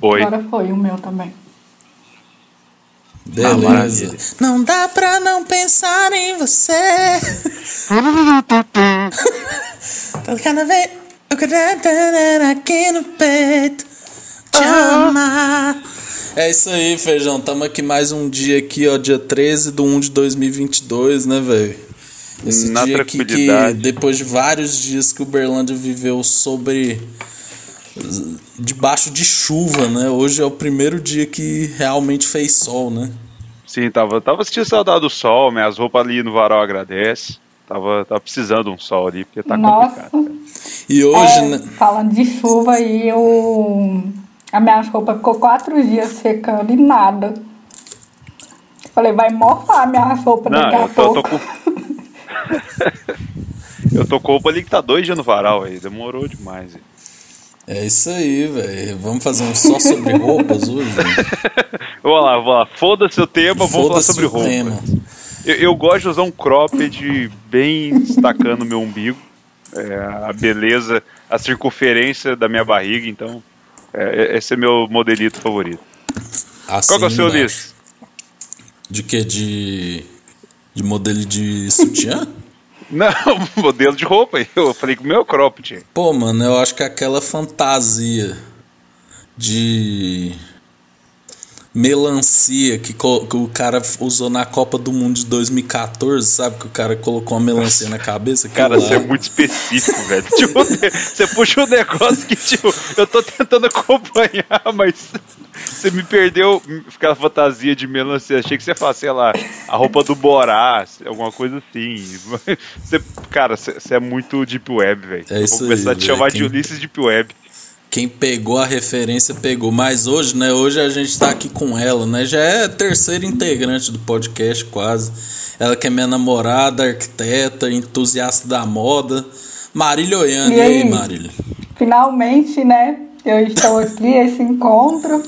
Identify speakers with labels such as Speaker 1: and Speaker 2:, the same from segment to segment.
Speaker 1: Oi.
Speaker 2: Agora foi o meu também.
Speaker 1: maravilha.
Speaker 3: Beleza. não dá pra não pensar em você. Tá cada vez. Eu quero ter aqui no peito. Te amar. É isso aí, feijão. Tamo aqui mais um dia aqui, ó. Dia 13 de 1 de 2022, né, velho? Esse
Speaker 1: Na
Speaker 3: dia aqui que
Speaker 1: tranquilidade.
Speaker 3: depois de vários dias que o Berlândia viveu sobre debaixo de chuva, né? Hoje é o primeiro dia que realmente fez sol, né?
Speaker 1: Sim, tava, tava sentindo saudade do sol, minhas roupas ali no varal agradece. Tava, tava precisando de um sol ali, porque tá
Speaker 2: Nossa,
Speaker 1: complicado.
Speaker 3: E hoje,
Speaker 2: é,
Speaker 3: né?
Speaker 2: falando de chuva e eu. A minha roupa ficou quatro dias secando e nada. Falei, vai morfar a minha roupa daqui
Speaker 1: Não,
Speaker 2: a
Speaker 1: eu tô, eu tô
Speaker 2: pouco.
Speaker 1: com. eu tô com roupa ali que tá dois dias no varal aí, demorou demais. hein.
Speaker 3: É isso aí, velho. Vamos fazer um só sobre roupas hoje? né?
Speaker 1: Vou lá, vou lá. Foda-se o tema, vamos falar
Speaker 3: Foda-se
Speaker 1: sobre
Speaker 3: o
Speaker 1: roupa.
Speaker 3: tema.
Speaker 1: Eu, eu gosto de usar um cropped bem destacando meu umbigo, é, a beleza, a circunferência da minha barriga, então é, esse é meu modelito favorito.
Speaker 3: Assim
Speaker 1: Qual que é o seu
Speaker 3: embaixo.
Speaker 1: Liz?
Speaker 3: De que? De. De modelo de sutiã?
Speaker 1: Não, modelo de roupa. Eu falei que o meu é cropped.
Speaker 3: Pô, mano, eu acho que é aquela fantasia de. Melancia que, co- que o cara usou na Copa do Mundo de 2014, sabe? Que o cara colocou uma melancia na cabeça. aquilo
Speaker 1: Cara,
Speaker 3: lá.
Speaker 1: você é muito específico, velho. Tipo, você puxa um negócio que, tipo, eu tô tentando acompanhar, mas você me perdeu aquela fantasia de melancia. Achei que você ia falar, sei lá, a roupa do Borá, alguma coisa assim. Você- cara, você você é muito Deep Web, velho.
Speaker 3: É isso
Speaker 1: Vou começar
Speaker 3: aí,
Speaker 1: a te chamar
Speaker 3: velho.
Speaker 1: de
Speaker 3: Quem-
Speaker 1: Ulisses Deep Web.
Speaker 3: Quem pegou a referência pegou. Mas hoje, né? Hoje a gente tá aqui com ela, né? Já é a terceira integrante do podcast, quase. Ela que é minha namorada, arquiteta, entusiasta da moda. Marília Oiane.
Speaker 2: E
Speaker 3: E
Speaker 2: aí?
Speaker 3: aí, Marília?
Speaker 2: Finalmente, né? Eu estou aqui, esse encontro.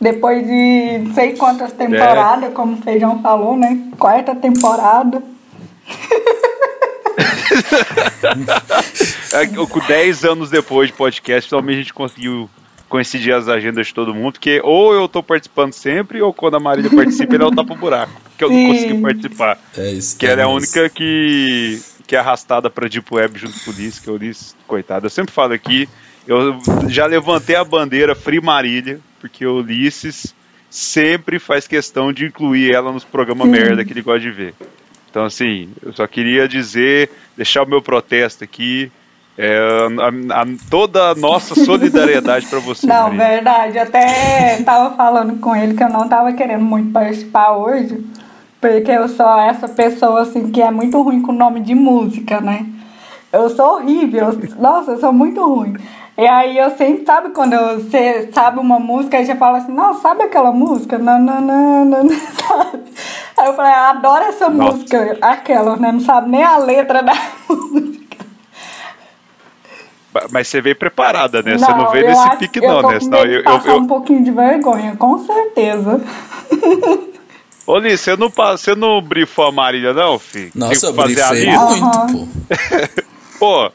Speaker 2: Depois de não sei quantas
Speaker 1: É.
Speaker 2: temporadas, como o Feijão falou, né? Quarta temporada.
Speaker 1: É, Com 10 anos depois de podcast, finalmente a gente conseguiu coincidir as agendas de todo mundo, porque ou eu tô participando sempre, ou quando a Marília participa, ela tá pro buraco, que eu não
Speaker 2: Sim.
Speaker 1: consegui participar.
Speaker 3: É isso.
Speaker 1: Que ela é a
Speaker 3: isso.
Speaker 1: única que, que é arrastada pra Deep Web junto com o Liz, que eu Liz, coitado. Eu sempre falo aqui, eu já levantei a bandeira Free Marília, porque o Ulisses sempre faz questão de incluir ela nos programas merda que ele gosta de ver. Então, assim, eu só queria dizer, deixar o meu protesto aqui. é, a- a- toda a nossa solidariedade pra você.
Speaker 2: Não,
Speaker 1: Marília.
Speaker 2: verdade. Até tava falando com ele que eu não tava querendo muito participar hoje, porque eu sou essa pessoa assim que é muito ruim com nome de música, né? Eu sou horrível. eu- Nossa, eu sou muito ruim. E aí eu sempre, sabe, quando eu- você sabe uma música, aí você fala assim, não, sabe aquela música? Não, não, não, não, não, sabe? Aí eu falei, eu adoro essa
Speaker 1: Nossa.
Speaker 2: música, aquela, né? Não sabe nem a letra da música.
Speaker 1: Ba- Mas você veio preparada, né? você não veio
Speaker 2: eu
Speaker 1: nesse
Speaker 2: acho-
Speaker 1: pique,
Speaker 2: eu
Speaker 1: não,
Speaker 2: tô
Speaker 1: né?
Speaker 2: com
Speaker 1: Senão
Speaker 2: medo de
Speaker 1: eu- eu-
Speaker 2: passar
Speaker 1: eu,
Speaker 2: um pouquinho de vergonha, com certeza.
Speaker 1: Ô, Liz, você não, pa- você não brifou a Marília, não, filho?
Speaker 3: Nossa, eu
Speaker 1: Tem que fazer a
Speaker 3: brifei
Speaker 1: lista?
Speaker 3: muito, pô.
Speaker 1: Pô,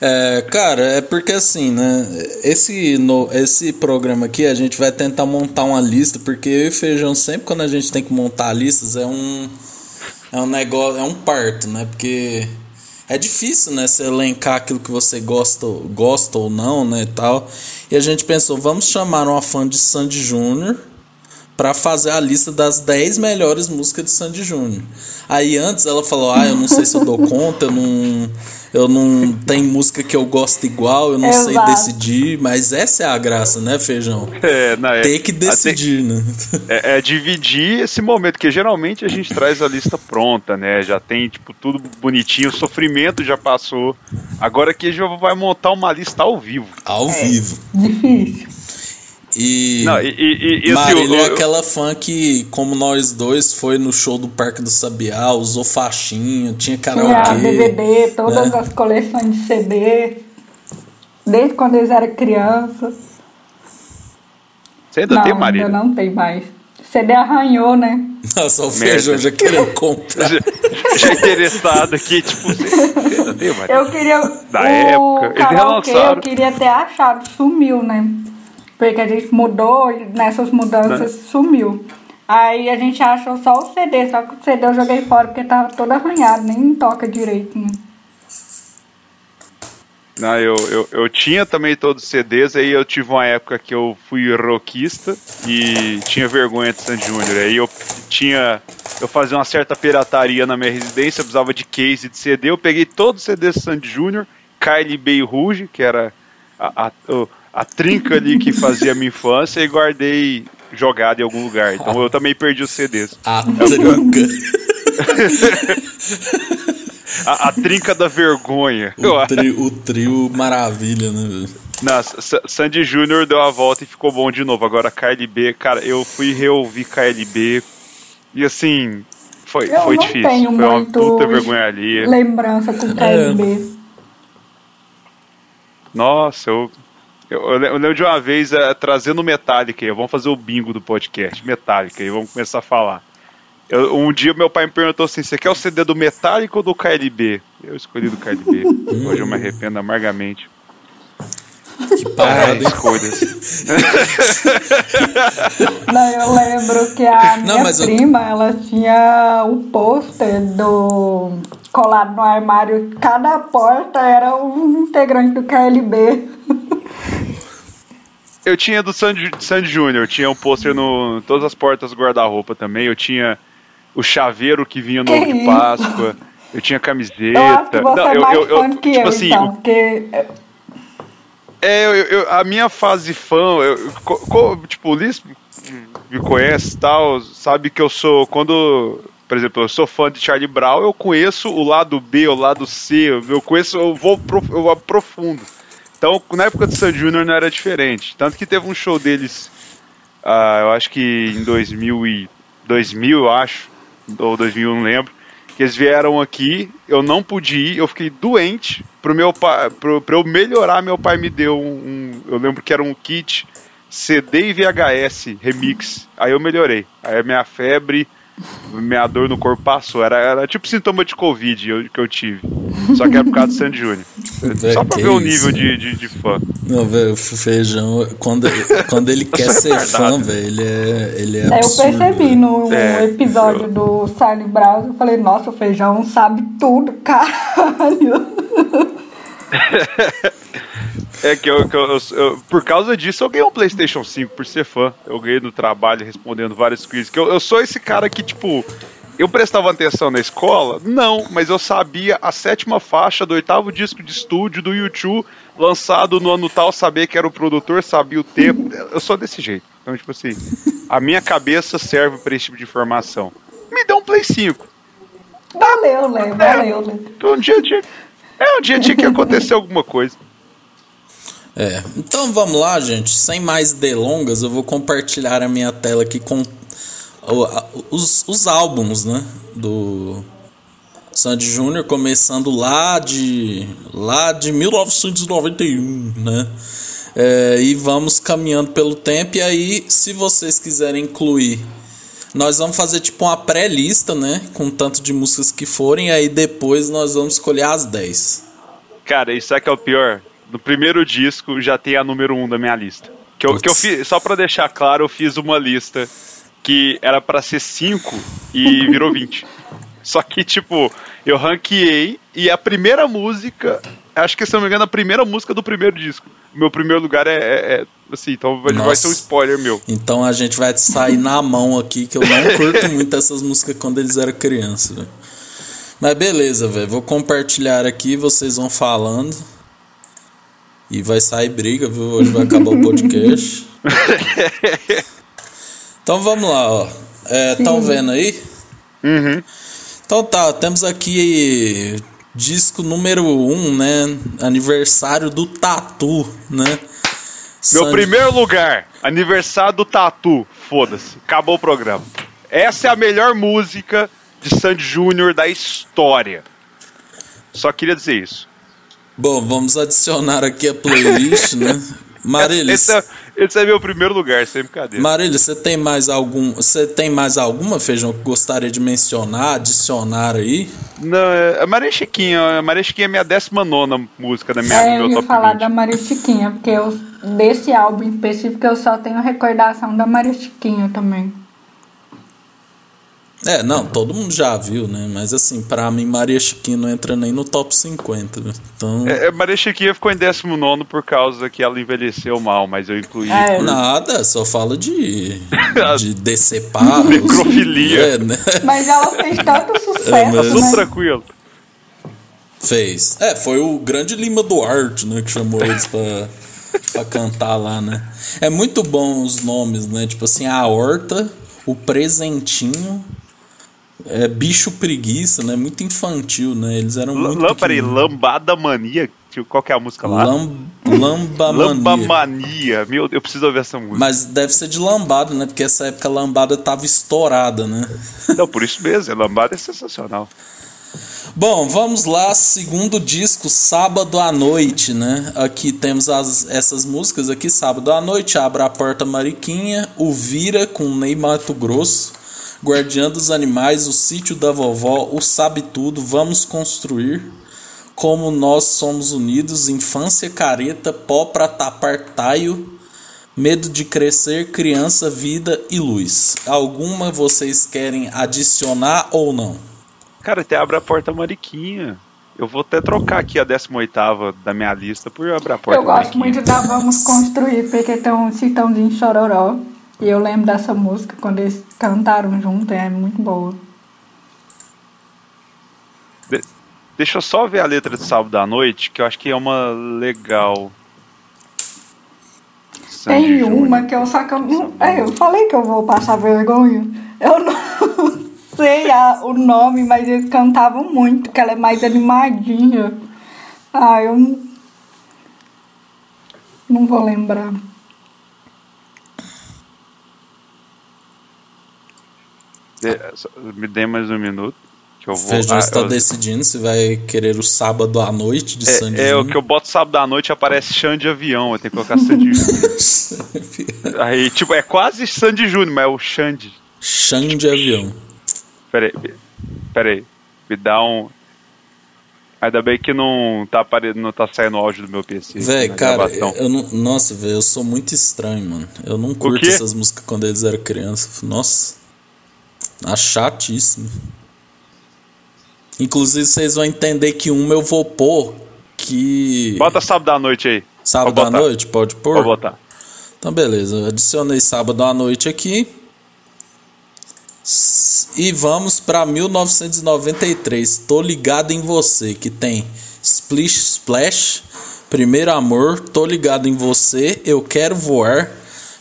Speaker 3: É, cara, é porque assim, né? Esse, no, esse programa aqui a gente vai tentar montar uma lista, porque eu e Feijão sempre quando a gente tem que montar listas é um é um negócio, é um parto, né? Porque é difícil, né, você elencar aquilo que você gosta, gosta ou não, né, e tal. E a gente pensou, vamos chamar uma fã de Sandy Júnior pra fazer a lista das 10 melhores músicas de Sandy Júnior. Aí antes ela falou: "Ah, eu não sei se eu dou conta, eu não eu não tem música que eu gosto igual, eu não sei
Speaker 2: Exato.
Speaker 3: decidir", mas essa é a graça, né, feijão?
Speaker 1: é, não, é,
Speaker 3: Tem que decidir, né?
Speaker 1: É, é dividir esse momento, que geralmente a gente traz a lista pronta, né? Já tem, tipo, tudo bonitinho, o sofrimento já passou. Agora que a gente vai montar uma lista ao vivo.
Speaker 3: Ao vivo.
Speaker 2: Difícil.
Speaker 3: E
Speaker 1: Não, e, e, e, assim, o-
Speaker 3: Marília é
Speaker 1: o-
Speaker 3: aquela fã que, como nós dois, foi no show do Parque do Sabiá, usou faixinha,
Speaker 2: Tinha
Speaker 3: tinha karaokê.
Speaker 2: DVD, todas as coleções de CD, desde quando eles eram crianças.
Speaker 1: Você ainda
Speaker 2: não,
Speaker 1: tem, Marília?
Speaker 2: ainda não tem mais. CD arranhou, né?
Speaker 3: Nossa, o feijão já querendo comprar.
Speaker 1: Já- Já interessado aqui, tipo, você você ainda tem, Marília?
Speaker 2: Eu queria.
Speaker 1: Da
Speaker 2: o
Speaker 1: época, eles
Speaker 2: karaokê, eu
Speaker 1: relançaram.
Speaker 2: queria ter achado, sumiu, né? Porque a gente mudou e nessas mudanças
Speaker 1: Né?
Speaker 2: sumiu. Aí a gente achou só o CD, só que o CD eu joguei fora porque tava todo arranhado, nem toca direito. né?
Speaker 1: Não, eu, eu, eu tinha também todos os CDs, aí eu tive uma época que eu fui rockista e tinha vergonha de Sandy Júnior. Aí eu tinha. Eu fazia uma certa pirataria na minha residência, eu precisava de case de CD, eu peguei todos os CDs de Sandy Júnior, Kylie Bay Rouge, que era a, a, o- a trinca ali que fazia a minha infância, e guardei jogado em algum lugar. Então eu também perdi os CDs.
Speaker 3: A trinca.
Speaker 1: A, a trinca da vergonha. eu
Speaker 3: O, tri- o trio maravilha, né, velho?
Speaker 1: Não, S- S- Sandy Júnior deu a volta e ficou bom de novo. Agora KLB, cara, eu fui reouvir KLB e assim, foi,
Speaker 2: Eu
Speaker 1: foi
Speaker 2: não
Speaker 1: difícil.
Speaker 2: tenho
Speaker 1: foi uma
Speaker 2: muito
Speaker 1: puta vergonha ali.
Speaker 2: Lembrança com o
Speaker 3: É.
Speaker 2: KLB.
Speaker 1: Nossa, eu, eu, eu le- eu lembro de uma vez eh, trazendo Metallica aí. Vamos fazer o bingo do podcast, Metallica, e vamos começar a falar. Eu- um dia meu pai me perguntou assim: você quer o CD do Metallica ou do KLB? Eu escolhi do KLB. Hoje eu me arrependo amargamente.
Speaker 3: Que parada, hein?
Speaker 1: escolhas.
Speaker 2: Não, eu lembro que a minha
Speaker 3: mas eu-
Speaker 2: prima, ela tinha o pôster do colado no armário. Cada porta era um integrante do KLB.
Speaker 1: Eu tinha do Sandy, Sandy Júnior, eu tinha um pôster no em todas as portas do guarda-roupa também, eu tinha o chaveiro que vinha no
Speaker 2: Que
Speaker 1: ovo de
Speaker 2: isso?
Speaker 1: Páscoa, eu tinha camiseta.
Speaker 2: Eu acho que você
Speaker 1: Não,
Speaker 2: é
Speaker 1: eu-
Speaker 2: mais
Speaker 1: eu- eu-
Speaker 2: fã do que
Speaker 1: tipo
Speaker 2: eu,
Speaker 1: assim,
Speaker 2: então.
Speaker 1: o-
Speaker 2: Porque
Speaker 1: é, eu- eu- a minha fase fã, eu- eu- co- co- tipo, o Liz me conhece e tal, sabe que eu sou, quando, por exemplo, eu sou fã de Charlie Brown, eu conheço o lado B, o lado C, eu eu conheço, eu vou pro- eu aprofundo. Então, na época do Sandy Júnior não era diferente. Tanto que teve um show deles Ah, eu acho que em 2000, e, 2000 eu acho, ou 2001, não lembro, que eles vieram aqui, eu não pude ir, eu fiquei doente, pro meu pai, pro, pra eu melhorar, meu pai me deu um, um- eu lembro que era um kit CD e VHS remix, aí eu melhorei, aí a minha febre, minha dor no corpo passou, era, era tipo sintoma de covid eu- que eu tive, só que era por causa do Sandy Júnior, só pra
Speaker 3: É, Que
Speaker 1: ver o
Speaker 3: isso,
Speaker 1: nível de,
Speaker 3: né?
Speaker 1: de, de fã.
Speaker 3: Não, velho, o feijão, quando, quando ele quer
Speaker 1: sou
Speaker 3: ser
Speaker 1: retardado.
Speaker 3: fã, velho, ele é, ele é
Speaker 2: É, eu
Speaker 3: absurdo,
Speaker 2: percebi
Speaker 3: velho.
Speaker 2: no
Speaker 1: É,
Speaker 2: episódio do Charlie Brown, eu falei, nossa, o feijão sabe tudo, caralho.
Speaker 1: É que, eu, que eu- eu- eu- por causa disso eu ganhei um PlayStation 5 por ser fã. Eu ganhei no trabalho respondendo vários quizzes. Que eu, eu sou esse cara que, tipo, eu prestava atenção na escola? Não, mas eu sabia a sétima faixa do oitavo disco de estúdio do YouTube lançado no ano tal, sabia que era o produtor, sabia o tempo. Eu sou desse jeito. Então, tipo assim, a minha cabeça serve pra esse tipo de informação. Me dá um Play 5.
Speaker 2: Valeu, Lê, valeu, Lê.
Speaker 1: Um dia tinha. É, um dia tinha que acontecer alguma coisa.
Speaker 3: É. Então vamos lá, gente. Sem mais delongas, eu vou compartilhar a minha tela aqui com o- a- os, os álbuns, né? Do Sandy Júnior, começando lá de. lá de 1991, né? É, e vamos caminhando pelo tempo. E aí, se vocês quiserem incluir. Nós vamos fazer tipo uma pré-lista, né? Com tanto de músicas que forem, e aí depois nós vamos escolher as 10.
Speaker 1: Cara, isso é que é o pior. No primeiro disco já tem a número 1 um da minha lista. Que eu, que eu
Speaker 3: Putz.
Speaker 1: fiz, só pra deixar claro, eu fiz uma lista que era pra ser 5 e virou 20. Só que, tipo, eu ranqueei e a primeira música, acho que se eu não me engano, a primeira música do primeiro disco. Meu primeiro lugar é. é- é- assim, então vai- vai
Speaker 3: Nossa.
Speaker 1: ser um spoiler meu.
Speaker 3: Então a gente vai sair na mão aqui, que eu não curto muito essas músicas quando eles eram criança. velho. Mas beleza, velho. Vou compartilhar aqui, vocês vão falando. E vai sair briga, viu? Hoje vai acabar o podcast. então vamos lá, ó. Estão vendo aí?
Speaker 1: Uhum.
Speaker 3: Então tá, temos aqui disco número 1, um, né? Aniversário do Tatu, né?
Speaker 1: Meu
Speaker 3: Sandy-
Speaker 1: primeiro lugar, aniversário do Tatu. Foda-se, acabou o programa. Essa é a melhor música de Sandy Júnior da história. Só queria dizer isso.
Speaker 3: Bom, vamos adicionar aqui a playlist, né? Marilis,
Speaker 1: Esse é, Esse é meu primeiro lugar, sem brincadeira.
Speaker 3: Marília, você tem mais algum. Você tem mais alguma, feijão, que gostaria de mencionar, adicionar aí?
Speaker 1: Não, é- a Maria Chiquinha. A Maria Chiquinha é minha décima nona música da minha,
Speaker 2: É,
Speaker 1: meu
Speaker 2: eu ia
Speaker 3: tá
Speaker 1: top
Speaker 2: falar
Speaker 1: 20.
Speaker 2: da Maria Chiquinha, porque eu, desse álbum em específico eu só tenho recordação da Maria Chiquinha também.
Speaker 3: É, não, todo mundo já viu, né? Mas assim, pra mim, Maria Chiquinha não entra nem no top 50. né? Então.
Speaker 1: É, a Maria Chiquinha ficou em 19 por causa que ela envelheceu mal, mas eu incluí.
Speaker 2: É.
Speaker 3: Nada, só fala de. de decepar. os-
Speaker 1: Necrofilia.
Speaker 3: É, né?
Speaker 2: Mas ela fez tanto
Speaker 3: É,
Speaker 2: sucesso,
Speaker 3: mas-
Speaker 1: Tá Tudo
Speaker 2: né?
Speaker 1: tranquilo.
Speaker 3: Fez. É, foi o grande Lima Duarte, né? Que chamou eles pra, pra cantar lá, né? É muito bom os nomes, né? Tipo assim, a horta, o presentinho. É bicho preguiça, né? Muito infantil, né? Eles eram
Speaker 1: L-
Speaker 3: muito.
Speaker 1: Lam, peraí,
Speaker 3: pequeninos.
Speaker 1: Lambada Mania. tipo, Qual que é a música lá?
Speaker 3: Lam- Lambamania.
Speaker 1: Lamba Mania. Meu, eu preciso ouvir essa música.
Speaker 3: Mas deve ser de lambada, né? Porque essa época a lambada tava estourada, né?
Speaker 1: Não, por isso mesmo. é Lambada é sensacional.
Speaker 3: Bom, vamos lá, segundo disco, sábado à noite, né? Aqui temos as, essas músicas aqui, sábado à noite, Abra a Porta Mariquinha, O Vira com Ney Mato Grosso, Guardiã dos Animais, O Sítio da Vovó, O Sabe Tudo, Vamos Construir, Como Nós Somos Unidos, Infância Careta, Pó pra Tapar Taio, Medo de Crescer, Criança, Vida e Luz. Alguma vocês querem adicionar ou não?
Speaker 1: Cara, até abre a porta Mariquinha. Eu vou até trocar aqui a 18 da minha lista por abrir a porta
Speaker 2: Eu gosto
Speaker 1: Mariquinha.
Speaker 2: muito da Vamos Construir, porque tem um Chitãozinho Chororó. E eu lembro dessa música quando eles cantaram junto, é muito boa.
Speaker 1: De- Deixa eu só ver a letra de sábado à noite, que eu acho que é uma legal. Sandy
Speaker 2: Tem
Speaker 1: Júnior.
Speaker 2: uma que eu só que eu, não- é, eu falei que eu vou passar vergonha. Eu não sei a- o nome, mas eles cantavam muito, que ela é mais animadinha. Ah, eu não- não vou lembrar.
Speaker 1: De- só- Me dê mais um minuto. Que eu
Speaker 3: O
Speaker 1: vou.
Speaker 3: Feijão
Speaker 1: ah,
Speaker 3: está
Speaker 1: eu-
Speaker 3: tá decidindo se vai querer o sábado à noite de Sandy
Speaker 1: é, é, o
Speaker 3: Júnior.
Speaker 1: que eu boto sábado à noite aparece Xande de avião. Eu tenho que colocar Sandy Júnior. Aí, tipo, é quase Sandy Júnior, mas é o Xande.
Speaker 3: Chão de avião.
Speaker 1: Peraí, peraí. Me dá um. Ainda bem que não tá, apare... não tá saindo o áudio do meu PC. aqui
Speaker 3: Véi,
Speaker 1: na
Speaker 3: cara, é,
Speaker 1: gravação.
Speaker 3: eu não, nossa, velho, eu sou muito estranho, mano. Eu não curto
Speaker 1: quê?
Speaker 3: essas músicas quando eles eram crianças. Nossa, acho chatíssimo. Inclusive, vocês vão entender que uma eu vou pôr que
Speaker 1: Bota sábado à noite aí.
Speaker 3: sábado
Speaker 1: Pode
Speaker 3: à
Speaker 1: botar.
Speaker 3: noite pode pôr.
Speaker 1: Vou botar.
Speaker 3: Então, beleza. eu Adicionei sábado à noite aqui. S- E vamos para 1993. Tô ligado em você, que tem Splish Splash, Primeiro Amor, Tô ligado em você, Eu quero voar,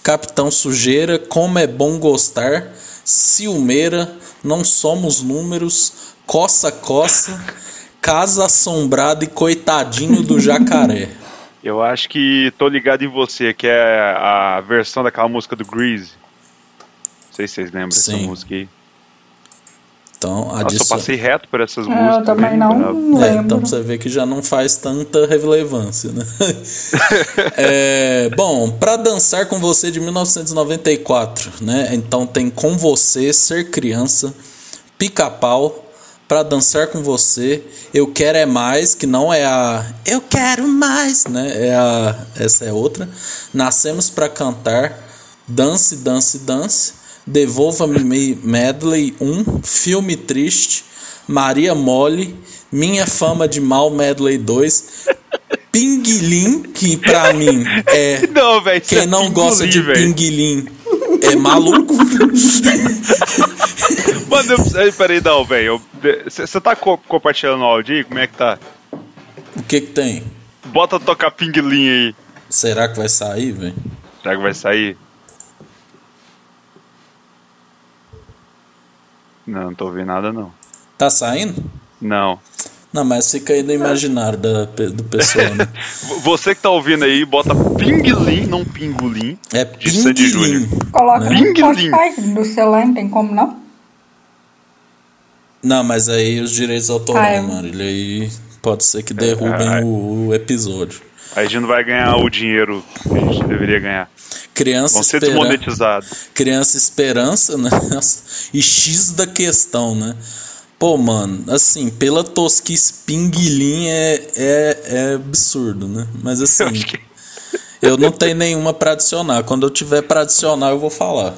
Speaker 3: Capitão Sujeira, Como é bom gostar, Ciumeira, Não somos números, Coça Coça, Casa Assombrada e Coitadinho do Jacaré.
Speaker 1: Eu acho que tô ligado em você, que é a versão daquela música do Grease. Não sei se vocês lembram dessa
Speaker 3: Sim.
Speaker 1: música aí.
Speaker 3: Então,
Speaker 1: Nossa, eu
Speaker 3: adicio-
Speaker 1: passei reto por essas
Speaker 2: É,
Speaker 1: músicas.
Speaker 2: eu também
Speaker 1: né?
Speaker 2: não
Speaker 3: É, então
Speaker 2: lembro.
Speaker 3: pra você ver que já não faz tanta relevância, né? É, bom, pra dançar com você de 1994, né? Então tem com você, ser criança, pica-pau, pra dançar com você, eu quero é mais, que não é a eu quero mais, né? É a essa é outra. Nascemos pra cantar, dance, dance, dance. Devolva-me Me- Medley 1, Filme Triste, Maria Mole, Minha Fama de Mal Medley 2, Pinguilim, que pra mim é.
Speaker 1: Não, velho. isso
Speaker 3: Quem
Speaker 1: é
Speaker 3: não gosta de
Speaker 1: pingulim, velho.
Speaker 3: pinguilim é maluco.
Speaker 1: Mano, eu preciso... Ei, Peraí, não, velho. Você tá co- compartilhando o áudio aí? Como é que tá?
Speaker 3: O que que tem?
Speaker 1: Bota tocar pinguilinho aí.
Speaker 3: Será que vai sair, velho?
Speaker 1: Será que vai sair? Não, não tô ouvindo nada, não.
Speaker 3: Tá saindo?
Speaker 1: Não.
Speaker 3: Não, mas fica aí no imaginário da, pe- do pessoal, né?
Speaker 1: V- Você que tá ouvindo aí, bota pinguilim, não pingulim.
Speaker 3: É
Speaker 1: De Sandy
Speaker 3: pinguilim.
Speaker 2: Coloca
Speaker 1: Né?
Speaker 2: no
Speaker 1: Pinguim.
Speaker 2: Spotify do seu lá, não tem como não?
Speaker 3: Não, mas aí os direitos
Speaker 2: Ah, é.
Speaker 3: autorais, mano. Ele aí pode ser que derrubem
Speaker 1: Ah,
Speaker 3: o, o episódio.
Speaker 1: Aí a gente não vai ganhar o dinheiro que a gente deveria ganhar.
Speaker 3: Criança
Speaker 1: Vão ser
Speaker 3: Esperança.
Speaker 1: desmonetizados.
Speaker 3: Criança Esperança, né? E X da questão, né? Pô, mano, assim, pela tosquice pinguilim é, é, é absurdo, né? Mas
Speaker 1: Eu
Speaker 3: assim,
Speaker 1: acho que-
Speaker 3: eu não tenho nenhuma pra adicionar. Quando eu tiver pra adicionar, eu vou falar.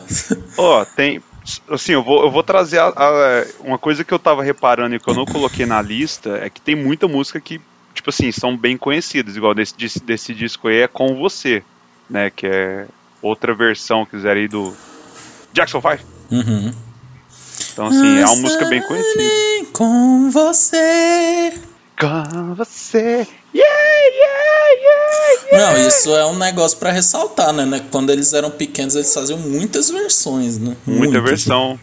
Speaker 1: Ó, tem. Assim, eu vou, eu vou trazer a- a- uma coisa que eu tava reparando e que eu não coloquei na lista é que tem muita música que, tipo assim, são bem conhecidas, igual desse, dis- desse disco aí é Com Você, né? Que é outra versão, quiser aí, do Jackson 5.
Speaker 3: Uhum.
Speaker 1: Então, assim, é uma música bem conhecida.
Speaker 3: Sonhei Com você.
Speaker 1: Com Você, yeah, yeah, yeah, yeah.
Speaker 3: Não, isso é um negócio pra ressaltar, né, né? Quando eles eram pequenos, eles faziam muitas versões, né?
Speaker 1: Muita
Speaker 3: Muitas.
Speaker 1: versão.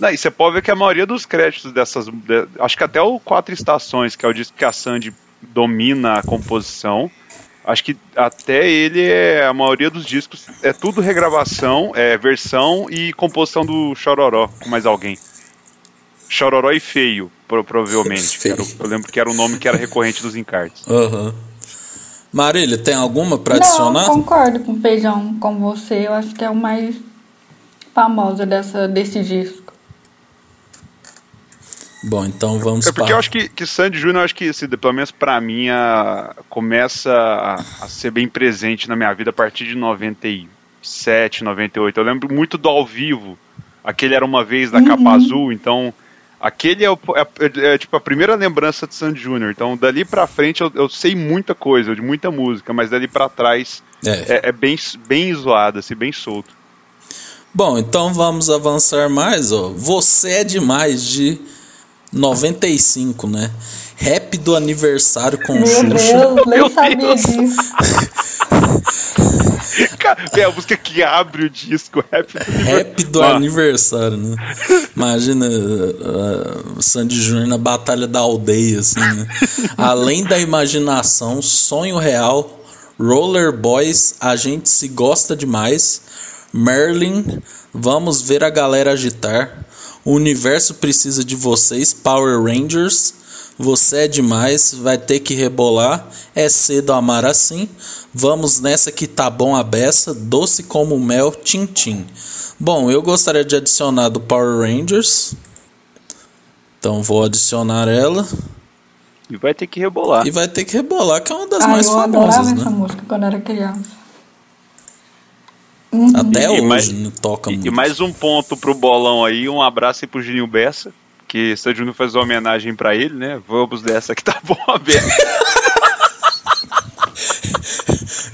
Speaker 1: Não, e você pode ver que a maioria dos créditos dessas. de- acho que até o Quatro Estações, que é o disco que a Sandy domina a composição. Acho que até ele é. A maioria dos discos é tudo regravação, é versão e composição do Chororó com mais alguém. Chororó e Feio, pro- provavelmente. que era o- eu lembro que era o nome que era recorrente dos encartes.
Speaker 3: Aham. Marília, tem alguma pra
Speaker 2: Não,
Speaker 3: adicionar?
Speaker 2: concordo com o Feijão, com você. Eu acho que é o mais famoso dessa, desse disco.
Speaker 3: Bom, então vamos
Speaker 1: É porque
Speaker 3: para-
Speaker 1: eu acho que, que Sandy Júnior, eu acho que, assim, pelo menos pra mim, a- começa a, a ser bem presente na minha vida a partir de 97, 98. Eu lembro muito do ao vivo. Aquele era uma vez da
Speaker 3: Uhum.
Speaker 1: capa azul, então. Aquele é, o- é- é, tipo a primeira lembrança de Sandy Júnior. Então, dali pra frente eu, eu sei muita coisa, de muita música, mas dali pra trás
Speaker 3: É.
Speaker 1: é, é bem, bem zoado, assim, bem solto.
Speaker 3: Bom, então vamos avançar mais, ó. Você é demais de 95, né? Rap do aniversário com o
Speaker 2: Meu
Speaker 3: Xuxa.
Speaker 2: Deus, nem
Speaker 1: Meu
Speaker 2: sabia
Speaker 1: Deus.
Speaker 2: disso.
Speaker 1: Cara, é a música que abre o disco, rap do
Speaker 3: Rap do
Speaker 1: Mano,
Speaker 3: aniversário, né? Imagina uh, uh, Sandy Júnior na Batalha da Aldeia, assim, né? Além da imaginação, sonho real, Roller Boys, a gente se gosta demais, Merlin, vamos ver a galera agitar, o universo precisa de vocês, Power Rangers, você é demais, vai ter que rebolar, é cedo amar assim, vamos nessa que tá bom a beça, doce como mel, tim tim. Bom, eu gostaria de adicionar do Power Rangers, então vou adicionar ela,
Speaker 1: E vai ter que rebolar.
Speaker 3: e vai ter que rebolar, que é uma das
Speaker 2: Ah,
Speaker 3: mais
Speaker 2: eu adorava
Speaker 3: famosas, né?
Speaker 2: essa música quando era criança.
Speaker 3: Até
Speaker 1: E- e
Speaker 3: hoje
Speaker 1: mais-
Speaker 3: né, toca
Speaker 1: E,
Speaker 3: muito.
Speaker 1: e mais um ponto pro bolão aí, um abraço aí pro Juninho Bessa, que San Juninho fez uma homenagem pra ele, né? Vamos dessa que tá bom a Bessa.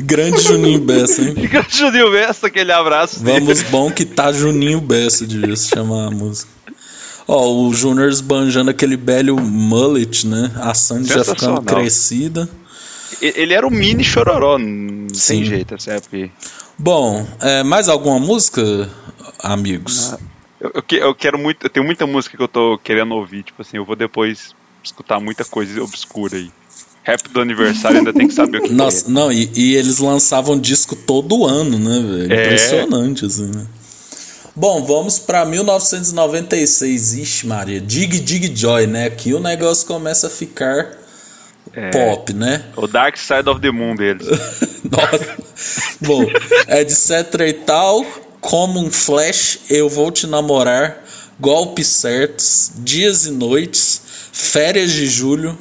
Speaker 3: Grande Juninho Bessa, hein?
Speaker 1: Fica o Juninho Bessa, aquele abraço dele.
Speaker 3: Vamos bom que tá Juninho Bessa, devia se chamar a música. Ó, o Júnior esbanjando aquele belo mullet, né? A Sandy já ficando
Speaker 1: Sensacional.
Speaker 3: crescida.
Speaker 1: E- Ele era um mini chororó, não
Speaker 3: Sim.
Speaker 1: sem jeito, assim, é essa época aí.
Speaker 3: Bom, é, mais alguma música, amigos?
Speaker 1: Eu, eu que- eu quero muito, eu tenho muita música que eu tô querendo ouvir, tipo assim, eu vou depois escutar muita coisa obscura aí. Rap do aniversário ainda tem que saber o que é. que
Speaker 3: Nossa, não, e, e eles lançavam disco todo ano, né, velho?
Speaker 1: É.
Speaker 3: Impressionante, assim, né? Bom, vamos pra 1996. Ixi, Maria. Dig Dig Joy, né? Aqui o negócio começa a ficar
Speaker 1: é. É,
Speaker 3: pop, né?
Speaker 1: o Dark Side of the Moon deles.
Speaker 3: Nossa. Bom, etc e tal, como um flash, eu vou te namorar, golpes certos, dias e noites, férias de julho,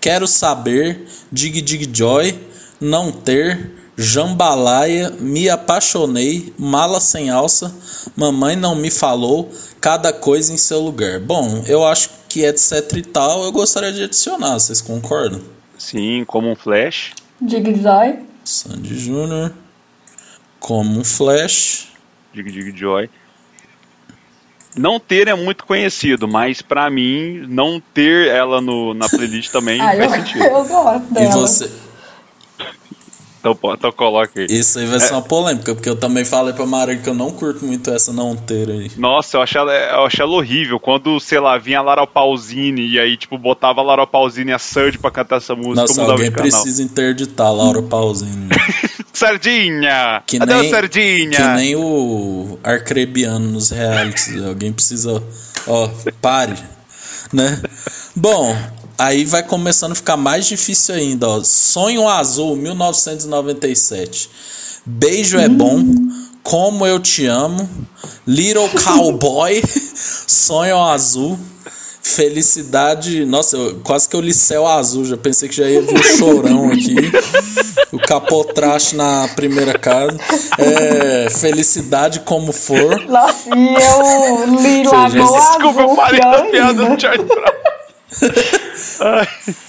Speaker 3: quero saber, dig dig joy, não ter, jambalaya, me apaixonei, mala sem alça, mamãe não me falou, cada coisa em seu lugar. Bom, eu acho que etc e tal, eu gostaria de adicionar, vocês concordam?
Speaker 1: Sim, como um flash.
Speaker 2: Dig Zói.
Speaker 3: Sandy Júnior. Como um Flash.
Speaker 1: Dig Dig Joy. Não ter é muito conhecido, mas pra mim, não ter ela no, na playlist também
Speaker 2: Ah, eu,
Speaker 1: faz sentido.
Speaker 2: eu gosto
Speaker 3: E
Speaker 2: dela.
Speaker 3: você.
Speaker 1: Então, po- então coloca aí.
Speaker 3: Isso aí vai ser uma polêmica, porque eu também falei pra Mari que eu não curto muito essa não ter aí.
Speaker 1: Nossa, eu achei, ela, eu achei ela horrível. Quando, sei lá, vinha a Lara Pausini e aí, tipo, botava a Lara Pausini e a Sandy pra cantar essa música,
Speaker 3: Nossa,
Speaker 1: mudava de
Speaker 3: alguém
Speaker 1: canal.
Speaker 3: precisa interditar Laura Pausini.
Speaker 1: Sardinha!
Speaker 3: Que
Speaker 1: Cadê
Speaker 3: nem,
Speaker 1: a Sardinha?
Speaker 3: que nem o Arcrebiano nos realities. Alguém precisa. Ó, pare. Né? Bom, aí vai começando a ficar mais difícil ainda. Ó. Sonho Azul, 1997. Beijo é bom. Como eu te amo. Little Cowboy. Sonho azul. Felicidade. Nossa, eu- quase que eu li céu azul. Já pensei que já ia vir o chorão aqui. O capotraste na primeira casa. É, felicidade como for.
Speaker 2: Nossa, e eu li
Speaker 3: Ou seja,
Speaker 2: Lagoa
Speaker 1: Desculpa, eu
Speaker 2: Azul, é
Speaker 1: falei da
Speaker 2: pior
Speaker 1: piada
Speaker 2: ainda.
Speaker 1: do Charlie Brown.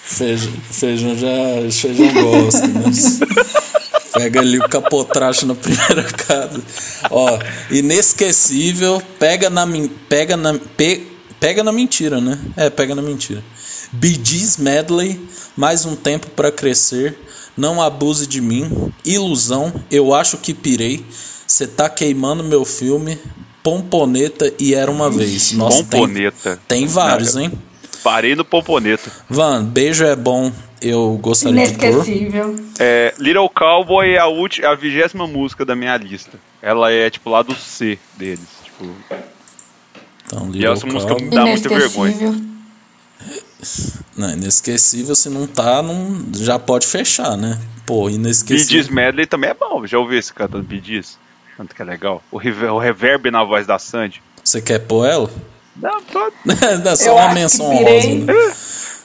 Speaker 3: Feijão, feijão já feijão gosta, mas pega ali o capotraste na primeira casa. Ó, inesquecível, pega na min- pega na pe- pega na mentira, né? É, pega na mentira. Bidis Medley, mais um tempo pra crescer. Não abuse de mim. Ilusão, eu acho que pirei. Você tá queimando meu filme. Pomponeta e era uma vez. Nossa, tem,
Speaker 1: Pomponeta.
Speaker 3: tem vários, hein?
Speaker 1: Parei no Pomponeta.
Speaker 3: Van, beijo é bom. Eu gostaria de pôr.
Speaker 2: Inesquecível.
Speaker 1: É, Little Cowboy é a, ulti- a vigésima música da minha lista. Ela é, tipo, lá do C deles. Tipo,
Speaker 3: Então,
Speaker 1: e
Speaker 3: Little
Speaker 1: essa música é
Speaker 3: Cowboy.
Speaker 1: dá muita vergonha.
Speaker 2: Inesquecível.
Speaker 3: Não, inesquecível, se não tá, não... já pode fechar, né? Pô,
Speaker 1: Bee Gees
Speaker 3: inesquecível.
Speaker 1: Medley também é bom. Já ouvi esse cantando Bee Gees? Tanto que é legal. O, rever- o reverb na voz da Sandy.
Speaker 3: Você quer pôr ela?
Speaker 1: Não, tô- é.
Speaker 3: Dá só
Speaker 2: Eu acho
Speaker 3: uma
Speaker 2: que
Speaker 3: menção
Speaker 2: pirei.
Speaker 3: honrosa. né?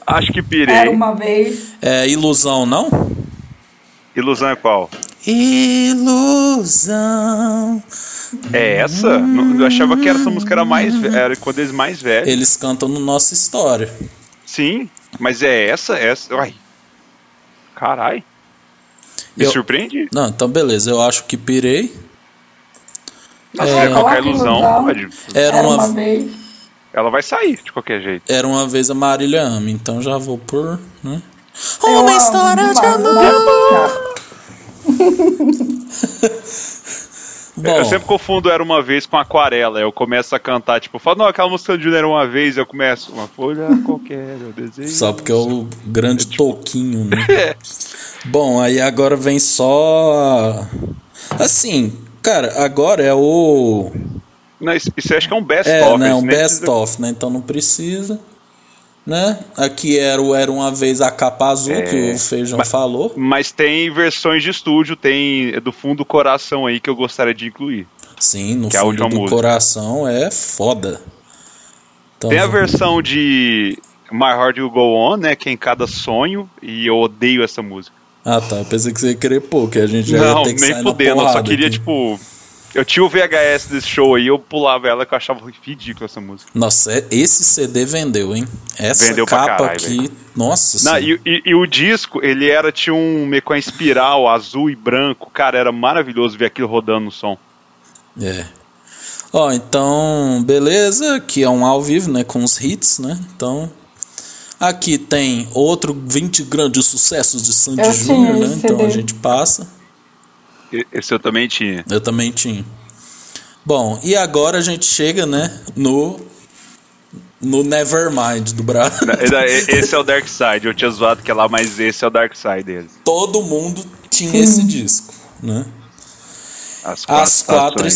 Speaker 1: Acho que pirei.
Speaker 2: Era uma vez.
Speaker 3: É ilusão, não?
Speaker 1: Ilusão é qual?
Speaker 3: Ilusão.
Speaker 1: É essa? Não- Eu achava que essa música era mais ve- era quando eles mais velhos.
Speaker 3: Eles cantam no Nossa História.
Speaker 1: Sim, mas é essa, essa. Uai. Carai. Me
Speaker 3: Eu-
Speaker 1: surpreende?
Speaker 3: Não, então beleza, eu acho que pirei.
Speaker 2: É,
Speaker 1: Nossa, vai colocar
Speaker 2: Coloca
Speaker 1: ilusão,
Speaker 2: ilusão.
Speaker 1: pode.
Speaker 3: Era
Speaker 2: Era
Speaker 3: uma,
Speaker 2: uma vez.
Speaker 1: Ela vai sair de qualquer jeito.
Speaker 3: era uma vez a Marília Ama, então já vou pôr. Né?
Speaker 2: Eu
Speaker 3: Uma
Speaker 2: amo
Speaker 3: história de
Speaker 2: demais,
Speaker 3: amor.
Speaker 2: né?
Speaker 1: É, Eu
Speaker 3: Bom,
Speaker 1: sempre confundo Era Uma Vez com Aquarela. Eu começo a cantar, tipo, falo, não, aquela música de Era Uma Vez, eu começo uma folha qualquer, eu desejo.
Speaker 3: Só porque é o grande
Speaker 1: tipo-
Speaker 3: toquinho, né?
Speaker 1: É.
Speaker 3: Bom, aí agora vem só. Assim, cara, agora é o.
Speaker 1: Não, isso, isso acho que é um best
Speaker 3: É,
Speaker 1: of.
Speaker 3: né? Um
Speaker 1: isso nem
Speaker 3: best
Speaker 1: precisa-
Speaker 3: of, né? Então não precisa. Né? Aqui era o Era Uma Vez a capa azul, que o Feijão falou.
Speaker 1: É, Mas tem versões de estúdio, tem é do fundo do coração aí que eu gostaria de incluir.
Speaker 3: Então Sim, no
Speaker 1: Que é a
Speaker 3: fundo
Speaker 1: última
Speaker 3: do
Speaker 1: música.
Speaker 3: coração é foda. Então,
Speaker 1: Tem a versão de My Heart Will Go On, né? Que é em cada sonho, e eu odeio essa música.
Speaker 3: Ah, tá. Eu pensei que você ia querer pôr, que a gente já
Speaker 1: não,
Speaker 3: ia ter que
Speaker 1: nem
Speaker 3: sair na
Speaker 1: fudendo, eu
Speaker 3: porrada
Speaker 1: só queria,
Speaker 3: aqui.
Speaker 1: tipo. Eu tinha o VHS desse show aí, eu pulava ela que eu achava ridícula essa música.
Speaker 3: Nossa, é- esse CD vendeu, hein? Essa
Speaker 1: Vendeu pra
Speaker 3: capa
Speaker 1: caralho,
Speaker 3: aqui, nossa
Speaker 1: Não,
Speaker 3: senhora.
Speaker 1: e, e- e o disco, ele era, tinha um meio com a espiral azul e branco. Cara, era maravilhoso ver aquilo rodando no som.
Speaker 3: É. Ó, então, beleza, que é um ao vivo, né, com os hits, né? Então, aqui tem outro 20 grandes sucessos de Sandy
Speaker 2: Eu
Speaker 3: Júnior,
Speaker 2: tinha
Speaker 3: né?
Speaker 2: esse
Speaker 3: Então a
Speaker 2: CD.
Speaker 3: gente passa.
Speaker 1: E- Esse eu também tinha.
Speaker 3: Eu também tinha. Bom, e agora a gente chega, né, no no Nevermind do Brasil.
Speaker 1: E- e- Esse é o Dark Side, eu tinha zoado que é lá, mas esse é o Dark Side deles.
Speaker 3: Todo mundo tinha esse disco, né?
Speaker 1: As quatro,
Speaker 3: As quatro
Speaker 1: estações.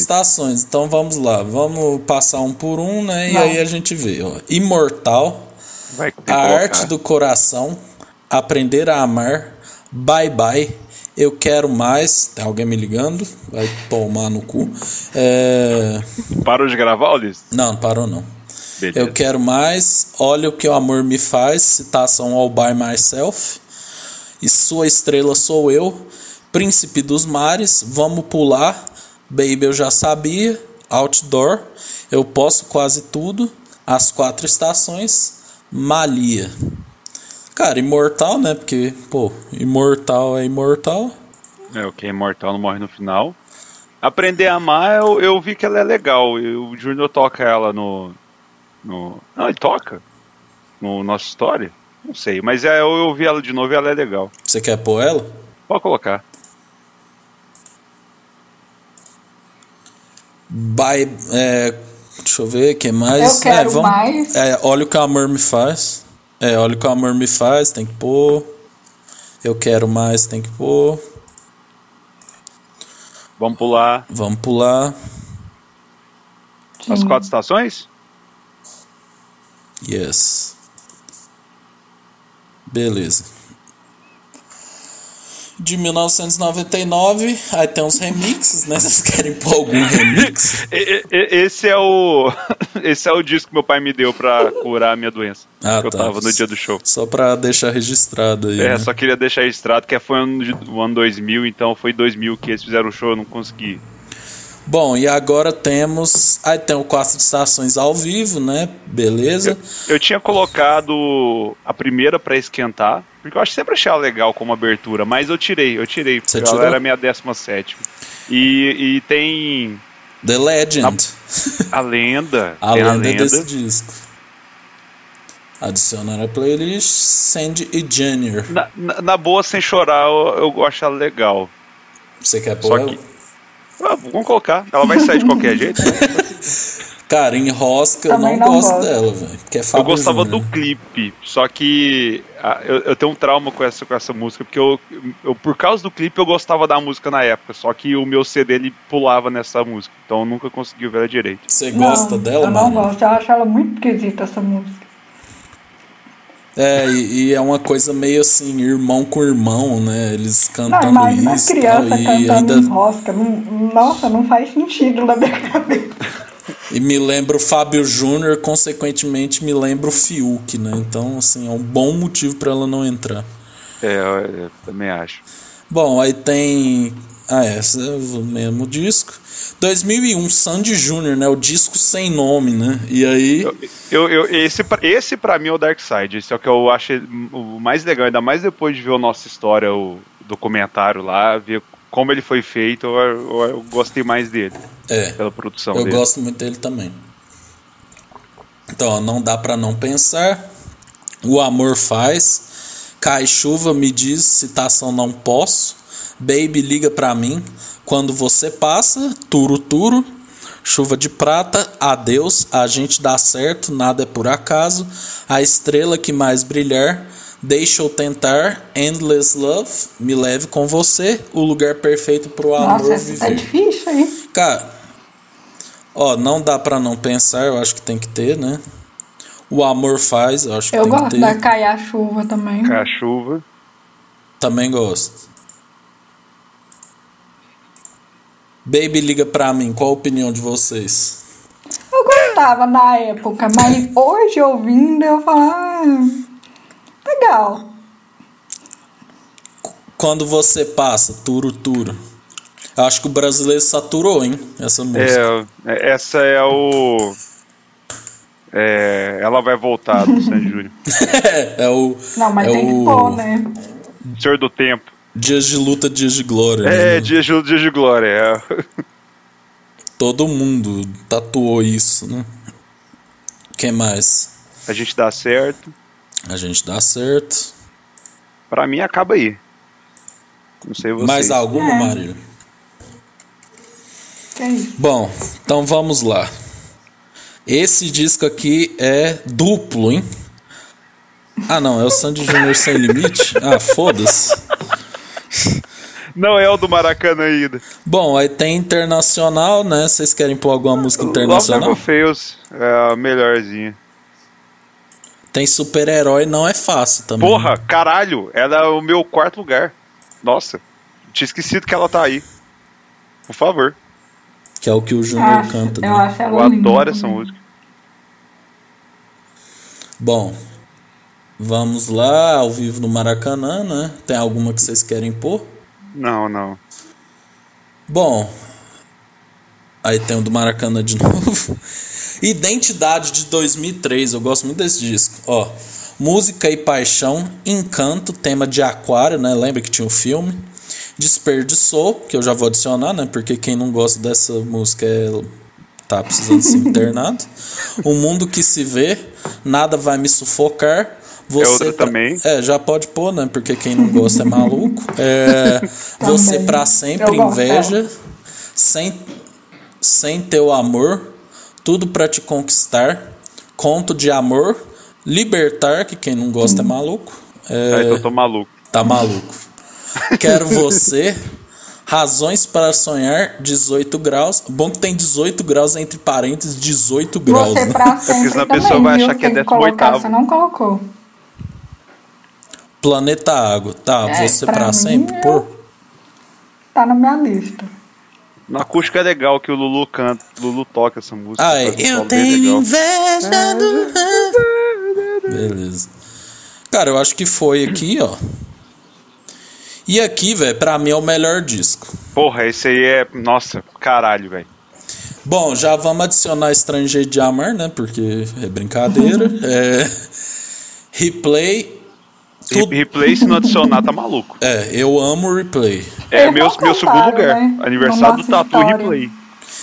Speaker 3: estações. Então vamos lá, vamos passar um por um, né? E
Speaker 2: Não.
Speaker 3: aí a gente vê, ó. Imortal,
Speaker 1: Vai ter que
Speaker 3: A
Speaker 1: colocar.
Speaker 3: arte do coração, aprender a amar, bye bye, eu quero mais. Tem alguém me ligando? Vai tomar no cu. É,
Speaker 1: Parou de gravar, Ulisses?
Speaker 3: Não, parou não.
Speaker 1: Beleza.
Speaker 3: Eu quero mais, olha o que o amor me faz, citação All By Myself. E sua estrela sou eu, príncipe dos mares, vamos pular, baby eu já sabia, outdoor, eu posso quase tudo, as quatro estações, malia. Cara, imortal, né? Porque, pô, imortal é imortal.
Speaker 1: É, o que é imortal não morre no final. Aprender a amar, eu, eu vi que ela é legal. e o Júnior toca ela no, no. Não, ele toca? No Nossa História? Não sei, mas é, eu, eu vi ela de novo e ela é legal.
Speaker 3: Você quer pôr ela?
Speaker 1: Pode colocar.
Speaker 3: Bye. É, deixa eu ver, o que mais?
Speaker 2: Eu quero
Speaker 3: é, vamos-
Speaker 2: mais.
Speaker 3: É, olha o que o amor me faz. É, olha o que o amor me faz, tem que pôr. Eu quero mais, tem que pôr.
Speaker 1: Vamos pular
Speaker 3: Vamos pular.
Speaker 1: as quatro estações?
Speaker 3: Yes. Beleza. de 1999, aí tem uns remixes, né? Vocês querem pôr algum remix?
Speaker 1: E- e- Esse é o esse é o disco que meu pai me deu pra curar a minha doença.
Speaker 3: Ah,
Speaker 1: que eu
Speaker 3: tá.
Speaker 1: tava no dia do show.
Speaker 3: Só pra deixar registrado aí.
Speaker 1: É,
Speaker 3: né?
Speaker 1: só queria deixar registrado que foi ano de- o ano 2000, então foi 2000 que eles fizeram o show, eu não consegui.
Speaker 3: Bom, e agora temos. Aí tem o Quatro Estações ao vivo, né? Beleza.
Speaker 1: Eu tinha colocado a primeira pra esquentar, porque eu acho sempre achei ela legal como abertura, mas eu tirei, eu tirei, porque
Speaker 3: Você
Speaker 1: ela
Speaker 3: tirou?
Speaker 1: era a minha 17. E, e tem
Speaker 3: The Legend.
Speaker 1: a lenda.
Speaker 3: A,
Speaker 1: tem
Speaker 3: lenda, desse disco. Adicionar a playlist Sandy e Junior.
Speaker 1: Na, na- na boa, sem chorar, eu, eu gosto dela legal.
Speaker 3: Você quer
Speaker 1: Só
Speaker 3: pôr? ela?
Speaker 1: que- Ah, vamos colocar. Ela vai sair de qualquer jeito.
Speaker 3: Cara, em Rosca eu
Speaker 2: Também
Speaker 3: não,
Speaker 2: não
Speaker 3: gosto,
Speaker 2: gosto.
Speaker 3: dela, velho. Porque é
Speaker 1: Eu
Speaker 3: Fábio
Speaker 1: gostava
Speaker 3: Júnior.
Speaker 1: do clipe, só que ah, eu, eu tenho um trauma com essa, com essa música, porque eu, eu- por causa do clipe, eu gostava da música na época, só que o meu CD ele pulava nessa música, então eu nunca consegui ver ela direito.
Speaker 3: Você gosta
Speaker 2: não,
Speaker 3: dela, né?
Speaker 2: Eu
Speaker 3: mano?
Speaker 2: não gosto, eu acho ela muito esquisita essa música.
Speaker 3: É, e, e é uma coisa meio assim, irmão com irmão, né? Eles
Speaker 2: Não,
Speaker 3: cantando
Speaker 2: imagina
Speaker 3: isso
Speaker 2: a criança
Speaker 3: e tal, e
Speaker 2: cantando em
Speaker 3: ainda.
Speaker 2: rosca. não- Nossa, não faz sentido na minha cabeça.
Speaker 3: E me lembra o Fábio Júnior, consequentemente me lembra o Fiuk, né? Então, assim, é um bom motivo pra ela não entrar.
Speaker 1: É, eu, eu também acho.
Speaker 3: Bom, aí tem. Ah, é, esse é o mesmo disco. 2001, Sandy Júnior, né? O disco sem nome, né? E aí.
Speaker 1: Eu- eu- eu- esse, pra- esse pra mim é o Dark Side, esse é o que eu acho o mais legal, ainda mais depois de ver o Nossa História, o documentário lá, ver como ele foi feito, eu, eu- eu gostei mais dele,
Speaker 3: É,
Speaker 1: pela produção
Speaker 3: eu
Speaker 1: dele.
Speaker 3: gosto muito dele também. Então, ó, não dá pra não pensar. O amor faz. Cai chuva, me diz, citação não posso. Baby, liga pra mim. Quando você passa, turo, turo. Chuva de prata, adeus, a gente dá certo, nada é por acaso. A estrela que mais brilhar, deixa eu tentar. Endless love, me leve com você. O lugar perfeito pro amor
Speaker 2: Nossa,
Speaker 3: viver.
Speaker 2: essa tá difícil, hein?
Speaker 3: Cara, ó, não dá pra não pensar, eu acho que tem que ter, né? O amor faz, eu acho que
Speaker 2: Eu
Speaker 3: tem que
Speaker 2: gosto
Speaker 3: ter.
Speaker 2: da cair a chuva também.
Speaker 1: A chuva.
Speaker 3: Também gosto. Baby liga pra mim, qual a opinião de vocês?
Speaker 2: Eu gostava na época, mas hoje ouvindo eu falo, ah, legal.
Speaker 3: Quando você passa, turo, turo. Eu acho que o brasileiro saturou, hein? Essa música.
Speaker 1: É, essa é o. É, ela vai voltar do San Júnior.
Speaker 3: É, o.
Speaker 2: Não, mas
Speaker 3: é
Speaker 2: tem
Speaker 3: o
Speaker 2: que pôr, né?
Speaker 1: Senhor do Tempo.
Speaker 3: Dias de luta, dias de glória.
Speaker 1: É,
Speaker 3: né?
Speaker 1: Dias de, Dias de Glória. é.
Speaker 3: Todo mundo tatuou isso, né? Quem mais?
Speaker 1: A gente dá certo.
Speaker 3: A gente dá certo.
Speaker 1: Pra mim acaba aí. Não sei vocês.
Speaker 3: Mais alguma,
Speaker 2: É.
Speaker 3: Marília?
Speaker 2: Que é isso?
Speaker 3: Bom, então vamos lá. Esse disco aqui é duplo, hein? Ah, não, é o Sandy Júnior Sem Limite? Ah, foda-se.
Speaker 1: Não é o do Maracanã ainda.
Speaker 3: Bom, aí tem internacional, né? Vocês querem pôr alguma música internacional?
Speaker 1: Love Never Fails é a melhorzinha.
Speaker 3: Tem super-herói, não é fácil também.
Speaker 1: Porra, caralho, ela é o meu quarto lugar. Nossa, tinha esquecido que ela tá aí. Por favor,
Speaker 3: Que é o que o Júnior
Speaker 2: Acho-
Speaker 3: canta.
Speaker 2: Ah, eu
Speaker 3: né?
Speaker 2: acho
Speaker 1: eu
Speaker 2: ela linda.
Speaker 1: adoro essa música.
Speaker 3: Bom, vamos lá, ao vivo no Maracanã, né? Tem alguma que vocês querem pôr?
Speaker 1: Não, não.
Speaker 3: Bom, aí tem o do Maracanã de novo. Identidade de 2003, eu gosto muito desse disco. Ó, música e paixão, encanto, tema de aquário, né? Lembra que tinha um filme? Desperdiçou, que eu já vou adicionar, né? Porque quem não gosta dessa música é tá precisando ser internado. O mundo que se vê, nada vai me sufocar. Você
Speaker 1: outra
Speaker 3: pra-
Speaker 1: também.
Speaker 3: É, já pode pôr, né? Porque quem não gosta é maluco. É, você
Speaker 2: Também.
Speaker 3: pra
Speaker 2: Tá Eu
Speaker 3: sempre,
Speaker 2: gosto
Speaker 3: inveja, sem, sem teu amor, tudo pra te conquistar, conto de amor, libertar, que quem não gosta
Speaker 2: Hum.
Speaker 3: é maluco. É,
Speaker 1: Aí eu tô maluco.
Speaker 3: Tá maluco. Quero você. Razões para sonhar, 18 graus. Bom que tem 18 graus entre parênteses, 18 graus.
Speaker 2: Você
Speaker 3: né?
Speaker 2: pra sempre
Speaker 1: senão a
Speaker 2: também,
Speaker 1: pessoa vai
Speaker 2: viu?
Speaker 1: achar que é
Speaker 2: Tem
Speaker 1: 18º.
Speaker 2: colocar, Você não colocou.
Speaker 3: Planeta Água. Tá,
Speaker 2: É,
Speaker 3: você
Speaker 2: pra
Speaker 3: pra
Speaker 2: mim, é
Speaker 3: sempre,
Speaker 2: eu-
Speaker 3: pô.
Speaker 2: Tá na minha lista.
Speaker 1: No acústico é legal que o Lulu canta, Lulu toca essa música.
Speaker 3: Ai,
Speaker 1: faz um
Speaker 3: Ah, eu
Speaker 1: solo bem
Speaker 3: tenho
Speaker 1: legal.
Speaker 3: inveja do. Beleza. Cara, eu acho que foi aqui, ó. E aqui, velho, pra mim é o melhor disco.
Speaker 1: Porra, esse aí é. Nossa, caralho, velho.
Speaker 3: Bom, já vamos adicionar Estrangeiro de Amar, né? Porque é brincadeira. é... Replay.
Speaker 1: Re-
Speaker 3: Tudo...
Speaker 1: Replay, se não adicionar, tá maluco.
Speaker 3: É, eu amo replay.
Speaker 1: É
Speaker 2: Eles
Speaker 1: meu,
Speaker 2: não
Speaker 1: meu segundo
Speaker 2: cantaram,
Speaker 1: lugar.
Speaker 2: né?
Speaker 1: Aniversário do
Speaker 2: Nossa
Speaker 1: Tatu
Speaker 2: história.
Speaker 1: Replay.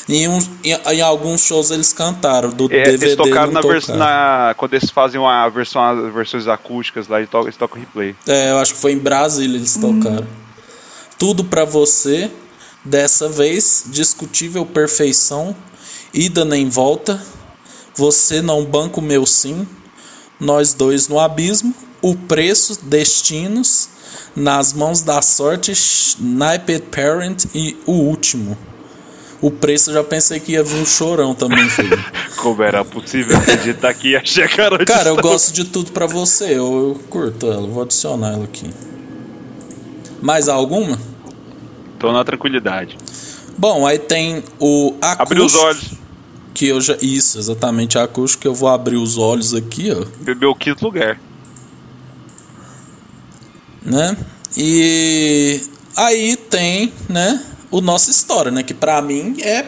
Speaker 3: Em, uns, em, em alguns shows eles cantaram, do
Speaker 1: É,
Speaker 3: DVD
Speaker 1: eles tocaram na,
Speaker 3: não
Speaker 1: vers-
Speaker 3: tocaram.
Speaker 1: na- Quando eles fazem uma versão, as versões acústicas lá, eles tocam, eles tocam replay.
Speaker 3: É, eu acho que foi em Brasília eles tocaram. Tudo pra você, dessa vez, discutível perfeição, ida nem volta, você não banca o meu sim, nós dois no abismo, o preço, destinos, nas mãos da sorte, Sniped Parent e o último. O preço eu já pensei que ia vir um chorão também, filho.
Speaker 1: Como era possível acreditar que ia chegar onde
Speaker 3: Cara, eu
Speaker 1: estamos?
Speaker 3: gosto de tudo pra você. Eu, eu curto ela. Vou adicionar ela aqui. Mais alguma?
Speaker 1: Tô na tranquilidade.
Speaker 3: Bom, aí tem o acústico.
Speaker 1: Abriu os olhos,
Speaker 3: Que eu já... Isso, exatamente. Acústico. que Eu vou abrir os olhos aqui, ó.
Speaker 1: bebeu o quinto lugar.
Speaker 3: Né? E aí tem, né? O Nossa História, né? Que pra mim é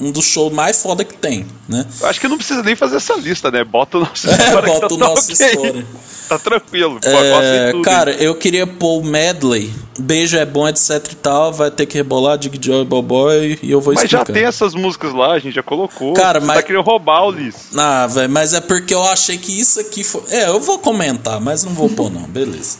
Speaker 3: um dos shows mais foda que tem, né?
Speaker 1: Eu acho que não precisa nem fazer essa lista, né? Bota o nosso história. que
Speaker 3: É, Bota
Speaker 1: tá,
Speaker 3: o Nossa
Speaker 1: tá ok.
Speaker 3: História.
Speaker 1: Tá tranquilo. pô, bota em
Speaker 3: É,
Speaker 1: tudo.
Speaker 3: cara, eu queria pôr o medley. Beijo é bom, etc e tal. Vai ter que rebolar, Dig Joy, Boboy. E eu vou
Speaker 1: Mas já
Speaker 3: explicar.
Speaker 1: tem essas músicas lá, a gente já colocou.
Speaker 3: Cara,
Speaker 1: Você
Speaker 3: mas-
Speaker 1: tá querendo roubar o Liz.
Speaker 3: Ah, velho, mas é porque eu achei que isso aqui foi. É, eu vou comentar, mas não vou pôr, não. Beleza.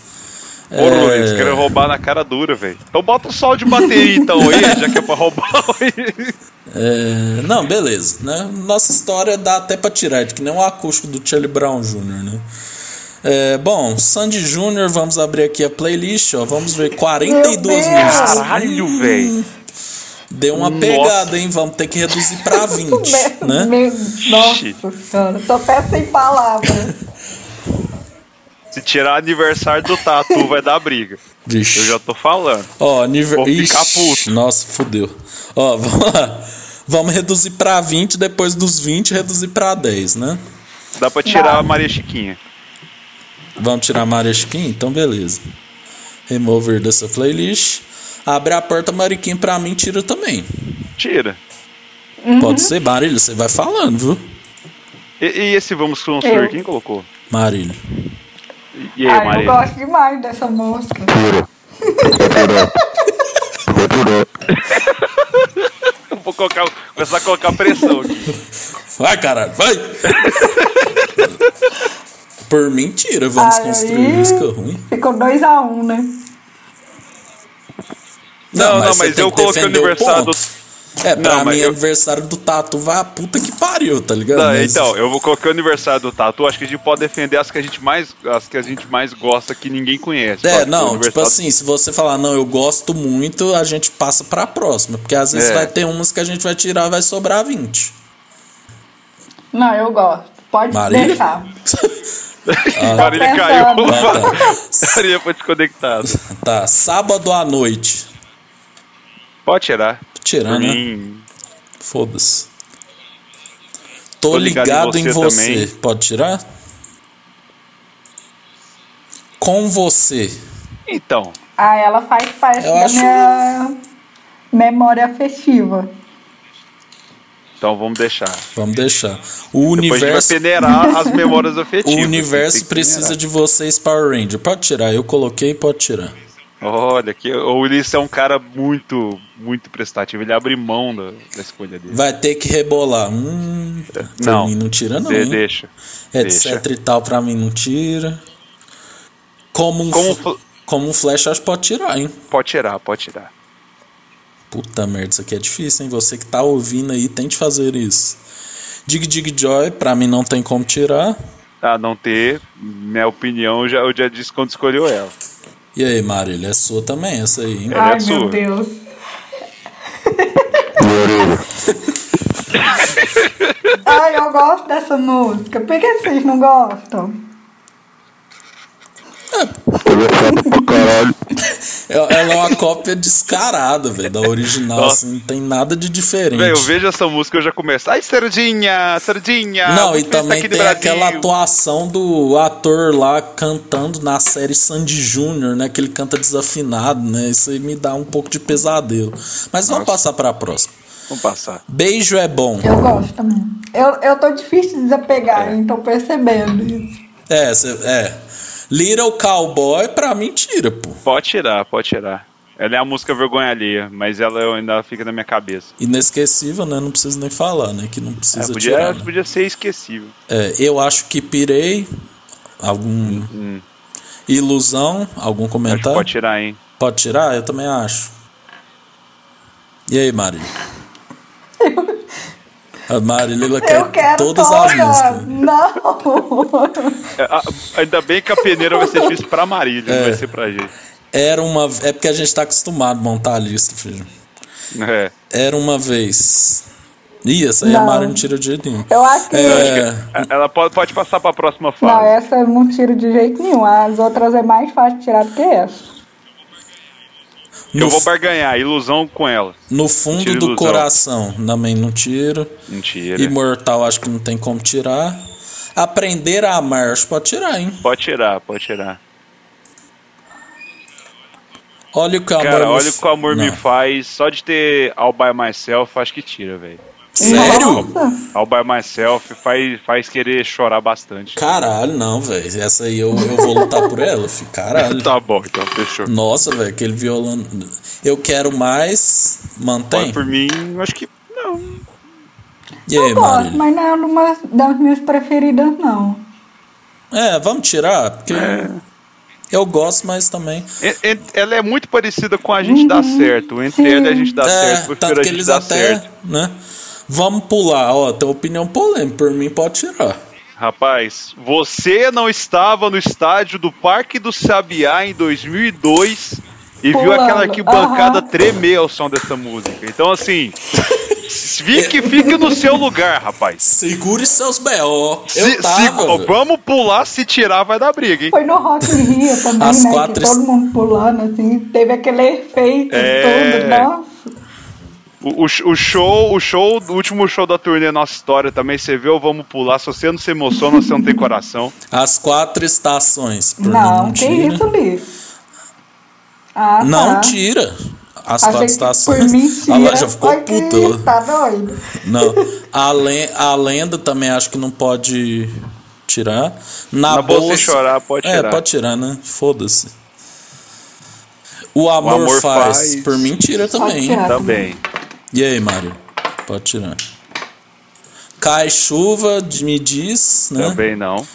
Speaker 3: É.
Speaker 1: Ô, Luiz, querendo roubar na cara dura, velho. Então bota o sol de bateria então aí, já que é pra roubar aí.
Speaker 3: É, não, beleza. Né? Nossa história dá até pra tirar, de que nem o acústico do Charlie Brown Jr., né? É, bom, Sandy Jr., vamos abrir aqui a playlist, ó. Vamos ver 42
Speaker 2: Meu Deus!
Speaker 3: músicas. Hum,
Speaker 1: Caralho, velho.
Speaker 3: Deu uma
Speaker 1: Nossa.
Speaker 3: pegada, hein? Vamos ter que reduzir pra 20, né?
Speaker 2: Meu, meu- nossa senhora, tô até sem palavras.
Speaker 1: Se tirar aniversário do Tatu, vai dar briga.
Speaker 3: Vixe.
Speaker 1: Eu já tô falando.
Speaker 3: Ó, nível.
Speaker 1: Vou ficar
Speaker 3: Ixi, Nossa, fudeu. Ó, vamos lá. Vamos reduzir pra 20, depois dos 20, reduzir pra 10, né?
Speaker 1: Dá pra tirar
Speaker 2: Dá.
Speaker 1: a Maria Chiquinha.
Speaker 3: Vamos tirar a Maria Chiquinha? Então, beleza. Remover dessa playlist. Abre a porta, Mariquinha, pra mim, tira também.
Speaker 1: Tira.
Speaker 2: Uhum.
Speaker 3: Pode ser, Marília, você vai falando, viu?
Speaker 1: E, e esse Vamos Construir,
Speaker 2: Eu.
Speaker 1: quem colocou?
Speaker 3: Marília.
Speaker 1: E, e aí,
Speaker 2: Ai, eu
Speaker 1: Maria?
Speaker 2: gosto demais dessa música.
Speaker 1: Eu vou colocar, começar a colocar pressão aqui.
Speaker 3: Vai, caralho, vai! Por mim, tira. Vamos
Speaker 2: Ai,
Speaker 3: construir
Speaker 2: aí.
Speaker 3: música ruim.
Speaker 2: Ficou 2x1, um, né?
Speaker 1: Não, não, mas
Speaker 3: você tem
Speaker 1: eu
Speaker 3: que
Speaker 1: coloquei o
Speaker 3: defender
Speaker 1: aniversário
Speaker 3: ponto. É, pra
Speaker 1: Não, mas
Speaker 3: mim,
Speaker 1: eu-
Speaker 3: aniversário do Tatu vai a puta que pariu, tá ligado?
Speaker 1: Não,
Speaker 3: Mas-
Speaker 1: então, eu vou colocar o aniversário do Tatu. Acho que a gente pode defender as que a gente mais, as que a gente mais gosta que ninguém conhece.
Speaker 3: É,
Speaker 1: Pode, o
Speaker 3: não, tipo
Speaker 1: aniversário-
Speaker 3: assim, se você falar, não, eu gosto muito, a gente passa pra próxima. Porque às vezes
Speaker 1: É.
Speaker 3: vai ter umas que a gente vai tirar vai sobrar 20.
Speaker 2: Não, eu gosto. Pode
Speaker 3: Marília?
Speaker 2: deixar.
Speaker 1: A Marília
Speaker 2: pensando.
Speaker 1: caiu.
Speaker 3: Ah,
Speaker 1: A
Speaker 3: tá.
Speaker 1: Marília foi desconectada.
Speaker 3: tá, sábado à noite.
Speaker 1: Pode tirar. Por
Speaker 3: Tirando, né?
Speaker 1: mim,
Speaker 3: Foda-se. Tô,
Speaker 1: Tô
Speaker 3: ligado,
Speaker 1: ligado
Speaker 3: em
Speaker 1: em
Speaker 3: você.
Speaker 1: você
Speaker 3: Pode tirar? Com você.
Speaker 1: Então,
Speaker 2: Ah, ela faz parte
Speaker 3: Eu
Speaker 2: da
Speaker 3: acho-
Speaker 2: minha memória afetiva.
Speaker 1: então vamos deixar.
Speaker 3: Vamos deixar.
Speaker 1: Depois a
Speaker 3: O
Speaker 1: gente
Speaker 3: universo.
Speaker 1: vai peneirar as memórias
Speaker 3: O
Speaker 1: afetivas. assim,
Speaker 3: universo
Speaker 1: Tem que
Speaker 3: precisa de vocês, Power Ranger. Pode tirar, eu coloquei, pode tirar.
Speaker 1: peneirar. Olha, que o Ulisses é um cara muito, muito prestativo. Ele abre mão da, da escolha dele.
Speaker 3: Vai ter que rebolar. Hum, pra
Speaker 1: Não.
Speaker 3: mim não tira, não.
Speaker 1: De-
Speaker 3: hein?
Speaker 1: deixa.
Speaker 3: Etc e tal, pra mim não tira. Como um,
Speaker 1: Como
Speaker 3: fl-
Speaker 1: fl-
Speaker 3: como um flash, acho que pode tirar, hein?
Speaker 1: Pode tirar, pode tirar.
Speaker 3: Puta merda, isso aqui é difícil, hein? Você que tá ouvindo aí, tente fazer isso. Dig Dig Joy, pra mim não tem como tirar.
Speaker 1: Ah, não ter, minha opinião, eu já, eu já disse quando escolheu ela.
Speaker 3: E aí, Marília, é sua também essa aí, hein?
Speaker 1: Ela é
Speaker 2: Ai, meu
Speaker 1: sua.
Speaker 2: Deus. Ai, eu gosto dessa música. Por que vocês não gostam?
Speaker 4: Conversado pra caralho.
Speaker 3: Ela é uma cópia descarada, velho, da original,
Speaker 1: Nossa.
Speaker 3: assim, não tem nada de diferente.
Speaker 1: Véi, eu vejo essa música, eu já começo. Ai, Sardinha, Sardinha!
Speaker 3: Não,
Speaker 1: muito feliz
Speaker 3: e
Speaker 1: Ah,
Speaker 3: também
Speaker 1: aqui no
Speaker 3: tem
Speaker 1: Brasil."
Speaker 3: aquela atuação do ator lá cantando na série Sandy Júnior, né? Que ele canta desafinado, né? Isso aí me dá um pouco de pesadelo. Mas vamos passar pra próxima.
Speaker 1: Vamos passar.
Speaker 3: Beijo é bom.
Speaker 2: Eu gosto também. Eu, eu tô difícil de desapegar, hein? Tô percebendo isso.
Speaker 3: É, cê- é. Little Cowboy pra mim tira, pô.
Speaker 1: Pode tirar, pode tirar. Ela é a música vergonha alheia, mas ela é, ainda fica na minha cabeça.
Speaker 3: Inesquecível, né? Não preciso nem falar, né? Que não
Speaker 1: É,
Speaker 3: precisa
Speaker 1: podia,
Speaker 3: tirar. né?
Speaker 1: podia ser esquecível.
Speaker 3: É, eu acho que pirei. Algum. Ilusão. Algum
Speaker 1: Hum, Acho que
Speaker 3: comentário?
Speaker 1: pode tirar, hein?
Speaker 3: Pode tirar? Eu também acho. E aí, Mari? A Mari Lila
Speaker 2: Eu
Speaker 3: quer
Speaker 2: quero
Speaker 3: É, todas
Speaker 2: toda.
Speaker 3: as músicas.
Speaker 2: Não!
Speaker 1: É, a- ainda bem que a peneira vai ser difícil pra Marília,
Speaker 3: É.
Speaker 1: não vai ser pra gente.
Speaker 3: Era uma. É porque a gente tá acostumado a montar a lista, filho.
Speaker 1: É.
Speaker 3: Era uma vez. Ih, essa aí a
Speaker 2: Não.
Speaker 3: Mari não tira de jeito nenhum.
Speaker 2: Eu acho que.
Speaker 3: É,
Speaker 1: Ela pode, pode passar pra próxima
Speaker 2: Não, é
Speaker 1: fase.
Speaker 2: essa eu não tiro de jeito nenhum. As outras é mais fácil de tirar do que essa.
Speaker 1: Eu
Speaker 3: no,
Speaker 1: vou barganhar, ilusão com ela.
Speaker 3: no fundo
Speaker 1: Tira
Speaker 3: do
Speaker 1: ilusão.
Speaker 3: coração, também não tiro.
Speaker 1: Mentira.
Speaker 3: Imortal, acho que não tem como tirar. Aprender a amar, acho que pode tirar, hein?
Speaker 1: Pode tirar, pode tirar.
Speaker 3: Olha o que o amor
Speaker 1: Cara,
Speaker 3: me
Speaker 1: olha o
Speaker 3: f-
Speaker 1: que o amor me
Speaker 3: Não.
Speaker 1: faz. Só de ter All By Myself, acho que tira, velho.
Speaker 3: Sério?
Speaker 2: Nossa!
Speaker 1: All By Myself faz, faz querer chorar bastante.
Speaker 3: Caralho, não, velho. Essa aí eu, eu vou lutar por ela, fi. Caralho.
Speaker 1: Tá bom, então, fechou.
Speaker 3: Nossa, velho, aquele violão. Eu quero mais. Mantém.
Speaker 1: Pode por mim, acho que não.
Speaker 3: E aí,
Speaker 2: Eu gosto,
Speaker 3: Marília?
Speaker 2: mas não é uma das minhas preferidas, não.
Speaker 3: É, vamos tirar, porque.
Speaker 1: É.
Speaker 3: Eu gosto, mas também.
Speaker 1: E- e- Ela é muito parecida com a gente dá certo. Entre
Speaker 2: Sim.
Speaker 1: ela e a gente dá
Speaker 3: é,
Speaker 1: certo, eu prefiro
Speaker 3: tanto
Speaker 1: a
Speaker 3: que
Speaker 1: gente
Speaker 3: eles
Speaker 1: dá
Speaker 3: até.
Speaker 1: certo.
Speaker 3: Né? Vamos pular, ó. Tem opinião polêmica. Por mim, pode tirar.
Speaker 1: Rapaz, você não estava no estádio do Parque do Sabiá em 2002 e viu
Speaker 2: Pulando,
Speaker 1: aquela arquibancada
Speaker 2: aham.
Speaker 1: tremer ao som dessa música. Então, assim, fique, fique no seu lugar, rapaz.
Speaker 3: Segure seus B.O.
Speaker 1: Se-
Speaker 3: Eu
Speaker 1: se-
Speaker 3: tava. velho.
Speaker 1: vamos pular, se tirar vai dar briga, hein?
Speaker 2: Foi no Rock in Rio também,
Speaker 3: As
Speaker 2: né?
Speaker 3: quatro-
Speaker 2: Que todo mundo pulando, assim. Teve aquele efeito
Speaker 1: É.
Speaker 2: todo. né? Nossa!
Speaker 1: O, o sh- o show, o show, o último show da turnê Nossa História também, você viu, vamos pular. Se você não se emociona, você não tem coração.
Speaker 3: As quatro estações. Por mim,
Speaker 2: Não,
Speaker 3: não
Speaker 2: que
Speaker 3: tira.
Speaker 2: isso, Liz? Ah,
Speaker 3: Não
Speaker 2: tá.
Speaker 3: tira. As
Speaker 2: Achei
Speaker 3: quatro
Speaker 2: que
Speaker 3: estações.
Speaker 2: Por mim,
Speaker 3: Ah lá,
Speaker 2: tira.
Speaker 3: já ficou
Speaker 2: Ai, que
Speaker 3: puta. ó.
Speaker 2: Tá doido.
Speaker 3: Não. A, len- a lenda também acho que não pode tirar. Na,
Speaker 1: Na boa sem chorar, pode
Speaker 3: É,
Speaker 1: tirar.
Speaker 3: pode tirar, né? Foda-se. O amor,
Speaker 1: amor
Speaker 3: faz.
Speaker 1: faz.
Speaker 3: Por mim, tira também.
Speaker 2: tirar.
Speaker 1: Também.
Speaker 3: E aí, Mário? Pode tirar. Cai chuva, de- me diz, né?
Speaker 1: Também não.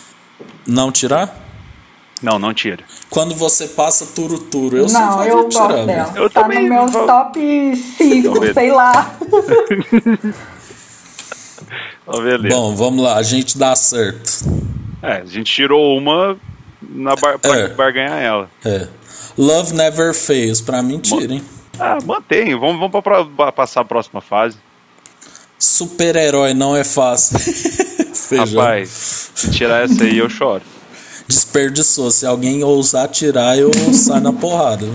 Speaker 3: Não tirar?
Speaker 1: Não, não tira.
Speaker 3: Quando você passa turo-turo. Eu sou a
Speaker 2: não,
Speaker 3: favor
Speaker 2: eu
Speaker 3: de
Speaker 2: gosto
Speaker 3: tirar, né?
Speaker 2: dela.
Speaker 3: velho.
Speaker 1: Eu
Speaker 2: tá
Speaker 1: também
Speaker 2: no meu
Speaker 1: vou-
Speaker 2: top 5,
Speaker 1: Talvez.
Speaker 2: sei lá.
Speaker 1: Ó, beleza.
Speaker 3: Bom, vamos lá. A gente dá certo.
Speaker 1: É, a gente tirou uma na bar pra
Speaker 3: É.
Speaker 1: barganhar ela.
Speaker 3: É. Love Never Fails. Pra mim, tira, hein?
Speaker 1: Ah, mantém. Vamos, vamos pra, pra- pra passar a próxima fase.
Speaker 3: Super-herói não é fácil. Feijão.
Speaker 1: Rapaz, se tirar essa aí, eu choro.
Speaker 3: Desperdiçou. Se alguém ousar tirar, eu saio na porrada.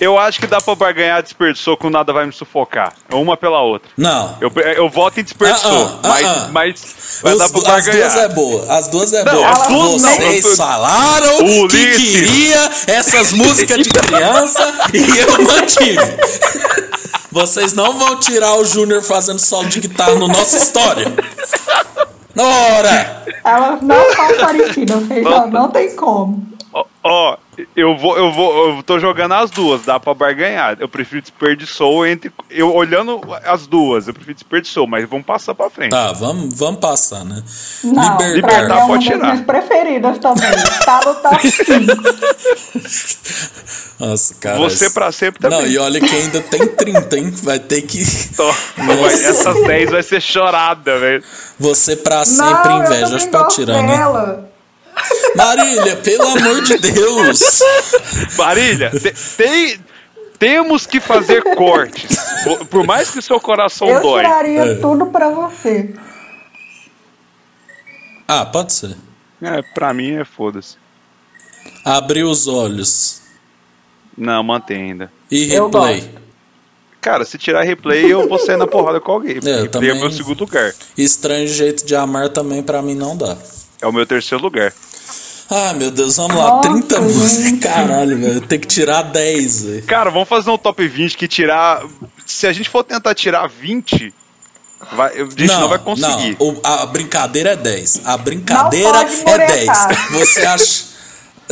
Speaker 1: Eu acho que dá pra barganhar desperdiçou com nada vai me sufocar. É Uma pela outra.
Speaker 3: Não.
Speaker 1: Eu, eu voto em desperdiçou,
Speaker 3: Ah, ah, ah,
Speaker 1: mas,
Speaker 3: ah.
Speaker 1: mas vai
Speaker 3: Os
Speaker 1: dar
Speaker 3: du-
Speaker 1: pra
Speaker 3: as duas é
Speaker 1: barganhar.
Speaker 3: boa. As duas é
Speaker 1: Não,
Speaker 3: boa.
Speaker 1: as duas não,
Speaker 3: Vocês
Speaker 1: eu tô-
Speaker 3: falaram que
Speaker 1: Ulisses.
Speaker 3: queria essas músicas de criança e eu mantive. Vocês não vão tirar o Júnior fazendo solo de guitarra no nossa história. Na hora!
Speaker 2: Ela não tá faz parecida, feijão, não tem como.
Speaker 1: Ó, ó, eu vou, eu vou, eu tô jogando as duas, dá pra barganhar. Eu prefiro desperdiçou entre. Eu olhando as duas, eu prefiro desperdiçou, mas vamos passar pra frente.
Speaker 3: Tá, vamos, vamos passar, né?
Speaker 2: Não, pra mim
Speaker 1: Libertar
Speaker 2: é uma
Speaker 1: pode
Speaker 2: das
Speaker 1: tirar.
Speaker 2: minhas preferidas também. Tá no top 5.
Speaker 3: Nossa, cara.
Speaker 1: Você
Speaker 3: esse-
Speaker 1: pra
Speaker 2: Tá
Speaker 1: sempre
Speaker 3: Não,
Speaker 1: também.
Speaker 3: e olha que ainda tem 30, hein? Vai ter que.
Speaker 1: Então, vai- essas 10 vai ser chorada, velho.
Speaker 3: Você pra sempre
Speaker 2: não,
Speaker 3: inveja.
Speaker 2: eu
Speaker 3: Acho
Speaker 2: também
Speaker 3: que pode
Speaker 2: gosto
Speaker 3: tirar, né?
Speaker 2: dela.
Speaker 3: Marília, pelo amor de Deus!
Speaker 1: Marília, te- tem, temos que fazer cortes. Por- Por mais que o seu coração
Speaker 2: Eu
Speaker 1: dói.
Speaker 2: tiraria
Speaker 3: É.
Speaker 2: tudo pra você.
Speaker 3: Ah, pode ser.
Speaker 1: É, pra mim é foda-se.
Speaker 3: Abrir os olhos.
Speaker 1: Não, mantém ainda.
Speaker 3: E
Speaker 2: Eu
Speaker 3: replay.
Speaker 1: Cara, se tirar replay, eu vou sair na porrada com alguém. porque
Speaker 3: eu
Speaker 1: replay é o
Speaker 3: também-
Speaker 1: meu segundo lugar.
Speaker 3: Estranho jeito de amar também pra mim não dá.
Speaker 1: É o meu terceiro lugar.
Speaker 3: Ah, meu Deus, vamos lá.
Speaker 2: Nossa,
Speaker 3: 30 músicas.
Speaker 2: gente.
Speaker 3: Caralho, velho. Tem que tirar 10, velho.
Speaker 1: Cara, vamos fazer um top 20 que tirar. Se a gente for tentar tirar 20, vai, a gente não, vai conseguir.
Speaker 3: não. O- a brincadeira é 10. A brincadeira
Speaker 2: Não pode
Speaker 3: é
Speaker 2: muretar.
Speaker 3: 10. Você acha.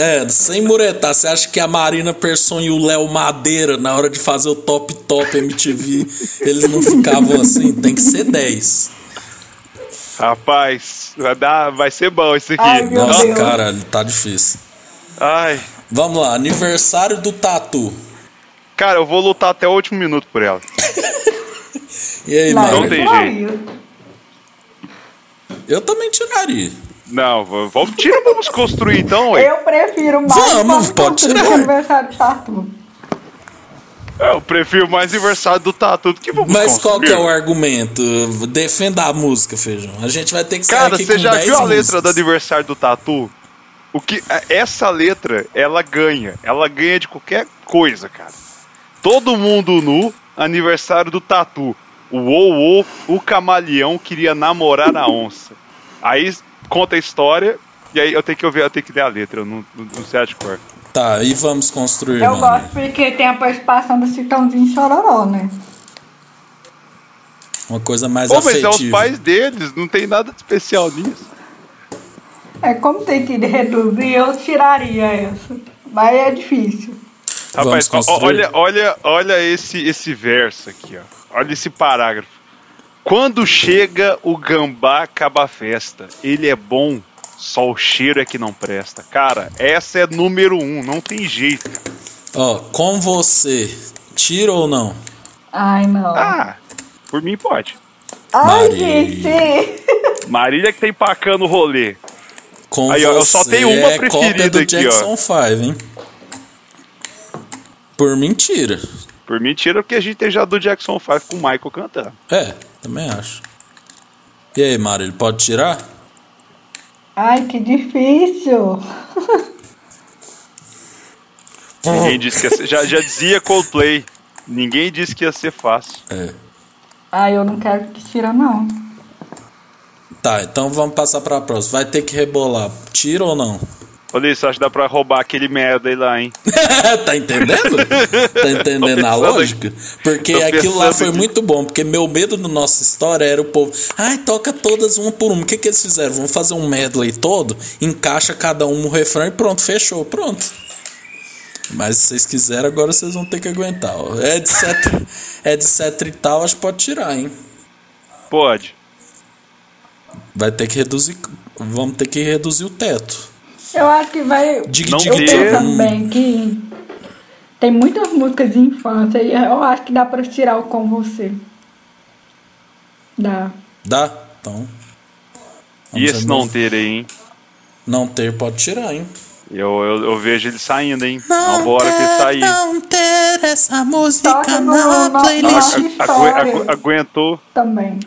Speaker 3: É, sem muretar, você acha que a Marina Persson e o Léo Madeira, na hora de fazer o top top MTV, eles não ficavam assim? Tem que ser 10.
Speaker 1: Rapaz, vai, dar, vai ser bom isso aqui.
Speaker 2: Ai, meu
Speaker 3: Nossa,
Speaker 2: Deus.
Speaker 3: caralho, tá difícil.
Speaker 1: Ai.
Speaker 3: Vamos lá, aniversário do Tatu.
Speaker 1: Cara, eu vou lutar até o último minuto por ela.
Speaker 3: E aí,
Speaker 2: Lá,
Speaker 1: Não
Speaker 2: eu
Speaker 3: Marina?
Speaker 1: tem
Speaker 2: tô
Speaker 1: jeito.
Speaker 2: aí.
Speaker 3: Eu também tiraria.
Speaker 1: Não, v- vamos tirar, vamos construir então, ué.
Speaker 2: Eu prefiro mais
Speaker 3: Vamos,
Speaker 2: quando
Speaker 3: pode
Speaker 2: construir
Speaker 3: tirar.
Speaker 2: o aniversário de Tatu.
Speaker 1: Eu prefiro mais aniversário do Tatu do que vamos
Speaker 3: Mas qual que
Speaker 1: construir.
Speaker 3: é o argumento? Defenda a música, Feijão. A gente vai ter que sair
Speaker 1: Cara,
Speaker 3: aqui
Speaker 1: você
Speaker 3: com
Speaker 1: já
Speaker 3: 10
Speaker 1: viu a
Speaker 3: músicas.
Speaker 1: letra do aniversário do Tatu? O que essa letra, ela ganha, ela ganha de qualquer coisa, cara. Todo mundo nu, aniversário do Tatu. O ou o camaleão queria namorar a onça. Aí conta a história e aí eu tenho que ouvir, eu tenho que ler a letra, eu não, não, não sei a de cor.
Speaker 3: Tá, e vamos construir,
Speaker 2: Eu
Speaker 3: mano.
Speaker 2: gosto porque tem a participação do Chitãozinho Chororó, né?
Speaker 3: Uma coisa mais
Speaker 1: Pô, mas é
Speaker 3: afetiva.
Speaker 1: os pais deles, não tem nada de especial nisso.
Speaker 2: É, como tem que reduzir, eu tiraria essa. Mas é difícil.
Speaker 1: Rapaz,
Speaker 3: Vamos
Speaker 1: ó, ó,
Speaker 3: construir.
Speaker 1: olha, olha, olha esse, esse verso aqui, ó. Olha esse parágrafo. Quando chega o gambá, acaba a festa. Ele é bom, só o cheiro é que não presta. Cara, essa é número um, não tem jeito.
Speaker 3: Ó, com você, tira ou não?
Speaker 2: Ai, não.
Speaker 1: Ah, por mim pode.
Speaker 2: Ai,
Speaker 3: Maria.
Speaker 2: gente!
Speaker 1: Marília que tá empacando o rolê.
Speaker 3: Com
Speaker 1: Aí,
Speaker 3: você
Speaker 1: ó, eu só tenho uma
Speaker 3: é cópia
Speaker 1: preferida
Speaker 3: do
Speaker 1: aqui,
Speaker 3: Jackson
Speaker 1: ó.
Speaker 3: 5, hein? Por mentira.
Speaker 1: Por mim tira, porque a gente tem já do Jackson 5 com o Michael cantando.
Speaker 3: É, também acho. E aí, Mário, ele pode tirar?
Speaker 2: Ai, que difícil!
Speaker 1: Ninguém disse que ia ser, já, já dizia Coldplay. Ninguém disse que ia ser fácil.
Speaker 3: É.
Speaker 2: Ai, eu não quero que tira, não.
Speaker 3: Tá, então vamos passar pra próxima. Vai ter que rebolar. Tira ou não?
Speaker 1: Olha isso, acho que dá pra roubar aquele merda aí lá, hein?
Speaker 3: tá entendendo? Tá entendendo a
Speaker 1: pensando
Speaker 3: lógica? Porque
Speaker 1: Tô
Speaker 3: aquilo lá
Speaker 1: pensando
Speaker 3: foi
Speaker 1: aqui.
Speaker 3: muito bom, porque meu medo na nossa história era o povo. Ai, toca todas uma por uma. O que, que eles fizeram? Vamos fazer um medley todo, encaixa cada um no refrão e pronto, fechou, pronto. Mas se vocês quiserem, agora vocês vão ter que aguentar. ó. É etc. é etc e tal, acho que pode tirar, hein?
Speaker 1: Pode.
Speaker 3: Vai ter que reduzir. Vamos ter que reduzir o teto.
Speaker 2: Eu acho que vai.
Speaker 3: Dig,
Speaker 1: Não
Speaker 2: Eu
Speaker 1: tem.
Speaker 2: penso também que tem muitas músicas de infância e eu acho que dá pra tirar o com você. Dá.
Speaker 3: Dá? Então.
Speaker 1: E
Speaker 3: vamos
Speaker 1: esse não
Speaker 3: remo-
Speaker 1: ter aí, hein?
Speaker 3: Não ter, pode tirar, hein?
Speaker 1: Eu, eu, eu vejo ele saindo, hein? Não, bora que ele sair.
Speaker 3: Não ter essa música
Speaker 2: Toca no- na
Speaker 3: na
Speaker 2: no-
Speaker 3: playlist.
Speaker 2: playlist.
Speaker 1: Agu- agu- agu- aguentou.
Speaker 2: Também.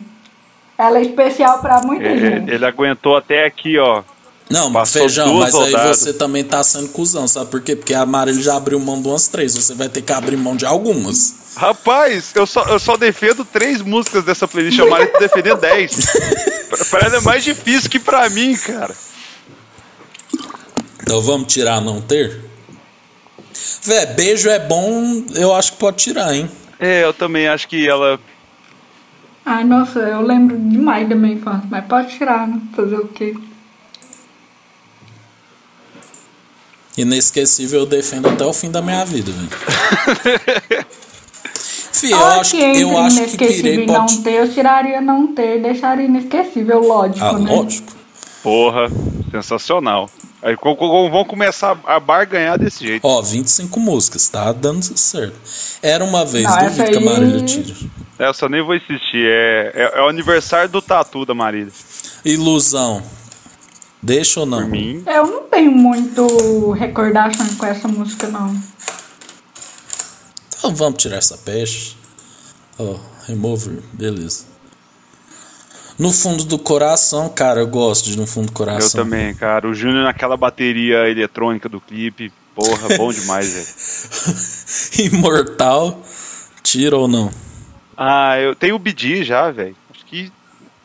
Speaker 2: Ela é especial pra muita gente.
Speaker 1: é, Ele, ele aguentou até aqui, ó.
Speaker 3: Não, mas
Speaker 1: Passou
Speaker 3: feijão,
Speaker 1: duas
Speaker 3: mas aí
Speaker 1: rodadas.
Speaker 3: você também tá sendo cuzão, sabe por quê? Porque a Mari já abriu mão de umas três, você vai ter que abrir mão de algumas.
Speaker 1: Rapaz, eu só, eu só defendo três músicas dessa playlist. A Mari tá defendendo dez. pra, pra ela é mais difícil que pra mim, cara.
Speaker 3: Então vamos tirar não ter? Vé, beijo é bom, eu acho que pode tirar, hein?
Speaker 1: É, eu também acho que ela.
Speaker 2: Ai, nossa, eu lembro demais da minha infância, mas pode tirar, né? Fazer o quê?
Speaker 3: Inesquecível eu defendo até o fim da minha vida, velho. Fih, eu
Speaker 2: Ah,
Speaker 3: acho,
Speaker 2: que entre
Speaker 3: eu acho que
Speaker 2: inesquecível
Speaker 3: pirei
Speaker 2: e não
Speaker 3: pode.
Speaker 2: ter, eu tiraria não ter e deixaria inesquecível, lógico,
Speaker 3: Ah,
Speaker 2: né?
Speaker 3: lógico.
Speaker 1: Porra, sensacional. Aí co- co- vão começar a barganhar desse jeito.
Speaker 3: Ó, 25 músicas, tá dando certo. Era uma vez,
Speaker 2: Não,
Speaker 3: duvido
Speaker 2: essa
Speaker 3: que a
Speaker 2: aí-
Speaker 3: Marília tira.
Speaker 1: É, eu só nem vou insistir. É, é, é o aniversário do tatu da Marília.
Speaker 3: Ilusão. Deixa ou
Speaker 1: Por
Speaker 3: não?
Speaker 1: mim.
Speaker 2: Eu não tenho muito recordação com essa música, não.
Speaker 3: Então vamos tirar essa peste. Ó, remover, beleza. No fundo do coração, cara, eu gosto de No fundo do coração.
Speaker 1: Eu também, cara. O Júnior naquela bateria eletrônica do clipe, porra, bom demais,
Speaker 3: velho. Imortal, tira ou não?
Speaker 1: Ah, eu tenho o Bidi já, velho. Acho que.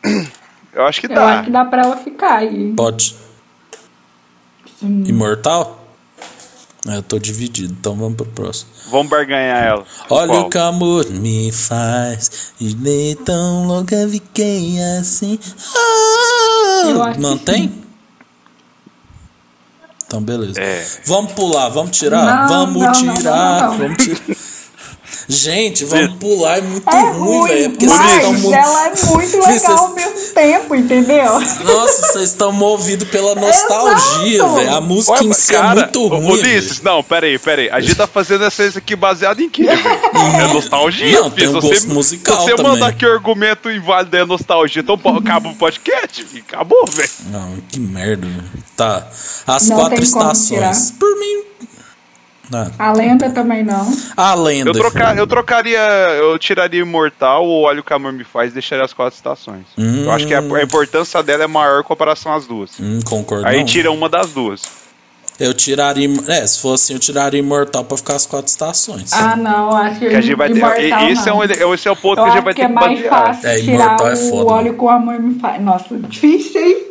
Speaker 1: eu acho que tá. dá.
Speaker 2: Eu acho que dá pra ela ficar aí.
Speaker 3: Pode. Sim. Imortal? É, Eu tô dividido, então vamos pro próximo.
Speaker 1: Vamos barganhar ela.
Speaker 3: Olha Qual? o que amor me faz. E nem tão louca fiquei assim. Ah, mantém? Então, beleza. É. Vamos pular, vamos tirar?
Speaker 2: Não,
Speaker 3: vamos
Speaker 2: não, não,
Speaker 3: tirar.
Speaker 2: não, não.
Speaker 3: Vamos tirar. Gente, vamos pular, é muito ruim, velho. Porque
Speaker 2: mas
Speaker 3: vocês estão muito.
Speaker 2: ela é muito legal
Speaker 3: Vocês-
Speaker 2: ao mesmo tempo, entendeu?
Speaker 3: Nossa, vocês estão movidos pela nostalgia,
Speaker 2: Exato.
Speaker 3: velho. A música em si é muito
Speaker 1: ô,
Speaker 3: ruim.
Speaker 1: Ulisses, não, peraí, peraí. A gente tá fazendo essa isso aqui baseado em quê, velho? É nostalgia,
Speaker 3: Uhum.
Speaker 1: filho.
Speaker 3: Não, tem um
Speaker 1: Se
Speaker 3: gosto
Speaker 1: você-
Speaker 3: musical
Speaker 1: Se você
Speaker 3: também.
Speaker 1: mandar que o argumento inválido é nostalgia, então pô, acaba o podcast, filho. Acabou, velho.
Speaker 3: Não, que merda. velho. Tá. As
Speaker 2: Não
Speaker 3: quatro
Speaker 2: tem como
Speaker 3: estações.
Speaker 2: tirar.
Speaker 3: Por mim. Ah, Nada.
Speaker 2: A lenda também não.
Speaker 3: A lenda.
Speaker 1: Eu, troca- eu trocaria, eu tiraria Imortal ou Olha o que Amor Me Faz e deixaria as quatro estações.
Speaker 3: Hum.
Speaker 1: Eu acho que a, a importância dela é maior em comparação às duas.
Speaker 3: Hum, concordo.
Speaker 1: Aí
Speaker 3: não.
Speaker 1: tira uma das duas.
Speaker 3: Eu tiraria. É, se fosse assim, eu tiraria Imortal pra ficar as quatro estações.
Speaker 2: Ah, não, acho que,
Speaker 1: Que a gente vai ter-
Speaker 2: imortal
Speaker 1: e- esse, é
Speaker 2: não.
Speaker 1: um, ele- esse é o ponto
Speaker 2: Eu
Speaker 1: que a
Speaker 2: acho
Speaker 1: gente vai
Speaker 2: que
Speaker 1: ter
Speaker 2: é
Speaker 1: que
Speaker 2: mais
Speaker 1: basear.
Speaker 2: fácil
Speaker 3: É,
Speaker 2: tirar
Speaker 3: imortal é
Speaker 2: o
Speaker 3: foda,
Speaker 2: óleo com a mãe me faz. Nossa, difícil, hein?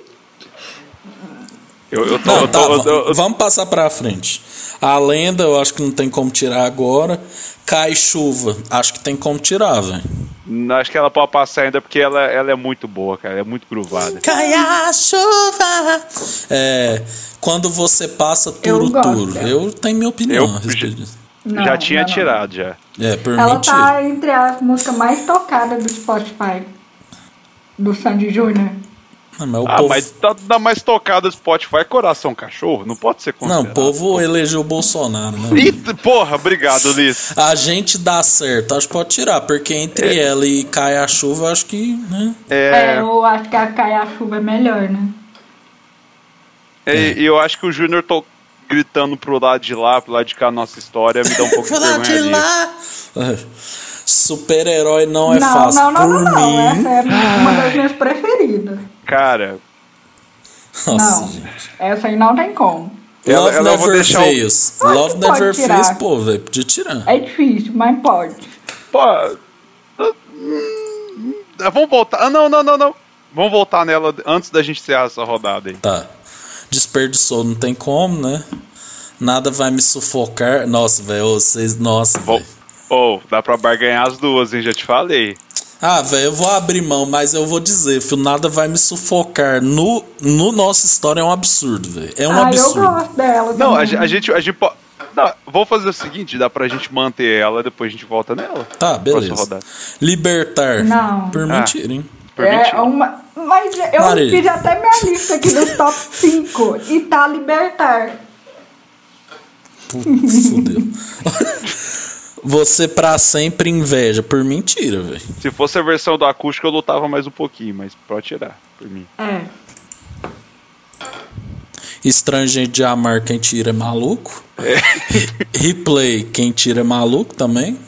Speaker 1: Eu, eu tô,
Speaker 3: Não,
Speaker 1: eu
Speaker 3: tá,
Speaker 1: tô- eu
Speaker 3: va-
Speaker 1: tô- eu tô-
Speaker 3: vamos passar pra frente. A lenda, eu acho que não tem como tirar agora. Cai chuva, acho que tem como tirar, velho.
Speaker 1: Não, acho que ela pode passar ainda porque ela, ela é muito boa, cara. Ela é muito gruvada.
Speaker 3: Cai a chuva. É, quando você passa
Speaker 2: Eu
Speaker 3: turo
Speaker 2: gosto
Speaker 3: turo.
Speaker 2: dela.
Speaker 3: Eu tenho minha opinião.
Speaker 1: Eu-
Speaker 3: a respeito disso.
Speaker 2: Não,
Speaker 1: já tinha
Speaker 2: não, não.
Speaker 1: tirado, já.
Speaker 3: É, por
Speaker 2: Ela
Speaker 3: mim tira.
Speaker 2: tá entre as músicas mais tocadas do Spotify. Do Sandy Júnior.
Speaker 3: Ah, mas o
Speaker 1: Ah,
Speaker 3: povo...
Speaker 1: mas tá, dá mais tocada do Spotify Coração Cachorro? Não pode ser
Speaker 3: Não,
Speaker 1: considerado.
Speaker 3: o povo elegeu o Bolsonaro, né?
Speaker 1: Ih, porra, obrigado, Liz.
Speaker 3: A gente dá certo, acho que pode tirar, porque entre ela e cai a chuva, eu acho que. Né?
Speaker 2: É.
Speaker 1: É,
Speaker 2: eu acho que a Cai a Chuva é melhor, né?
Speaker 3: É.
Speaker 1: e- e eu acho que o Júnior tô gritando pro lado de lá, pro lado de cá, nossa história, me dá um pouco de vergonha ali.
Speaker 3: É. Super-herói não é
Speaker 2: não,
Speaker 3: fácil.
Speaker 2: não, não,
Speaker 3: por
Speaker 2: não, não.
Speaker 3: mim.
Speaker 2: Essa é uma das minhas preferidas.
Speaker 1: Cara,
Speaker 3: Nossa,
Speaker 2: não,
Speaker 3: gente.
Speaker 2: essa aí não tem como.
Speaker 1: Ela-
Speaker 3: Love
Speaker 1: ela eu vou
Speaker 3: Never
Speaker 1: deixar o-
Speaker 3: Fails.
Speaker 2: Ah,
Speaker 3: Love
Speaker 2: pode
Speaker 3: Never
Speaker 2: tirar.
Speaker 3: Fails, pô, velho, podia tirar.
Speaker 2: É difícil, mas pode.
Speaker 1: pô. ah, hum, ah, Vamos voltar. Ah, não, não, não, não. Vamos voltar nela antes da gente encerrar essa rodada aí.
Speaker 3: Tá. Desperdiçou, não tem como, né? Nada vai me sufocar. Nossa, velho, vocês. Nossa,
Speaker 1: Bom,
Speaker 3: velho.
Speaker 1: ou dá pra barganhar as duas, hein? Já te falei.
Speaker 3: Ah, velho, eu vou abrir mão, mas eu vou dizer, filho, nada vai me sufocar. No, no nossa história é um absurdo, velho. É um
Speaker 2: ah,
Speaker 3: absurdo.
Speaker 2: eu gosto dela.
Speaker 1: Não, a,
Speaker 2: também.
Speaker 1: ge- a gente. A gente po- não, vou fazer o seguinte: dá pra gente manter ela, depois a gente volta nela.
Speaker 3: Tá,
Speaker 1: Próxima
Speaker 3: beleza.
Speaker 1: rodada.
Speaker 3: Libertar.
Speaker 2: Não.
Speaker 3: Por
Speaker 1: Ah.
Speaker 3: mentira, hein?
Speaker 2: É
Speaker 1: Permitido.
Speaker 2: uma... Mas eu
Speaker 3: Mari.
Speaker 2: fiz até minha lista aqui dos top 5 e tá libertar.
Speaker 3: Putz, fudeu. Você pra sempre inveja. Por mentira, velho.
Speaker 1: Se fosse a versão do acústico, eu lutava mais um pouquinho, mas pode tirar, por mim.
Speaker 2: É.
Speaker 3: Estrangeiro de amar, quem tira é maluco. Replay, quem tira é maluco também.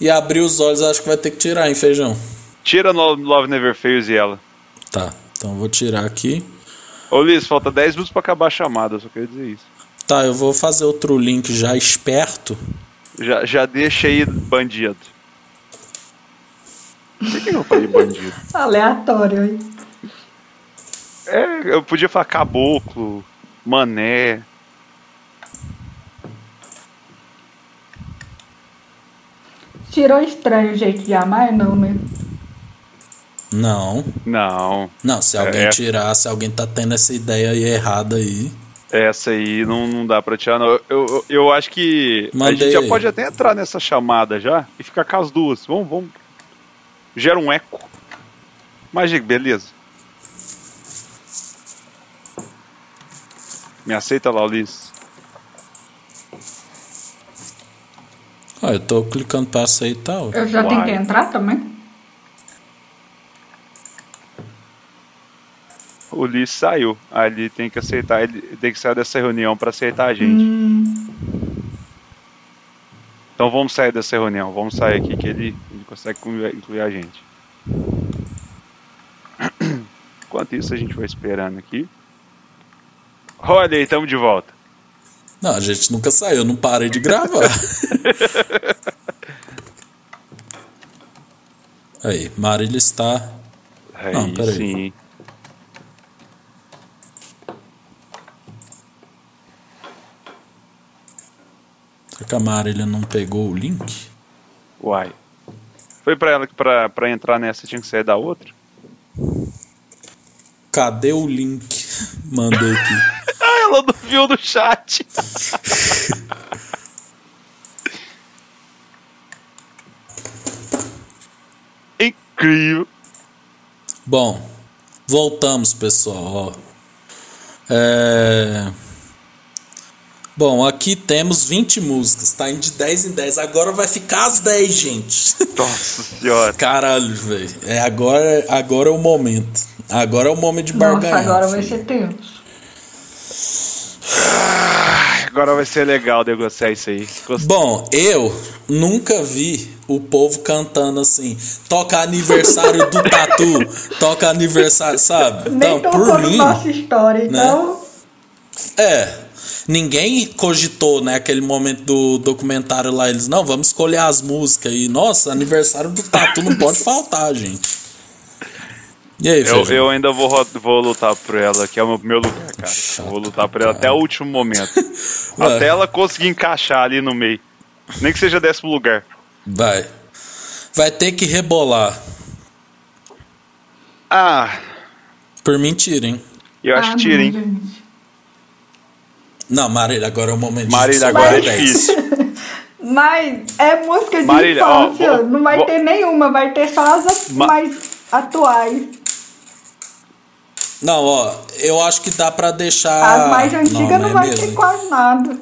Speaker 3: E abrir os olhos, acho que vai ter que tirar, hein, feijão?
Speaker 1: Tira no- Love Never Fails e ela.
Speaker 3: Tá, então eu vou tirar aqui.
Speaker 1: Ô Liz, falta 10 minutos pra acabar a chamada, eu só queria dizer isso.
Speaker 3: Tá, eu vou fazer outro link já esperto.
Speaker 1: Já, já deixa aí, bandido. Por que eu falei bandido?
Speaker 2: Aleatório, hein?
Speaker 1: É, eu podia falar caboclo, mané.
Speaker 2: Tirou estranho o jeito de amar, não, né?
Speaker 3: Não,
Speaker 1: Não,
Speaker 3: não, se alguém
Speaker 1: É.
Speaker 3: tirar, se alguém tá tendo essa ideia aí errada aí.
Speaker 1: essa aí não, não dá pra tirar, não. Eu, eu, eu acho que a
Speaker 3: Mandei.
Speaker 1: gente já pode até entrar nessa chamada já e ficar com as duas. Vamos, vamos. Gera um eco. Mas, gente, beleza. Me aceita lá, Ulisses?
Speaker 3: Ó, eu tô clicando pra aceitar. ó.
Speaker 2: Eu já
Speaker 1: Uai.
Speaker 2: tenho que entrar também?
Speaker 1: O Ulisses saiu. Aí ele tem que aceitar, ele tem que sair dessa reunião pra aceitar a gente. Então vamos sair dessa reunião, vamos sair aqui que ele, ele consegue incluir, incluir a gente. Enquanto isso, a gente vai esperando aqui. Olha aí, estamos de volta.
Speaker 3: Não, a gente nunca saiu, não parei de gravar. aí, Marília está.
Speaker 1: Aí
Speaker 3: Não, peraí.
Speaker 1: sim.
Speaker 3: Será que a Marília não pegou o link?
Speaker 1: Uai. Foi pra ela que pra, pra entrar nessa tinha que sair da outra?
Speaker 3: Cadê o link? Mandei aqui.
Speaker 1: Ah, ela não viu no chat. Incrível.
Speaker 3: Bom, voltamos, pessoal. ó. É... Bom, aqui temos 20 músicas, tá indo de 10 em 10. Agora vai ficar as 10, gente.
Speaker 1: Nossa senhora.
Speaker 3: Caralho, velho. É agora, agora é o momento. Agora é o momento de
Speaker 2: Nossa,
Speaker 3: barganhar.
Speaker 2: agora vai
Speaker 3: filho.
Speaker 2: ser tenso.
Speaker 1: Agora vai ser legal negociar isso aí. Gostei.
Speaker 3: Bom, eu nunca vi o povo cantando assim, toca aniversário do Tatu, toca aniversário, sabe?
Speaker 2: Nem
Speaker 3: Então,
Speaker 2: tocou
Speaker 3: por
Speaker 2: no
Speaker 3: mim, né?
Speaker 2: nossa história, então.
Speaker 3: é. Ninguém cogitou, né, aquele momento do documentário lá, eles, não, vamos escolher as músicas e, nossa, aniversário do Tatu não pode faltar, gente. E aí,
Speaker 1: Eu,
Speaker 3: Feijão?
Speaker 1: eu ainda vou, ro- vou lutar por ela, que é o meu lugar, cara. Eu vou lutar por ela até o último momento.
Speaker 3: Vai.
Speaker 1: até ela conseguir encaixar ali no meio. Nem que seja décimo lugar.
Speaker 3: Vai. Vai ter que rebolar.
Speaker 1: Ah,
Speaker 3: Por mentira, hein?
Speaker 1: eu acho
Speaker 2: Ah,
Speaker 1: que tira,
Speaker 2: não,
Speaker 1: hein?
Speaker 2: gente.
Speaker 3: Não, Marília, agora é o momento de
Speaker 1: Marília,
Speaker 3: descobrir
Speaker 1: agora é
Speaker 3: a dez.
Speaker 1: difícil.
Speaker 2: Mas é música de
Speaker 1: Marília, ó,
Speaker 2: infância.
Speaker 1: vou-
Speaker 2: não vai
Speaker 1: vou-
Speaker 2: ter nenhuma, vai ter só as a-
Speaker 1: Ma-
Speaker 2: mais atuais.
Speaker 3: Não, ó, eu acho que dá pra deixar.
Speaker 2: As mais antigas não,
Speaker 3: é
Speaker 2: vai
Speaker 3: mesmo,
Speaker 2: ter
Speaker 3: hein?
Speaker 2: quase nada.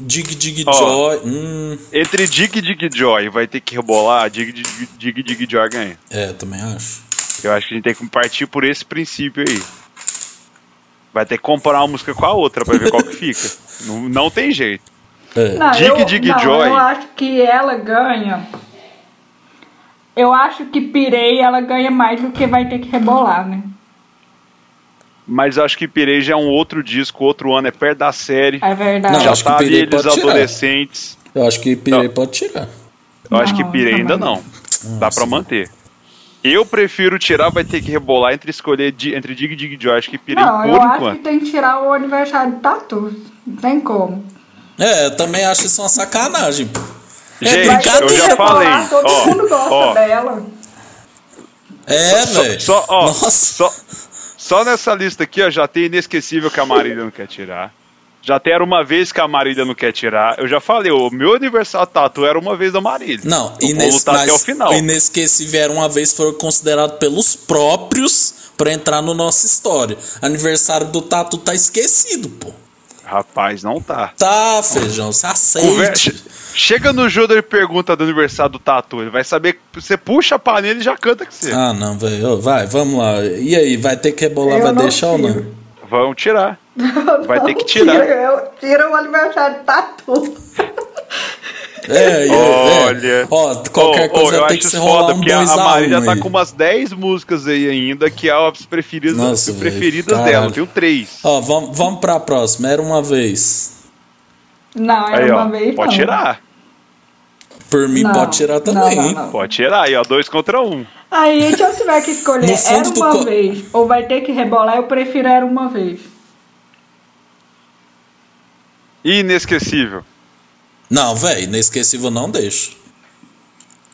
Speaker 3: Dig Dig
Speaker 1: Ó.
Speaker 3: Joy. Hum,
Speaker 1: Entre Dig e Dig Joy, vai ter que rebolar, Dig Dig Dig, Dig Joy ganha.
Speaker 3: é, também acho.
Speaker 1: Eu acho que a gente tem que partir por esse princípio aí. Vai ter que comparar uma música com a outra pra ver qual que fica. Não, não tem jeito.
Speaker 3: É.
Speaker 2: Não,
Speaker 1: Dig,
Speaker 2: eu,
Speaker 1: dig,
Speaker 2: não,
Speaker 1: joy.
Speaker 2: eu acho que ela ganha. Eu acho que Pirei ela ganha mais do que vai ter que rebolar, né?
Speaker 1: Mas acho que Pirei já é um outro disco, outro ano, é perto da série.
Speaker 2: É verdade.
Speaker 3: Não,
Speaker 1: já
Speaker 3: Ah, acho que
Speaker 1: tá ali
Speaker 3: Pirei
Speaker 1: eles
Speaker 3: pode tirar.
Speaker 1: adolescentes.
Speaker 3: Eu acho que Pirei
Speaker 1: Não.
Speaker 3: pode tirar.
Speaker 1: Eu acho que
Speaker 2: Não,
Speaker 1: Pirei ainda
Speaker 2: também
Speaker 1: não. Dá pra manter. Eu prefiro tirar, vai ter que rebolar entre escolher di- entre Dig Dig Joy. Acho que Pirei
Speaker 2: Não, eu
Speaker 1: por
Speaker 2: acho
Speaker 1: enquanto.
Speaker 2: que tem que tirar o aniversário do Tatu. Não tem como.
Speaker 3: É, eu também acho isso uma sacanagem, pô. é
Speaker 1: Gente, eu
Speaker 3: brincadeira,
Speaker 1: já
Speaker 3: pô.
Speaker 1: falei.
Speaker 2: Todo
Speaker 1: Ó,
Speaker 2: mundo gosta
Speaker 1: ó.
Speaker 2: dela.
Speaker 3: É,
Speaker 1: Só-
Speaker 3: velho.
Speaker 1: Só, ó,
Speaker 3: Nossa.
Speaker 1: Só, só nessa lista aqui, ó, já tem inesquecível que a Marília não quer tirar. Já tem era uma vez que a Marília não quer tirar. Eu já falei, o meu aniversário tatu era uma vez da Marília.
Speaker 3: Não,
Speaker 1: eu vou
Speaker 3: ines...
Speaker 1: lutar até o
Speaker 3: mas
Speaker 1: final.
Speaker 3: o Inesquecível era uma vez foi considerado pelos próprios pra entrar no nossa história. Aniversário do Tatu tá esquecido, pô.
Speaker 1: Rapaz, não tá.
Speaker 3: Tá, feijão, se aceite.
Speaker 1: Conver- che- Chega no Judas e pergunta do aniversário do Tatu. Ele vai saber. que Você puxa a panela e já canta que você.
Speaker 3: Ah, não, velho. Vai, vamos lá. E aí, vai ter que rebolar,
Speaker 2: Eu
Speaker 3: vai
Speaker 2: não
Speaker 3: deixar ou não?
Speaker 2: tiro.
Speaker 1: Vão tirar. Vai ter que
Speaker 2: Tira,
Speaker 1: tirar.
Speaker 2: eu, tira o aniversário do Tatu.
Speaker 3: É, é,
Speaker 1: Olha.
Speaker 3: é. Ó, qualquer
Speaker 1: Ô, ô,
Speaker 3: coisa
Speaker 1: eu
Speaker 3: tem
Speaker 1: acho
Speaker 3: que ser
Speaker 1: foda,
Speaker 3: rolar um
Speaker 1: porque a-
Speaker 3: 2
Speaker 1: a
Speaker 3: a 1
Speaker 1: Marília já tá
Speaker 3: aí.
Speaker 1: com umas 10 músicas aí ainda, que é as preferidas,
Speaker 3: Nossa, velho,
Speaker 1: preferidas dela.
Speaker 3: caralho.
Speaker 1: Eu tenho três.
Speaker 3: Ó, vamos, vamos pra próxima. Era uma vez.
Speaker 2: Não, era
Speaker 1: Aí,
Speaker 2: uma
Speaker 1: ó,
Speaker 2: vez.
Speaker 1: pode
Speaker 2: não.
Speaker 1: tirar.
Speaker 3: Por mim,
Speaker 2: Não,
Speaker 3: pode tirar
Speaker 2: não,
Speaker 3: também,
Speaker 2: não,
Speaker 3: hein?
Speaker 2: não.
Speaker 1: Pode tirar aí, ó. Dois contra um.
Speaker 2: Aí, se eu tiver que escolher
Speaker 3: No fundo
Speaker 2: era
Speaker 3: do
Speaker 2: uma
Speaker 3: co-
Speaker 2: vez ou vai ter que rebolar, eu prefiro era uma vez.
Speaker 1: Inesquecível.
Speaker 3: Não, velho, inesquecível não deixa.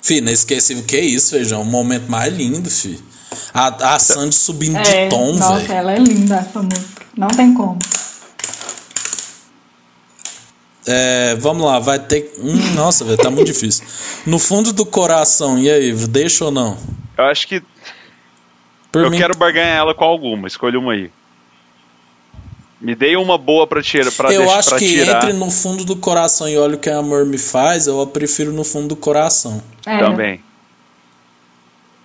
Speaker 3: Fi, inesquecível, que isso, feijão? O momento mais lindo, fi. A, a Sandy subindo de tom,
Speaker 2: nossa,
Speaker 3: velho.
Speaker 2: ela é linda essa música. Não tem como.
Speaker 3: É, vamos lá, vai ter. que- Hum, nossa, velho, tá muito difícil. No fundo do coração, e aí, deixa ou não?
Speaker 1: Eu acho que
Speaker 3: Por
Speaker 1: eu quero barganhar ela com alguma. Escolha uma aí. Me dei uma boa pra tirar. Pra
Speaker 3: eu
Speaker 1: deixar,
Speaker 3: acho
Speaker 1: pra
Speaker 3: que
Speaker 1: tirar.
Speaker 3: entre no fundo do coração e olha o que amor me faz, eu prefiro no fundo do coração.
Speaker 2: É,
Speaker 1: Também.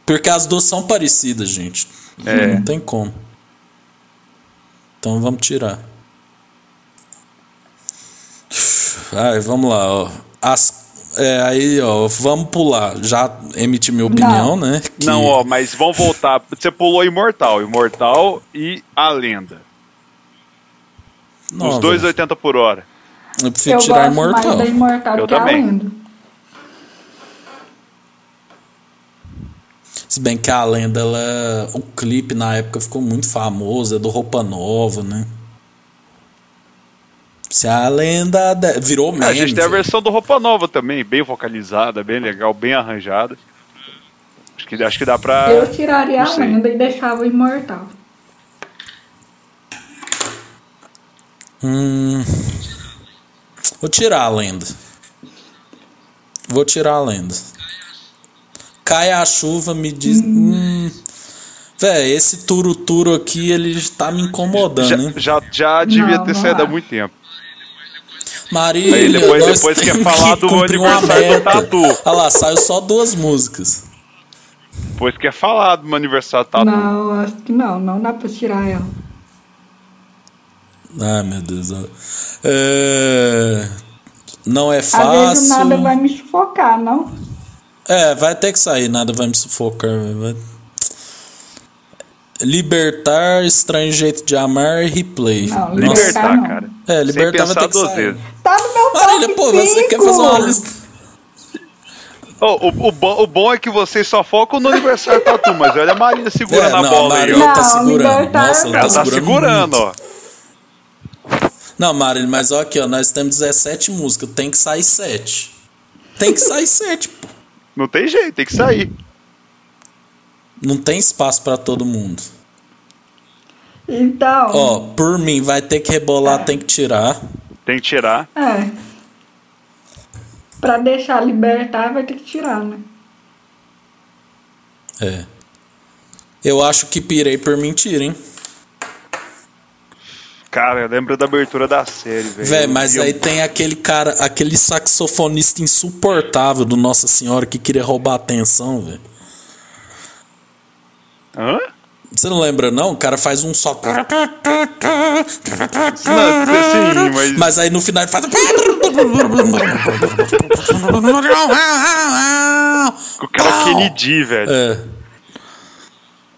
Speaker 3: Porque as duas são parecidas, gente.
Speaker 1: É.
Speaker 3: Não tem como. Então vamos tirar. Ai, vamos lá, ó. As, É, aí, ó, vamos pular. Já emiti minha opinião,
Speaker 2: Não.
Speaker 3: né? que-
Speaker 1: Não, ó, mas vamos voltar. Você pulou Imortal, Imortal e A Lenda.
Speaker 3: Não,
Speaker 1: Os dois
Speaker 3: velho,
Speaker 1: 80 por hora.
Speaker 3: Eu prefiro tirar
Speaker 2: gosto
Speaker 3: Imortal.
Speaker 2: mais da Imortal
Speaker 1: Eu
Speaker 2: do que a
Speaker 1: também.
Speaker 2: Lenda.
Speaker 3: Se bem que a lenda, ela, o clipe na época ficou muito famoso, é do Roupa Nova, né? Se a lenda. de- Virou meme.
Speaker 1: É, Ah, a gente tem a
Speaker 3: velho.
Speaker 1: versão do Roupa Nova também, bem vocalizada, bem legal, bem arranjada. Acho que, acho que dá pra.
Speaker 2: Eu tiraria
Speaker 1: Ah, não
Speaker 2: a
Speaker 1: sei.
Speaker 2: Lenda e deixava o Imortal.
Speaker 3: Hum, vou tirar a lenda. Vou tirar a lenda. Cai a chuva, me diz. Hum. Véi, esse turo-turo aqui, ele tá me incomodando,
Speaker 1: Já,
Speaker 3: né?
Speaker 1: já, já devia
Speaker 2: Não,
Speaker 1: ter
Speaker 2: não
Speaker 1: saído há
Speaker 2: acho.
Speaker 1: muito tempo.
Speaker 3: Marília,
Speaker 1: Aí depois-
Speaker 3: nós
Speaker 1: depois
Speaker 3: temos
Speaker 1: quer falar do
Speaker 3: cumprir uma
Speaker 1: aniversário do
Speaker 3: meta.
Speaker 1: Tatu.
Speaker 3: Olha lá, saiu só duas músicas.
Speaker 1: Pois quer falar do meu aniversário tá
Speaker 2: Não, acho que não, não dá pra tirar ela.
Speaker 3: Ai, meu Deus. ó. É, Não é
Speaker 2: Às vezes
Speaker 3: fácil.
Speaker 2: o nada vai me sufocar, não?
Speaker 3: É, vai ter que sair, nada vai me sufocar. velho, vai- Libertar, Estranho Jeito de Amar e Replay.
Speaker 2: Não,
Speaker 3: Nossa.
Speaker 2: Libertar
Speaker 1: Libertar,
Speaker 2: não.
Speaker 1: cara.
Speaker 3: É, libertar
Speaker 1: Sem
Speaker 3: vai
Speaker 1: pensar
Speaker 3: ter que
Speaker 1: duas
Speaker 3: sair.
Speaker 1: vezes.
Speaker 2: Tá no meu
Speaker 3: Marília,
Speaker 2: top
Speaker 3: pô, você quer
Speaker 2: cinco.
Speaker 3: fazer uma lista?
Speaker 1: Ô, o, o bom, o bom é que vocês só focam no aniversário do Tatu, mas olha a Marina segurando
Speaker 3: É,
Speaker 1: a
Speaker 3: não,
Speaker 1: bola aí, ó.
Speaker 3: Marília tá
Speaker 2: Não,
Speaker 3: segurando.
Speaker 2: Libertar-
Speaker 3: Nossa, ela tá
Speaker 1: Ela tá
Speaker 3: segurando.
Speaker 1: segurando,
Speaker 3: muito.
Speaker 1: ó.
Speaker 3: Não, Marília, mas ó, aqui, ó, nós temos 17 músicas, tem que sair 7. Tem que sair 7, pô.
Speaker 1: Não tem jeito, tem que sair.
Speaker 3: Não tem espaço pra todo mundo.
Speaker 2: Então,
Speaker 3: Ó, por mim, vai ter que rebolar, tem que tirar.
Speaker 1: Tem que tirar.
Speaker 2: é. Pra deixar libertar, vai ter que tirar, né?
Speaker 3: É. Eu acho que pirei por mentira, hein?
Speaker 1: Cara, lembra da abertura da série, velho.
Speaker 3: Véi, mas
Speaker 1: Eu- um-
Speaker 3: aí tem aquele cara, aquele saxofonista insuportável do Nossa Senhora que queria roubar a atenção, velho.
Speaker 1: Hã?
Speaker 3: Você não lembra, não? O cara faz um só.
Speaker 1: Não, sim, mas...
Speaker 3: Mas aí no final ele faz. um-
Speaker 1: O cara Kennedy, velho.
Speaker 3: É.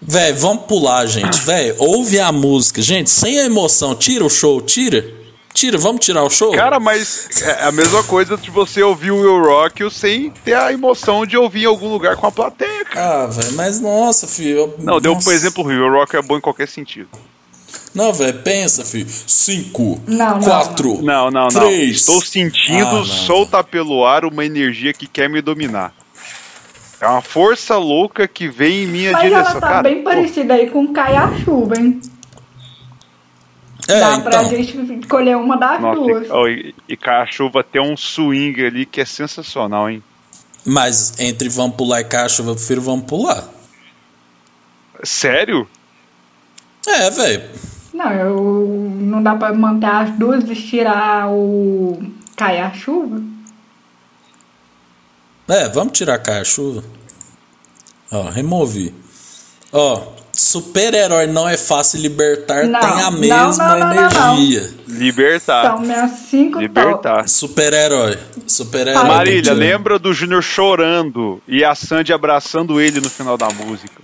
Speaker 3: Véi, vamos pular, gente. Véi, ouve a música. Gente, sem a emoção, tira o show, tira. Tira, vamos tirar o show?
Speaker 1: Cara, mas é a mesma coisa de você ouvir o Will Rock sem ter a emoção de ouvir em algum lugar com a plateia, cara.
Speaker 3: Ah, velho, mas nossa, filho. eu-
Speaker 1: Não, deu
Speaker 3: nossa.
Speaker 1: um exemplo ruim. O Will Rock é bom em qualquer sentido.
Speaker 3: Não, velho, pensa, filho. Cinco,
Speaker 2: Não, não,
Speaker 3: quatro,
Speaker 1: Não, não, não.
Speaker 3: três.
Speaker 1: Estou sentindo,
Speaker 3: Ah, não.
Speaker 1: solta pelo ar uma energia que quer me dominar. É uma força louca que vem em minha
Speaker 2: Mas
Speaker 1: direção.
Speaker 2: ela tá
Speaker 1: cara,
Speaker 2: bem
Speaker 1: pô,
Speaker 2: parecida aí com Cai a Chuva, hein?
Speaker 3: É,
Speaker 2: Dá pra
Speaker 3: então.
Speaker 2: gente escolher uma das
Speaker 1: Nossa,
Speaker 2: duas.
Speaker 1: e, oh, e, e Cachuva tem um swing ali que é sensacional, hein?
Speaker 3: Mas entre vamos pular e caixa, eu prefiro vamos pular.
Speaker 1: Sério?
Speaker 3: É, velho.
Speaker 2: Não, eu não dá pra manter as duas e tirar o Cai a Chuva.
Speaker 3: É, vamos tirar a caixa. Ó, removi. Ó, super-herói não é fácil libertar,
Speaker 2: Não,
Speaker 3: tem a
Speaker 2: não, não,
Speaker 3: mesma
Speaker 2: não, não, não.
Speaker 3: energia.
Speaker 1: Libertar.
Speaker 3: Tá.
Speaker 2: São Então, minhas cinco top.
Speaker 1: libertar.
Speaker 3: Super-herói. Super-herói.
Speaker 1: Marília,
Speaker 3: tem que tirar.
Speaker 1: lembra do Júnior chorando e a Sandy abraçando ele no final da música.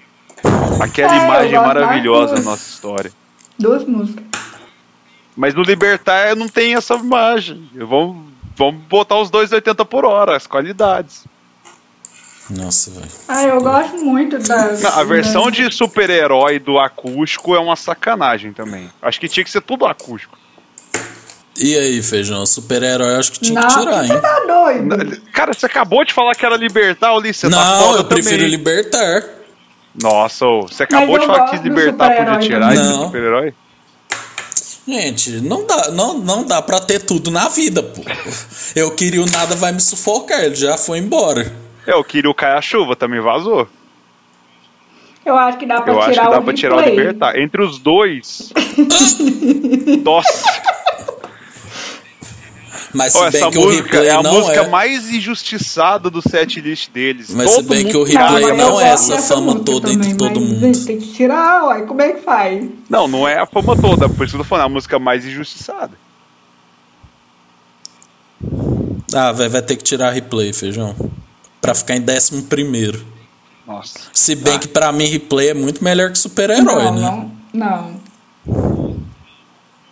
Speaker 1: Aquela
Speaker 2: É, eu
Speaker 1: imagem
Speaker 2: gosto
Speaker 1: maravilhosa da
Speaker 2: mais
Speaker 1: nossa história.
Speaker 2: Duas músicas.
Speaker 1: Mas no Libertar não tem essa imagem. Vamos, vamos botar os dois 80 por hora, as qualidades.
Speaker 3: Nossa, velho.
Speaker 2: Ah, eu gosto muito das.
Speaker 1: Não, a versão
Speaker 2: das-
Speaker 1: de super-herói do acústico é uma sacanagem também. Acho que tinha que ser tudo acústico.
Speaker 3: E aí, feijão? Super-herói, eu acho que tinha
Speaker 2: Não,
Speaker 3: que tirar, hein?
Speaker 2: você tá doido.
Speaker 1: Cara, você acabou de falar que era Libertar, Ulisses. Você tá
Speaker 3: Não,
Speaker 1: foda
Speaker 3: eu prefiro
Speaker 1: também.
Speaker 3: libertar.
Speaker 1: Nossa, ô, você acabou
Speaker 2: eu
Speaker 1: de falar
Speaker 2: gosto
Speaker 1: que
Speaker 2: do
Speaker 1: Libertar podia
Speaker 2: super-herói
Speaker 1: tirar
Speaker 3: também.
Speaker 1: esse
Speaker 3: Não.
Speaker 1: super-herói?
Speaker 3: Gente, não dá, não, não dá pra ter tudo na vida, pô. Eu queria o nada vai me sufocar, ele já foi embora.
Speaker 1: É, eu queria o Caia-Chuva, também vazou.
Speaker 2: Eu acho que dá pra
Speaker 1: Eu
Speaker 2: tirar
Speaker 1: acho que
Speaker 2: o
Speaker 1: dá pra tirar o
Speaker 2: replay.
Speaker 1: Libertar. Entre os dois. Nossa,
Speaker 3: Mas
Speaker 1: ó,
Speaker 3: se bem
Speaker 1: essa
Speaker 3: que o
Speaker 1: música
Speaker 3: replay
Speaker 1: é a
Speaker 3: não
Speaker 1: música
Speaker 3: é.
Speaker 1: mais injustiçada do set list deles.
Speaker 3: Mas se
Speaker 1: Todo
Speaker 3: bem que
Speaker 1: mundo
Speaker 3: o replay
Speaker 1: caga
Speaker 2: mas
Speaker 3: não
Speaker 1: nessa
Speaker 2: eu
Speaker 3: é
Speaker 1: música.
Speaker 2: gosto
Speaker 3: essa
Speaker 2: dessa
Speaker 3: fama
Speaker 2: música
Speaker 3: toda entre todo
Speaker 2: mas,
Speaker 3: mundo.
Speaker 2: gente, Tem que tirar, uai, como é que faz?
Speaker 1: Não, não é a fama toda. Por isso que eu tô falando, é a música mais injustiçada.
Speaker 3: Ah, véi, vai ter que tirar replay, feijão. Pra ficar em décimo primeiro.
Speaker 1: Nossa.
Speaker 3: Se bem
Speaker 1: Ah.
Speaker 3: que pra mim replay é muito melhor que super-herói,
Speaker 2: não,
Speaker 3: né?
Speaker 2: não, não.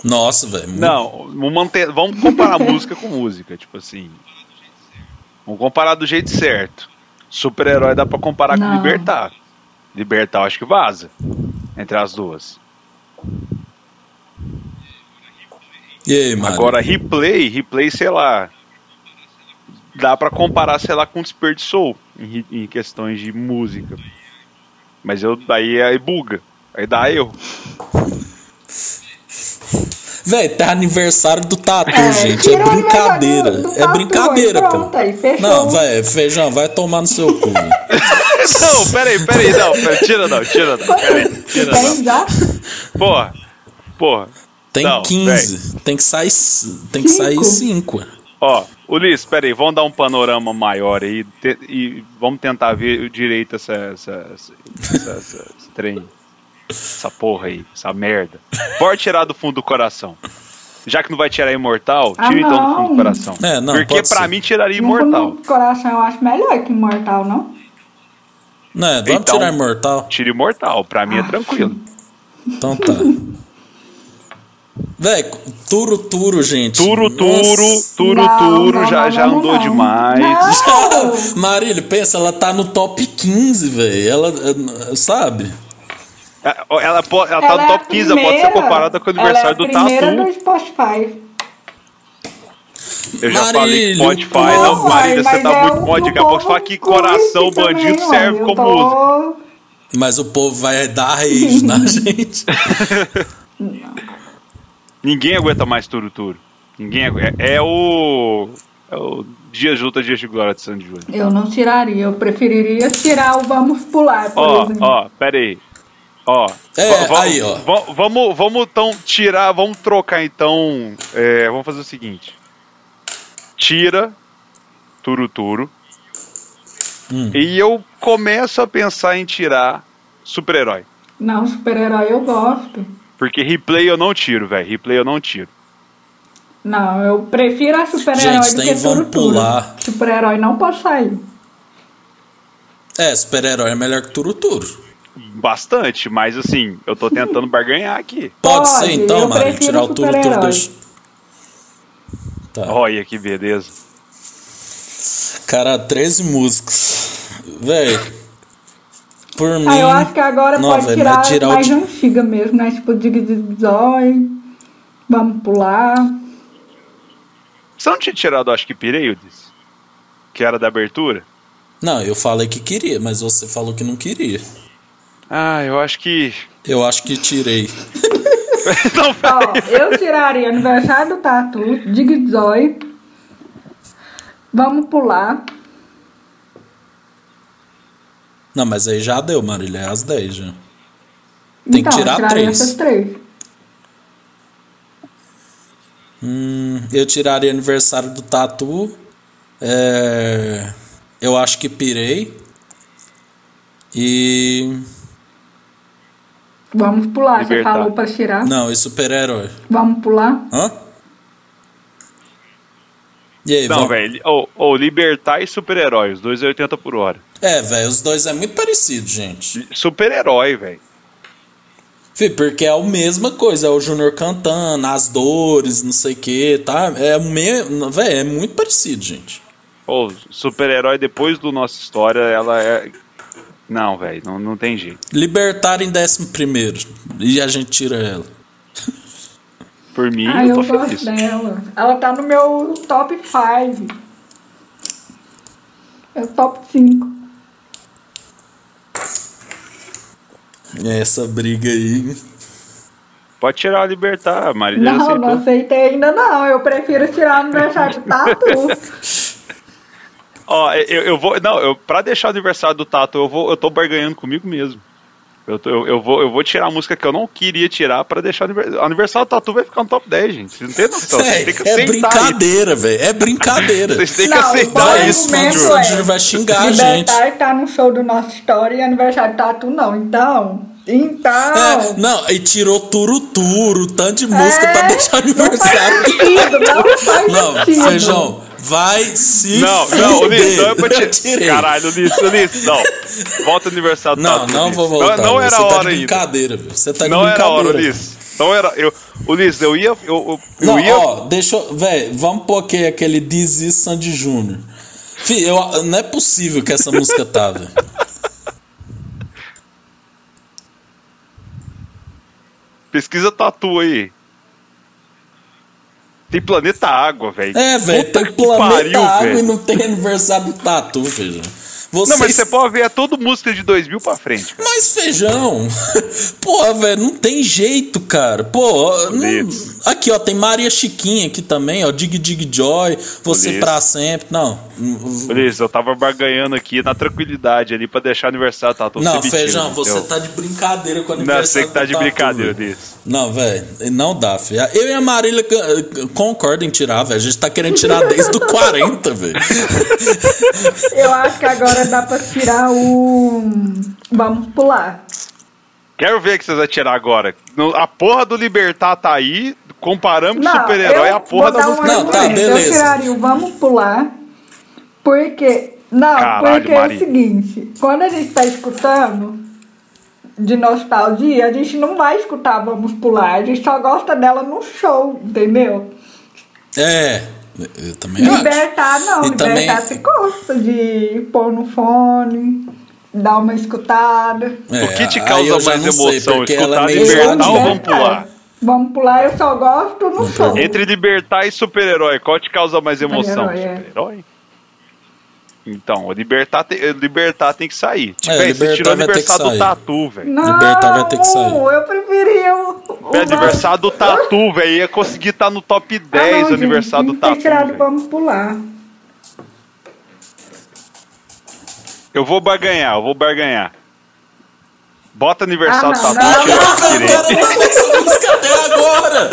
Speaker 3: Nossa, velho.
Speaker 1: Ah, Não, vamos manter- vamos comparar música com música, tipo assim. Vamos comparar do jeito certo. Super-herói dá pra comparar
Speaker 2: Não.
Speaker 1: com Libertar. Libertar eu acho que vaza entre as duas.
Speaker 3: E aí, mano?
Speaker 1: Agora Replay, Replay, sei lá, dá pra comparar, sei lá, com Desperdiçou em, ri- em questões de música. Mas eu daí é, aí buga, aí dá erro.
Speaker 3: Véi, tá aniversário do Tatu,
Speaker 2: É,
Speaker 3: gente. É
Speaker 2: tira o aniversário
Speaker 3: brincadeira.
Speaker 2: do- do
Speaker 3: é
Speaker 2: Tatu,
Speaker 3: brincadeira,
Speaker 2: aí
Speaker 3: pô.
Speaker 2: tá pronto, aí fechou.
Speaker 3: não, véi, feijão, vai tomar no seu cu. véi.
Speaker 1: não, peraí, peraí, não, peraí, tira não, tira não, peraí, tira não.
Speaker 2: Tem já?
Speaker 1: Porra, porra.
Speaker 3: Tem
Speaker 1: Não,
Speaker 3: 15. Tem que sair. c- Tem que sair
Speaker 2: Cinco?
Speaker 3: 5.
Speaker 1: Ó, Ulisses, peraí, vamos dar um panorama maior aí te- e vamos tentar ver direito essa, essa, essa, essa- essa- esse trem. Essa porra aí, essa merda. Pode tirar do fundo do coração. Já que não vai tirar Imortal,
Speaker 2: Ah,
Speaker 1: tira então do fundo do
Speaker 2: não.
Speaker 1: coração.
Speaker 3: É, não,
Speaker 1: Porque
Speaker 3: pode
Speaker 1: pra
Speaker 3: ser.
Speaker 1: mim tiraria Imortal.
Speaker 2: No coração eu acho melhor que imortal, não?
Speaker 3: Né, vamos
Speaker 1: Então.
Speaker 3: tirar imortal?
Speaker 1: Tira Imortal, pra mim é
Speaker 2: Ah,
Speaker 1: tranquilo.
Speaker 3: Então tá. Véi, turo, turo, gente.
Speaker 1: Turo, turo,
Speaker 3: Nossa.
Speaker 1: turo,
Speaker 2: Não,
Speaker 1: turo,
Speaker 2: não,
Speaker 1: já,
Speaker 2: não,
Speaker 1: já
Speaker 2: não,
Speaker 1: andou
Speaker 2: não.
Speaker 1: demais.
Speaker 2: Não.
Speaker 3: Marília, pensa, ela tá no top 15, velho. Ela, eh, sabe?
Speaker 1: Ela, ela po- ela tá
Speaker 2: Ela
Speaker 1: no
Speaker 2: é a
Speaker 1: top 15, ela pode ser
Speaker 2: primeira-
Speaker 1: comparada com o
Speaker 2: ela é a
Speaker 1: aniversário do
Speaker 2: primeira
Speaker 1: Tatu.
Speaker 2: do Spotify.
Speaker 1: Eu já
Speaker 3: Marília,
Speaker 1: falei que Spotify,
Speaker 3: não,
Speaker 1: não, Marília, você
Speaker 2: mas
Speaker 1: tá
Speaker 2: é
Speaker 1: muito
Speaker 2: um
Speaker 1: mod. Daqui a pouco você fala que coração
Speaker 2: clube também,
Speaker 1: bandido
Speaker 2: ué.
Speaker 1: serve
Speaker 2: Eu
Speaker 1: como
Speaker 2: tô-
Speaker 1: música.
Speaker 3: Mas o povo vai dar rage na gente.
Speaker 1: Ninguém aguenta mais Turo Turo. Ninguém aguenta. É, é o. É o Dia Junta, Dia de Glória de Sandy Júnior.
Speaker 2: Eu não tiraria, eu preferiria tirar o Vamos Pular, por
Speaker 1: Ó,
Speaker 2: exemplo.
Speaker 1: ó, pera aí. Ó.
Speaker 3: É,
Speaker 1: va- va-
Speaker 3: aí, ó.
Speaker 1: va- Vamos, vamos então tirar, vamos trocar então. é, vamos fazer o seguinte: tira Turo Turo.
Speaker 3: Hum.
Speaker 1: E eu começo a pensar em tirar super-herói.
Speaker 2: Não, super-herói eu gosto.
Speaker 1: Porque replay eu não tiro, velho. Replay eu não tiro.
Speaker 2: Não, eu prefiro a super-herói do
Speaker 3: Gente, tem
Speaker 2: que
Speaker 3: Vamos
Speaker 2: Turuturu.
Speaker 3: Pular.
Speaker 2: Super-herói não pode sair.
Speaker 3: É, super-herói é melhor que turo, turo.
Speaker 1: Bastante, mas assim, eu tô tentando barganhar aqui.
Speaker 3: Pode,
Speaker 2: Pode,
Speaker 3: ser
Speaker 2: eu
Speaker 3: então, Marília,
Speaker 2: prefiro
Speaker 3: tirar o turo, turo.
Speaker 2: super-herói.
Speaker 3: Deixa... Tá.
Speaker 1: Olha que beleza.
Speaker 3: Cara, 13 músicos. Véi. Por mim.
Speaker 2: Ah, eu acho que agora
Speaker 3: Não,
Speaker 2: pode
Speaker 3: velho,
Speaker 2: tirar
Speaker 3: mas tirar o
Speaker 2: mais um.
Speaker 3: de-
Speaker 2: antiga mesmo, né? Tipo, Dig-Dig-Zoy, Vamos Pular.
Speaker 1: Você não tinha tirado, acho que Pireides? Que era da abertura?
Speaker 3: Não, eu falei que queria, mas você falou que não queria.
Speaker 1: Ah, eu acho que.
Speaker 3: Eu acho que tirei.
Speaker 1: não, pera-
Speaker 2: Ó, eu tiraria Aniversário do Tatu, Dig-Zoy, Vamos Pular.
Speaker 3: Não, mas aí já deu, Marília. É às 10 já. Tem que
Speaker 2: então,
Speaker 3: tirar
Speaker 2: eu tiraria
Speaker 3: três.
Speaker 2: essas três.
Speaker 3: Hum, eu tiraria aniversário do Tatu. É, eu acho que pirei. E.
Speaker 2: Vamos pular,
Speaker 1: Libertar.
Speaker 2: você falou pra tirar.
Speaker 3: Não, e super-herói.
Speaker 2: Vamos pular.
Speaker 3: Hã? E aí,
Speaker 1: não
Speaker 3: vamos-
Speaker 1: velho. Ou Libertar e Super-Herói, os dois é 80 por hora.
Speaker 3: É, velho, os dois é muito parecido, gente.
Speaker 1: Super-Herói, velho.
Speaker 3: Fih, porque é a mesma coisa, é o Júnior cantando, as dores, não sei o que, tá? É o mesmo. Velho, é muito parecido, gente.
Speaker 1: Ou Super-Herói, depois do Nossa História, ela é. Não, velho, não, não tem jeito.
Speaker 3: Libertar em décimo primeiro. E a gente tira ela.
Speaker 1: Por mim,
Speaker 2: Ah,
Speaker 1: eu
Speaker 2: eu
Speaker 1: tô
Speaker 2: gosto
Speaker 1: feliz.
Speaker 2: dela. Ela tá no meu top 5. É o top 5.
Speaker 3: É Essa briga aí.
Speaker 1: Pode tirar a Libertar, Marília
Speaker 2: Não,
Speaker 1: aceitou.
Speaker 2: não aceitei ainda não. Eu prefiro tirar o aniversário do Tatu.
Speaker 1: Ó, eu, eu vou. Não, eu, pra deixar o aniversário do Tato, eu, vou, eu tô barganhando comigo mesmo. Eu, tô- eu, eu vou, eu vou tirar a música que eu não queria tirar pra deixar o aniversário. O aniversário do Tatu vai ficar no top 10, gente. Vocês não tem noção. Vocês têm que
Speaker 3: É, é
Speaker 1: aceitar isso.
Speaker 3: brincadeira, velho. É brincadeira.
Speaker 1: tá Vocês têm que
Speaker 2: Não,
Speaker 1: aceitar
Speaker 2: vai-
Speaker 3: Dá
Speaker 1: isso.
Speaker 3: isso, fã de
Speaker 2: argumento é-
Speaker 3: Júnior vai xingar a gente.
Speaker 2: Libertar tá no show do Nossa História e aniversário do Tatu não. Então, Então.
Speaker 3: É, não, e tirou turuturo, tanto de música
Speaker 2: É,
Speaker 3: pra deixar aniversário.
Speaker 2: Sentido, não faz
Speaker 3: Não,
Speaker 2: sentido.
Speaker 3: feijão, vai se
Speaker 1: Não, não,
Speaker 3: fuder.
Speaker 1: Ulisses, não é pra
Speaker 3: Eu
Speaker 1: tirar.
Speaker 3: tirei.
Speaker 1: Caralho, Ulisses, Ulisses, não. Volta o aniversário do
Speaker 3: Não,
Speaker 1: Tato,
Speaker 3: não
Speaker 1: Ulisses.
Speaker 3: vou voltar.
Speaker 1: Tá, Não, não
Speaker 3: Ulisses,
Speaker 1: era a
Speaker 3: você tá
Speaker 1: hora
Speaker 3: de
Speaker 1: ainda.
Speaker 3: brincadeira, viu? você tá de
Speaker 1: Não era a hora,
Speaker 3: brincadeira.
Speaker 1: Ulisses. Não era. Eu, Ulisses, eu ia. Eu, eu, eu
Speaker 3: Não,
Speaker 1: ia.
Speaker 3: ó, deixa eu. Véi, vamos pôr aqui aquele This is Sandy Júnior. Fih, eu- não é possível que essa música tá, velho.
Speaker 1: Pesquisa tatu aí. Tem planeta água, velho.
Speaker 3: É, velho,
Speaker 1: Puta
Speaker 3: tem
Speaker 1: que
Speaker 3: planeta
Speaker 1: pariu,
Speaker 3: água
Speaker 1: velho.
Speaker 3: e não tem aniversário do Tatu, feijão. Vocês...
Speaker 1: Não, mas você pode ver, é todo música de 2000 pra frente.
Speaker 3: Mas feijão, pô, velho, não tem jeito, cara. Pô, não...
Speaker 1: Bonito.
Speaker 3: aqui ó, tem Maria Chiquinha aqui também, ó, Dig Dig Joy, você
Speaker 1: Bonito.
Speaker 3: pra sempre. Não, não,
Speaker 1: Ulisses, eu tava barganhando aqui na tranquilidade ali pra deixar aniversário do tatu.
Speaker 3: não
Speaker 1: Você mentira,
Speaker 3: feijão, você
Speaker 1: entendeu?
Speaker 3: tá de brincadeira com o
Speaker 1: Não,
Speaker 3: aniversário.
Speaker 1: você que tá
Speaker 3: do
Speaker 1: de
Speaker 3: Tatu,
Speaker 1: brincadeira,
Speaker 3: velho.
Speaker 1: Ulisses.
Speaker 3: Não, velho, não dá, filho. Eu e a Marília eh, concordam em tirar, velho. A gente tá querendo tirar desde o 40, velho.
Speaker 2: Eu acho que agora dá pra tirar o. Vamos pular.
Speaker 1: Quero ver o que vocês vão tirar agora. No- a porra do Libertar tá aí, comparamos com
Speaker 2: Não,
Speaker 1: super-herói, é
Speaker 2: eu
Speaker 1: a porra
Speaker 2: vou dar
Speaker 1: da música.
Speaker 2: um
Speaker 3: Não, tá,
Speaker 2: argumento.
Speaker 3: beleza.
Speaker 2: Eu tiraria o vamos pular, porque... Não,
Speaker 1: Caralho,
Speaker 2: porque é
Speaker 1: Maria.
Speaker 2: o seguinte, quando a gente tá escutando de nostalgia, a gente não vai escutar vamos pular, a gente só gosta dela no show, entendeu?
Speaker 3: É, eu também acho.
Speaker 2: Libertar não,
Speaker 3: E também-
Speaker 2: libertar se gosta de pôr no fone, dar uma escutada.
Speaker 3: É,
Speaker 1: o que te
Speaker 3: aí
Speaker 1: causa
Speaker 3: eu já
Speaker 1: mais
Speaker 3: não sei,
Speaker 1: emoção?
Speaker 3: porque ela
Speaker 1: Escutar
Speaker 3: é meio
Speaker 1: Libertar ou
Speaker 3: jovem.
Speaker 1: vamos pular?
Speaker 2: Vamos pular, eu só gosto no show.
Speaker 1: Entre libertar e super-herói, qual te causa mais emoção?
Speaker 2: Super-herói, é.
Speaker 1: Super-herói? Então, o libertar, te- o libertar tem que sair.
Speaker 3: É,
Speaker 1: Véi,
Speaker 3: Libertar
Speaker 1: você tirou o
Speaker 3: vai ter que
Speaker 1: aniversário do
Speaker 3: sair.
Speaker 1: Tatu, velho.
Speaker 2: Não,
Speaker 3: Libertar vai ter que sair.
Speaker 2: eu preferia o... o
Speaker 1: É aniversário do Tatu, velho. Ia conseguir estar no top 10
Speaker 2: Ah, não,
Speaker 1: o aniversário
Speaker 2: gente,
Speaker 1: do
Speaker 2: tem
Speaker 1: Tatu.
Speaker 2: que tirar do
Speaker 1: véi.
Speaker 2: vamos pular.
Speaker 1: Eu vou barganhar, eu vou barganhar. Bota aniversário
Speaker 2: Ah, não,
Speaker 1: do Tatu, tira
Speaker 2: não,
Speaker 1: o que
Speaker 3: Nossa,
Speaker 1: querer.
Speaker 3: cara, não vai essa música até agora.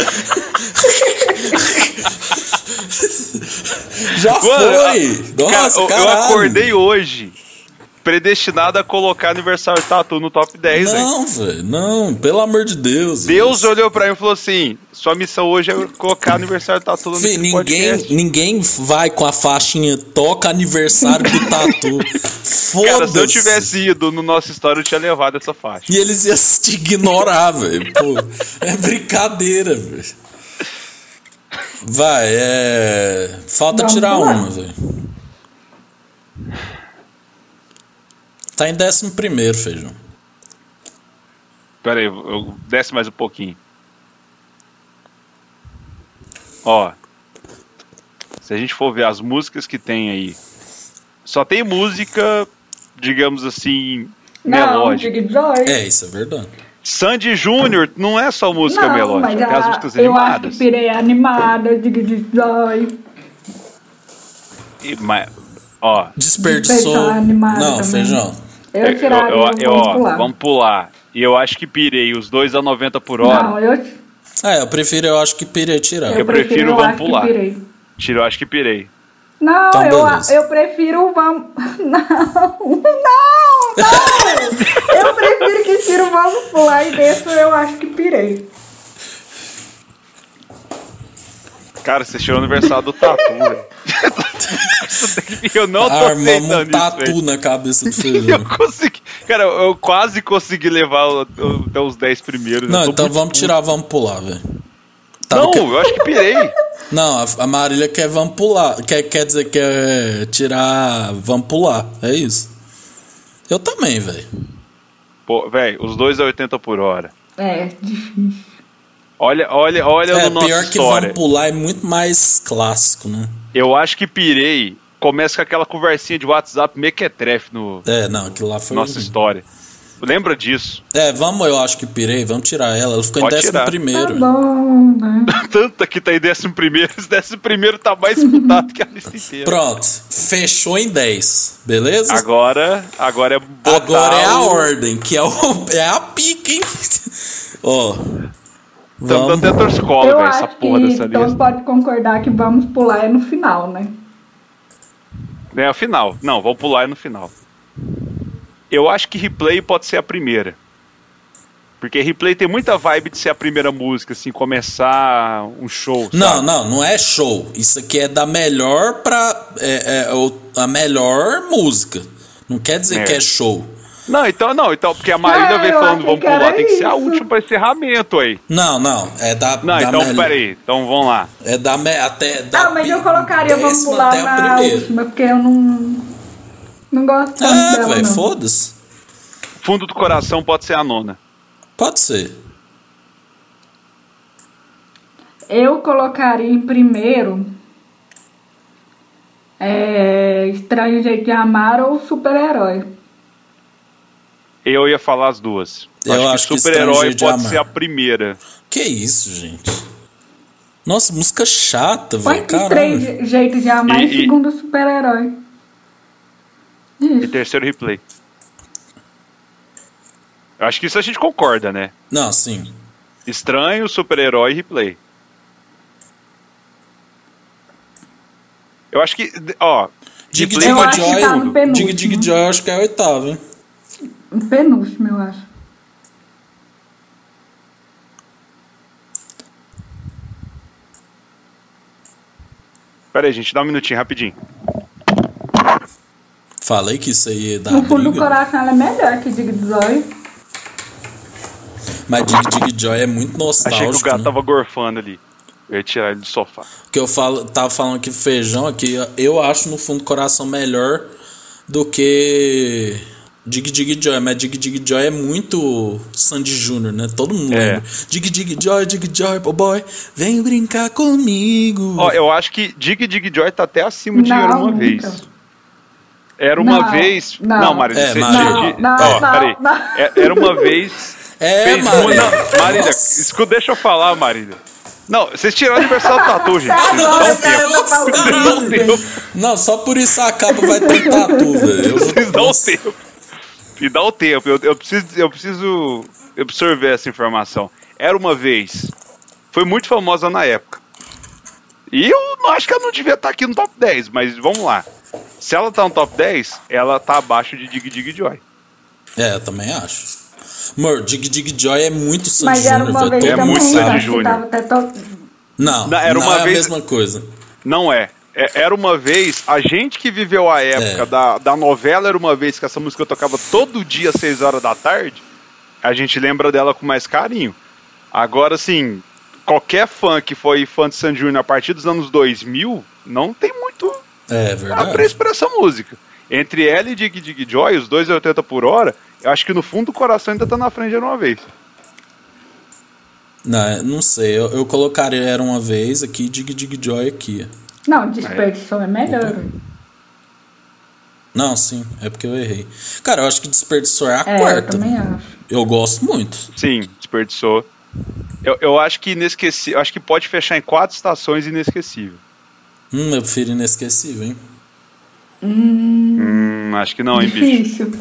Speaker 3: Já foi.
Speaker 1: Mano,
Speaker 3: Nossa,
Speaker 1: eu- eu
Speaker 3: caralho.
Speaker 1: acordei hoje predestinado a colocar aniversário do Tatu no top 10, velho.
Speaker 3: Não, velho, não, pelo amor de Deus.
Speaker 1: Deus olhou pra mim e falou assim: sua missão hoje é colocar aniversário do Tatu no
Speaker 3: Fih, ninguém,
Speaker 1: podcast.
Speaker 3: ninguém vai com a faixinha toca aniversário do Tatu.
Speaker 1: Cara, se eu
Speaker 3: Foda-se.
Speaker 1: tivesse ido no nosso história, eu tinha levado essa faixa.
Speaker 3: E eles iam te ignorar, velho. Pô, é brincadeira, velho. Vai, é. Falta
Speaker 2: Vamos
Speaker 3: tirar
Speaker 2: lá.
Speaker 3: uma, velho. Tá em décimo primeiro, feijão.
Speaker 1: Pera aí, eu desce mais um pouquinho. Ó. Se a gente for ver as músicas que tem aí, só tem música, digamos assim,
Speaker 2: Não,
Speaker 1: melódica.
Speaker 2: Dig Joy.
Speaker 3: É, isso é verdade.
Speaker 1: Sandy Júnior não é só música
Speaker 2: não, mas
Speaker 1: melódica, tem as
Speaker 2: a-
Speaker 1: músicas
Speaker 2: eu acho que
Speaker 1: animadas.
Speaker 2: pirei é animada, Dig Joy.
Speaker 1: E, mas, ó,
Speaker 3: Desperdiçou.
Speaker 2: Feijão animado
Speaker 3: Não,
Speaker 2: também.
Speaker 3: feijão.
Speaker 2: Eu tiraria o
Speaker 1: É, eu-
Speaker 2: vamos
Speaker 1: ó,
Speaker 2: pular.
Speaker 1: vamos pular. E eu acho que pirei os dois a 90 por hora.
Speaker 2: Não, eu,
Speaker 3: É, eu prefiro, eu acho que pirei tirar.
Speaker 2: eu,
Speaker 1: Eu prefiro
Speaker 2: prefiro eu
Speaker 1: vamos
Speaker 2: acho
Speaker 1: pular.
Speaker 2: que pirei.
Speaker 1: Tira, eu acho que pirei.
Speaker 2: Não,
Speaker 3: Então,
Speaker 2: eu, a-
Speaker 3: beleza.
Speaker 2: eu prefiro o vamos... Não, não, não! eu prefiro que tire o vamos pular e desse eu acho que pirei.
Speaker 1: Cara, você tirou o aniversário do Tatu, velho. Eu não tô
Speaker 3: Armamos um
Speaker 1: aceitando isso,
Speaker 3: tatu
Speaker 1: velho.
Speaker 3: na cabeça do
Speaker 1: Eu
Speaker 3: feijão.
Speaker 1: consegui. Cara, eu quase consegui levar o- o- até os 10 primeiros.
Speaker 3: Não,
Speaker 1: eu tô
Speaker 3: então
Speaker 1: muito-
Speaker 3: vamos tirar, vamos pular, velho. Tá,
Speaker 1: Não,
Speaker 3: que-
Speaker 1: eu acho que pirei.
Speaker 3: Não, a- a Marília quer vamos pular. Quer, quer dizer que é tirar. Vamos pular. É isso. Eu também, velho.
Speaker 1: Pô, velho, os dois a 80 por hora.
Speaker 2: É, difícil.
Speaker 1: Olha, olha, olha
Speaker 3: É,
Speaker 1: no nosso
Speaker 3: pior que
Speaker 1: história.
Speaker 3: vamos pular é muito mais clássico, né?
Speaker 1: Eu acho que pirei. Começa com aquela conversinha de WhatsApp mequetrefe no
Speaker 3: É, não, aquilo lá foi. um-
Speaker 1: nossa história. Lembra disso?
Speaker 3: É, vamos, eu acho que pirei, vamos tirar ela. Ela ficou
Speaker 1: Pode
Speaker 3: em décimo
Speaker 1: tirar.
Speaker 2: Tá
Speaker 3: primeiro.
Speaker 2: bom, né?
Speaker 1: Tanta que tá em décimo primeiro, esse décimo primeiro tá mais disputado que a lista inteira.
Speaker 3: Pronto, fechou em 10, beleza?
Speaker 1: Agora, agora é botar
Speaker 3: Agora é a
Speaker 1: o-
Speaker 3: ordem, que é, o, é a pica, hein? Ó.
Speaker 1: Estamos
Speaker 3: vamos.
Speaker 1: dando até escola,
Speaker 2: eu
Speaker 1: velho,
Speaker 2: acho
Speaker 1: essa porra
Speaker 2: que
Speaker 1: dessa
Speaker 2: todos
Speaker 1: lista.
Speaker 2: podem concordar que vamos pular é no final, né?
Speaker 1: É o final. Não, vamos pular no final. Eu acho que replay pode ser a primeira. Porque replay tem muita vibe de ser a primeira música, assim, começar um show. sabe?
Speaker 3: Não, não, não é show. Isso aqui é da melhor pra. É, é o- a melhor música. Não quer dizer
Speaker 1: É.
Speaker 3: que é show.
Speaker 1: Não, então não, então, porque a Marília
Speaker 2: Ah,
Speaker 1: vem
Speaker 2: eu
Speaker 1: falando
Speaker 2: achei
Speaker 1: vamos
Speaker 2: que era
Speaker 1: pular, tem que ser a
Speaker 2: isso.
Speaker 1: última para encerramento aí.
Speaker 3: Não, não. É da.
Speaker 1: Não,
Speaker 3: da
Speaker 1: então
Speaker 3: melhor-
Speaker 1: peraí, então vamos lá.
Speaker 3: É da. me- Até, da
Speaker 2: Ah, mas eu
Speaker 3: pi-
Speaker 2: colocaria Vamos
Speaker 3: décima
Speaker 2: Pular
Speaker 3: Tá até a
Speaker 2: na
Speaker 3: primeira.
Speaker 2: última, porque eu não. Não gosto tanto
Speaker 3: Ah,
Speaker 2: dela,
Speaker 3: velho,
Speaker 2: não.
Speaker 3: foda-se.
Speaker 1: Fundo do coração pode ser a nona.
Speaker 3: Pode ser.
Speaker 2: Eu colocaria em primeiro. É, estranho Jeito de Amar ou Super-Herói.
Speaker 1: Eu ia falar as duas.
Speaker 3: Eu acho que é.
Speaker 1: super-herói
Speaker 3: Estrangeiro de
Speaker 1: pode
Speaker 3: Amar.
Speaker 1: ser a primeira.
Speaker 3: Que isso, gente. Nossa, música chata,
Speaker 2: Põe
Speaker 3: velho.
Speaker 2: Estranho
Speaker 3: Caralho.
Speaker 2: Je- Jeito de Amar
Speaker 1: E-
Speaker 2: e,
Speaker 1: e-
Speaker 2: segundo Super-Herói.
Speaker 1: E terceiro replay. Eu acho que isso a gente concorda, né?
Speaker 3: Não, sim.
Speaker 1: Estranho, super-herói e replay. Eu acho que. Ó.
Speaker 3: Dig
Speaker 1: replay
Speaker 3: Dig
Speaker 2: Eu
Speaker 1: pode
Speaker 2: acho
Speaker 1: ser
Speaker 2: que tá no
Speaker 1: tudo.
Speaker 3: Joy.
Speaker 2: penúltimo.
Speaker 3: Dig Dig Joy, eu acho que é a oitava, hein?
Speaker 2: Em Penúltimo, eu acho.
Speaker 1: Pera aí, gente, dá um minutinho, rapidinho.
Speaker 3: Falei que isso aí é da
Speaker 2: No fundo do
Speaker 3: briga.
Speaker 2: coração ela é melhor que Dig Zói.
Speaker 3: Mas Dig Dig Joy é muito nostálgico.
Speaker 1: Achei que o gato
Speaker 3: né?
Speaker 1: tava gorfando ali. Eu ia tirar ele do sofá.
Speaker 3: Que eu falo, tava falando que feijão aqui, eu acho no fundo do coração melhor do que Dig Dig Joy, mas Dig Dig Joy é muito Sandy Júnior, né? Todo mundo
Speaker 1: É.
Speaker 3: lembra. Dig Dig Joy, Dig Joy, oh boy, vem brincar comigo.
Speaker 1: Ó, eu acho que Dig Dig Joy tá até acima de
Speaker 2: Não,
Speaker 1: Era Uma
Speaker 2: nunca.
Speaker 1: Vez. Era uma
Speaker 2: Não,
Speaker 1: vez. Não,
Speaker 2: não.
Speaker 1: Marília,
Speaker 3: É,
Speaker 1: você
Speaker 3: Marília.
Speaker 1: você-
Speaker 2: Não,
Speaker 1: ó,
Speaker 2: não,
Speaker 1: peraí.
Speaker 2: não.
Speaker 1: É- Era uma vez.
Speaker 3: É,
Speaker 1: fez
Speaker 3: Marília.
Speaker 1: uma- não, Marília,
Speaker 3: Nossa.
Speaker 1: escuta, deixa eu falar, Marília. Não, vocês tiraram o aniversário do Tatu, gente. Vocês
Speaker 2: Não,
Speaker 1: dão
Speaker 2: eu
Speaker 1: um tempo.
Speaker 2: quero falar
Speaker 1: Vocês
Speaker 2: do
Speaker 1: dão um tempo.
Speaker 3: Não, só por isso a capa vai ter tatu, velho. Eu vou-
Speaker 1: Vocês dão um tempo. Me dá o tempo. Eu, eu preciso, eu preciso absorver essa informação. Era uma vez. Foi muito famosa na época. E eu não acho que ela não devia estar aqui no top 10, mas vamos lá. Se ela tá no top 10, ela tá abaixo de Dig Dig Joy.
Speaker 3: É, eu também acho. Amor, Dig Dig Joy é muito Sandy
Speaker 2: Mas era
Speaker 3: Júnior,
Speaker 2: uma
Speaker 3: velho.
Speaker 2: vez
Speaker 3: todo
Speaker 1: é
Speaker 2: também,
Speaker 3: mundo
Speaker 1: muito
Speaker 3: sabe.
Speaker 1: Sandy
Speaker 2: acho que
Speaker 1: Júnior.
Speaker 2: tava até to-
Speaker 3: Não,
Speaker 1: Não, era
Speaker 3: não
Speaker 1: uma
Speaker 3: é
Speaker 1: vez-
Speaker 3: a mesma coisa.
Speaker 1: Não é. É- Era uma vez, a gente que viveu a época
Speaker 3: É.
Speaker 1: da, da novela, era uma vez que essa música eu tocava todo dia às 6 horas da tarde, a gente lembra dela com mais carinho. Agora, assim, qualquer fã que foi fã de San Júnior a partir dos anos 2000, não tem muito
Speaker 3: É verdade.
Speaker 1: apreço pra essa música. Entre ela e Dig Dig Joy, os dois é 80 por hora, eu acho que no fundo do coração ainda tá na frente de uma vez.
Speaker 3: Não, é- não sei. Eu, eu colocaria Era Uma Vez aqui e Dig Dig Joy aqui.
Speaker 2: Não, Desperdição é melhor.
Speaker 3: Não, sim. É porque eu errei. Cara, eu acho que Desperdiçou é a
Speaker 2: É, eu
Speaker 3: quarta.
Speaker 2: também acho.
Speaker 3: Eu gosto muito.
Speaker 1: Sim, desperdiçou. Eu, eu acho que inesquecível, acho que pode fechar em quatro estações inesquecível.
Speaker 3: Hum, eu prefiro Inesquecível, hein?
Speaker 1: Hum, acho que não, hein, bicho?
Speaker 2: Difícil.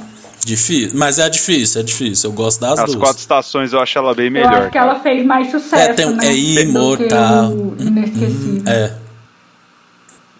Speaker 3: Difícil. Mas é difícil, é difícil. Eu gosto das
Speaker 1: As
Speaker 3: duas.
Speaker 1: quatro estações eu acho ela bem
Speaker 2: Eu
Speaker 1: melhor.
Speaker 2: acho que ela fez mais sucesso,
Speaker 3: É, tem-
Speaker 2: né?
Speaker 3: é
Speaker 2: do que
Speaker 3: imortal.
Speaker 2: o Inesquecível.
Speaker 3: É.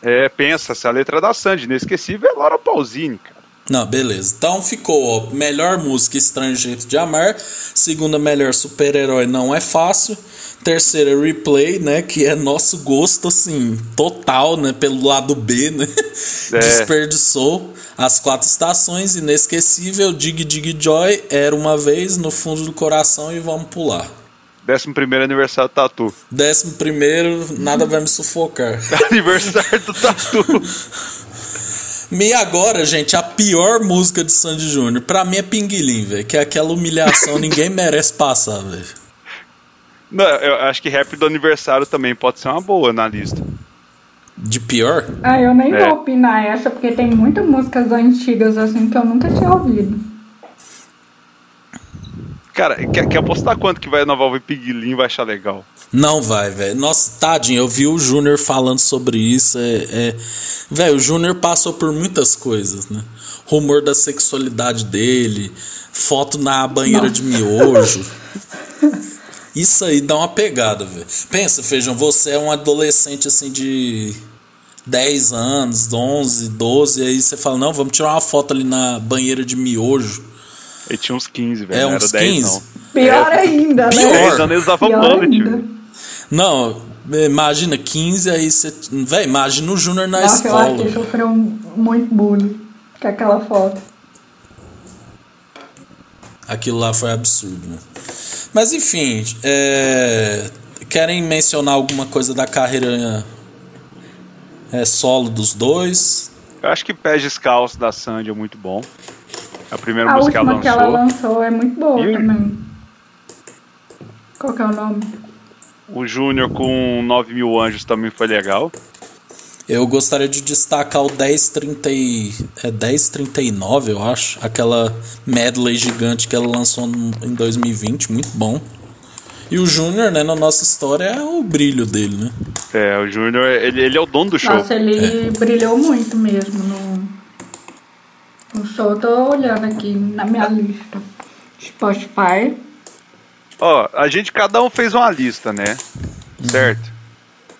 Speaker 1: É, pensa, se a letra da Sandy, inesquecível, é Laura Pausini, cara.
Speaker 3: Não, beleza. Então ficou, ó, melhor música Estranho Jeito de Amar, segunda melhor super-herói Não É Fácil, terceira Replay, né, que é nosso gosto assim, total, né, pelo lado B, né?
Speaker 1: É.
Speaker 3: Desperdiçou As Quatro Estações, Inesquecível, Dig Dig Joy, Era Uma Vez, No Fundo do Coração e Vamos Pular.
Speaker 1: Décimo primeiro aniversário do Tatu.
Speaker 3: Décimo primeiro, Nada Vai Me Sufocar.
Speaker 1: aniversário do Tatu.
Speaker 3: E agora, gente, a pior música de Sandy Júnior, pra mim é Pinguilim, velho, que é aquela humilhação ninguém merece passar, velho.
Speaker 1: Não, eu acho que rap do aniversário também pode ser uma boa na lista.
Speaker 3: De pior?
Speaker 2: Ah, eu nem
Speaker 1: É.
Speaker 2: vou opinar essa, porque tem muitas músicas antigas, assim, que eu nunca tinha ouvido.
Speaker 1: Cara, quer, quer apostar quanto que vai Nova Alva e Piguilim vai achar legal?
Speaker 3: Não vai, velho. Nossa, tadinho, eu vi o Júnior falando sobre isso. É, é... Velho, o Júnior passou por muitas coisas, né? Rumor da sexualidade dele, foto na banheira de miojo. Isso aí dá uma pegada, velho. Pensa, Feijão, você é um adolescente assim de 10 anos, 11, 12, aí você fala: não, vamos tirar uma foto ali na banheira de miojo.
Speaker 1: Ele tinha uns É 15, velho.
Speaker 3: É
Speaker 1: não
Speaker 3: uns
Speaker 1: era 10,
Speaker 3: 15.
Speaker 1: não.
Speaker 2: Pior ainda, né?
Speaker 1: Eles não usavam bullet,
Speaker 2: ainda.
Speaker 1: velho.
Speaker 3: Não, imagina 15, aí você. Véi, imagina o Júnior na
Speaker 2: Nossa, eu acho
Speaker 3: escola.
Speaker 2: que sofreu um, muito bullying com aquela foto.
Speaker 3: Aquilo lá foi absurdo. né? Mas enfim, é, querem mencionar alguma coisa da carreira é, solo dos dois?
Speaker 1: Eu acho que Pés Descalços da Sandy é muito bom. É A primeira
Speaker 2: A
Speaker 1: música que ela
Speaker 2: última que ela
Speaker 1: lançou.
Speaker 2: lançou é muito boa
Speaker 1: E-
Speaker 2: também. Qual que é o nome?
Speaker 1: O Júnior com 9 mil anjos também foi legal.
Speaker 3: Eu gostaria de destacar o 1030 e, é 1039, eu acho, aquela medley gigante que ela lançou no- em 2020, muito bom. E o Júnior, né, na nossa história é o brilho dele, né?
Speaker 1: É, o Júnior, ele, ele é o dono do show. É.
Speaker 2: Nossa, ele brilhou muito mesmo no, no show. Eu Tô olhando aqui na minha lista. Spotify.
Speaker 1: Ó, a gente cada um fez uma lista, né? Certo?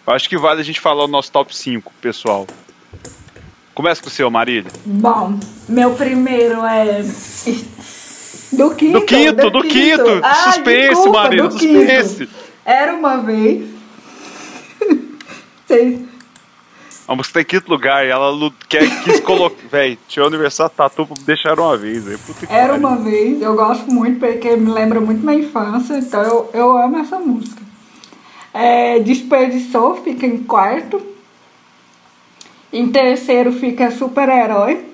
Speaker 1: Eu Acho que vale a gente falar o nosso top 5, pessoal. Começa com o seu, Marília.
Speaker 2: Bom, meu primeiro é. Do quinto.
Speaker 1: Do quinto, do quinto!
Speaker 2: Ah,
Speaker 1: suspense,
Speaker 2: desculpa,
Speaker 1: Marília,
Speaker 2: do quinto.
Speaker 1: suspense!
Speaker 2: Era uma vez. Vocês
Speaker 1: A música tá em quinto lugar e ela lu- quer, quis colocar. Véi, tinha o aniversário do Tatu pra me deixar uma vez, velho. Puta que
Speaker 2: Era
Speaker 1: pariu.
Speaker 2: uma vez, eu gosto muito porque me lembra muito minha infância, então eu, eu amo essa música. É, Desperdiçou fica em quarto. Em terceiro fica Super-Herói.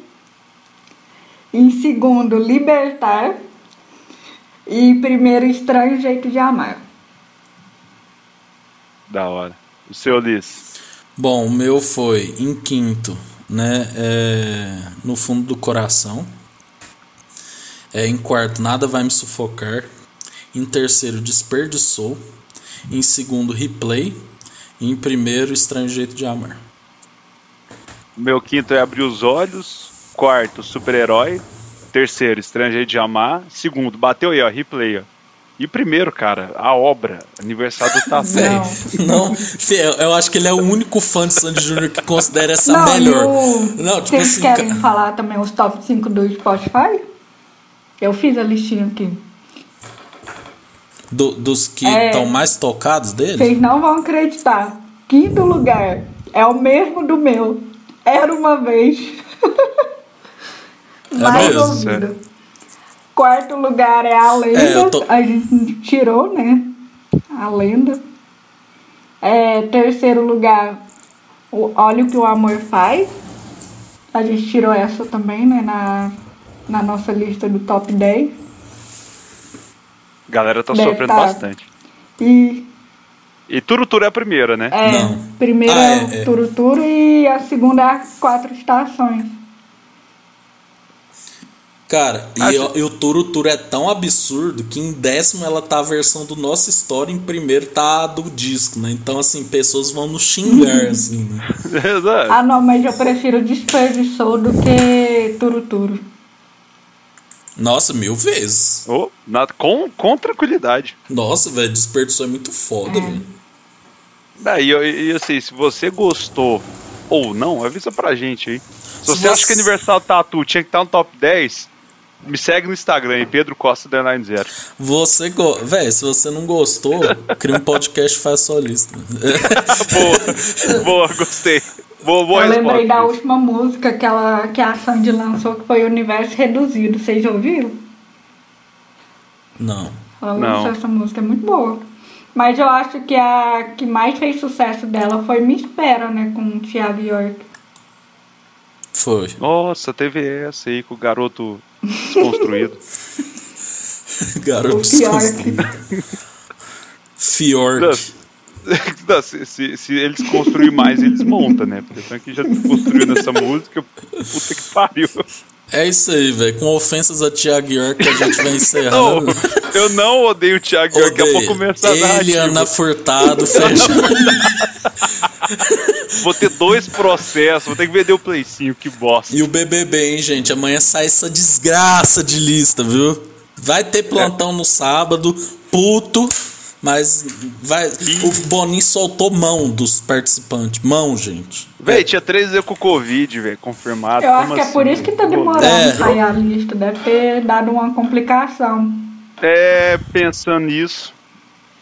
Speaker 2: Em segundo, Libertar. E em primeiro, Estranho Jeito de Amar.
Speaker 1: Da hora. O seu Liz.
Speaker 3: Bom, o meu foi em quinto, né? É, no fundo do coração. É, em quarto, nada vai me sufocar. Em terceiro, desperdiçou. Em segundo, replay. E em primeiro, estranho jeito de amar.
Speaker 1: O meu quinto é abrir os olhos. Quarto, super-herói. Terceiro, estrangeiro de amar. Segundo, bateu aí, ó, replay, ó. E primeiro, cara, a obra, aniversário do Tatu.
Speaker 3: Véi, não. Fê, eu- eu acho que ele é o único fã de Sandy Júnior que considera essa
Speaker 2: Não, e
Speaker 3: melhor.
Speaker 2: o-
Speaker 3: Não, tipo
Speaker 2: Vocês
Speaker 3: assim,
Speaker 2: querem
Speaker 3: ca-
Speaker 2: falar também os top 5 do Spotify? Eu fiz a listinha aqui.
Speaker 3: do- dos que
Speaker 2: É.
Speaker 3: estão mais tocados dele?
Speaker 2: Vocês não vão acreditar. Quinto lugar é o mesmo do meu. Era uma vez. Mais
Speaker 3: mesmo,
Speaker 1: sério?
Speaker 2: ouvido. Quarto lugar é a lenda.
Speaker 3: É, eu tô-
Speaker 2: A gente tirou, né? A lenda. É, terceiro lugar, o Olha o que o amor faz. A gente tirou essa também, né? Na, na nossa lista do top 10.
Speaker 1: A galera tá
Speaker 2: Deve
Speaker 1: sofrendo
Speaker 2: tá.
Speaker 1: bastante.
Speaker 2: E
Speaker 1: E Turuturu é a primeira, né?
Speaker 2: É,
Speaker 3: Não.
Speaker 2: primeira
Speaker 3: Ah,
Speaker 2: é,
Speaker 3: é, é.
Speaker 2: o Turo Turo e a segunda é as quatro estações.
Speaker 3: Cara, e,
Speaker 1: Acho-
Speaker 3: o- e o Turo Turo é tão absurdo que em décimo ela tá a versão do Nossa História, em primeiro tá a do disco, né? Então, assim, pessoas vão nos xingar, assim, né?
Speaker 1: Exato.
Speaker 2: Ah não, mas eu prefiro desperdiçou do que Turo Turo.
Speaker 3: Nossa, mil vezes.
Speaker 1: Ô, na- com, com tranquilidade.
Speaker 3: Nossa, velho, desperdiçou é muito foda, velho.
Speaker 1: Daí, eu- e assim, se você gostou ou não, avisa pra gente aí. Se você
Speaker 3: Se
Speaker 1: acha que
Speaker 3: você-
Speaker 1: Universal Tatu tinha que estar no top 10, me segue no Instagram, em Pedro Costa da Line Zero.
Speaker 3: Você, go... velho, se você não gostou, cria um podcast e faz sua lista.
Speaker 1: boa, boa, gostei. Boa, boa
Speaker 2: eu
Speaker 1: resposta.
Speaker 2: lembrei da última música que, ela, que a Sandy lançou, que foi Universo Reduzido. Vocês já ouviram?
Speaker 3: não.
Speaker 2: Ela
Speaker 1: Não.
Speaker 2: lançou essa música, é muito boa. Mas eu acho que a que mais fez sucesso dela foi Me Espera, né? Com o Thiago York.
Speaker 3: Foi.
Speaker 1: Nossa, teve essa aí com o garoto desconstruído.
Speaker 3: Garoto
Speaker 2: O pior
Speaker 3: desconstruído. Fiork.
Speaker 1: Não, se, se, se eles construírem mais, eles montam, né? Porque tanto que já construiu nessa música, puta que pariu.
Speaker 3: É isso aí, velho. Com ofensas a Tiago York, a gente vai
Speaker 1: Não,
Speaker 3: encerrando.
Speaker 1: eu não odeio o Thiago, York, daqui a pouco começa a
Speaker 3: Ele, é-
Speaker 1: narrativa.
Speaker 3: Ana Furtado, fecha.
Speaker 1: Vou ter dois processos, vou ter que vender o Play 5, que bosta.
Speaker 3: E o BBB, hein, gente? Amanhã sai essa desgraça de lista, viu? Vai ter plantão no sábado, puto, mas vai. O Boninho soltou mão dos participantes. Mão, gente.
Speaker 1: Véi, tinha três eu com Covid, velho, confirmado.
Speaker 2: Eu acho
Speaker 1: Como
Speaker 2: que é por
Speaker 1: assim?
Speaker 2: isso que tá demorando
Speaker 3: É.
Speaker 2: sair a lista. Deve ter dado uma complicação.
Speaker 1: É, pensando nisso,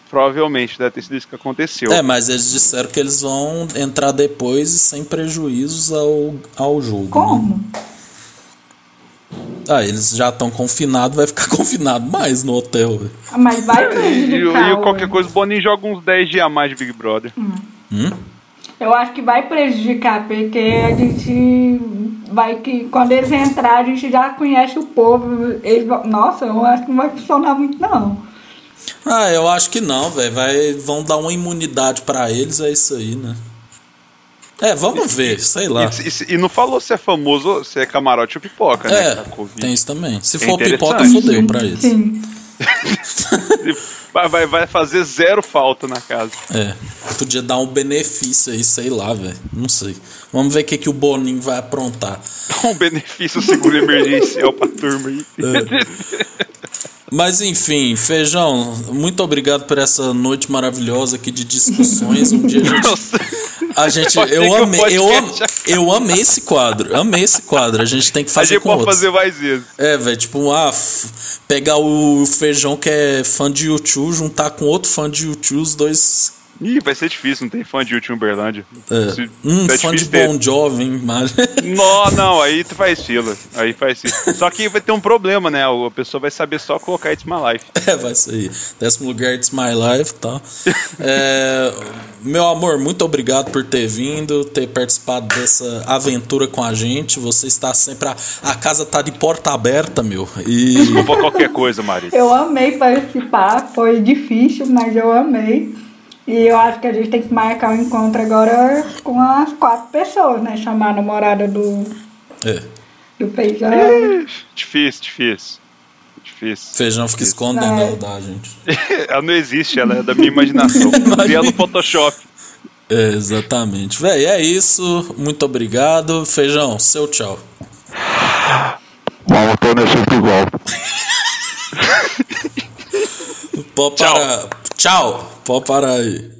Speaker 1: provavelmente deve ter sido isso que aconteceu.
Speaker 3: É, mas eles disseram que eles vão entrar depois e sem prejuízos ao, ao jogo.
Speaker 2: Como?
Speaker 3: Ah, eles já estão confinados, vai ficar confinado mais no hotel. velho.
Speaker 2: Ah, Mas vai
Speaker 1: E, e
Speaker 2: prejudicar. o-
Speaker 1: qualquer coisa, o Boninho joga uns 10 dias a mais de Big Brother.
Speaker 3: Hum?
Speaker 2: Eu acho que vai prejudicar, porque a gente vai que quando eles entrar a gente já conhece o povo. Eles vão... Nossa, eu acho que não vai funcionar muito não.
Speaker 3: Ah, eu acho que não, velho. Vai, vão dar uma imunidade pra eles, é isso aí, né? É, vamos ver, sei lá.
Speaker 1: E, e- e não falou se é famoso, ou se é camarote ou pipoca, né?
Speaker 3: É,
Speaker 1: que tá Covid.
Speaker 3: tem isso também. Se
Speaker 1: É
Speaker 3: for pipoca,
Speaker 1: interessante.
Speaker 3: fodeu pra eles.
Speaker 2: Sim.
Speaker 1: Vai, vai, vai fazer zero falta na casa.
Speaker 3: É, podia dar um benefício aí, sei lá, velho. Não sei. Vamos ver o que, que o Boninho vai aprontar.
Speaker 1: Dá um benefício seguro emergencial pra turma aí.
Speaker 3: É. Mas enfim, Feijão, muito obrigado por essa noite maravilhosa aqui de discussões. Um dia a gente
Speaker 1: Nossa.
Speaker 3: A gente,
Speaker 1: Pode ser que
Speaker 3: eu
Speaker 1: o
Speaker 3: amei, eu, am,
Speaker 1: podcast acabe.
Speaker 3: eu amei esse quadro, amei esse quadro. A gente tem que
Speaker 1: A
Speaker 3: fazer
Speaker 1: gente
Speaker 3: com
Speaker 1: pode
Speaker 3: outro.
Speaker 1: fazer um- mais vezes.
Speaker 3: É, velho, tipo, ah, f- pegar o feijão que é fã de YouTube, juntar com outro fã de YouTube, os dois.
Speaker 1: Ih, vai ser difícil, não tem fã de último Uberlândia.
Speaker 3: é,
Speaker 1: Se-
Speaker 3: um
Speaker 1: tá
Speaker 3: fã de
Speaker 1: difícil ter.
Speaker 3: Bon Jovi, hein, mas.
Speaker 1: Não, não, aí tu faz fila. Aí faz fila. Só que vai ter um problema, né? A pessoa vai saber só colocar It's My Life.
Speaker 3: É, vai sair. Décimo lugar, It's My Life, tá? É, meu amor, muito obrigado por ter vindo, ter participado dessa aventura com a gente. Você está sempre. A, a casa tá de porta aberta, meu. E.
Speaker 1: Não vou qualquer coisa, Mari.
Speaker 2: Eu amei participar, foi difícil, mas eu amei. E eu acho que a gente tem que marcar um encontro agora com as quatro pessoas, né? Chamar a namorada do,
Speaker 3: É.
Speaker 2: do feijão.
Speaker 1: Difícil, difícil. Difícil.
Speaker 3: Feijão fica escondendo
Speaker 2: Vai.
Speaker 3: ela da gente.
Speaker 1: Ela não existe, ela é da minha imaginação. E ela no Photoshop.
Speaker 3: É, exatamente. Véi, é isso. Muito obrigado. Feijão, seu tchau.
Speaker 4: Maratona é sempre igual.
Speaker 3: Pode parar. Tchau. Pode parar aí.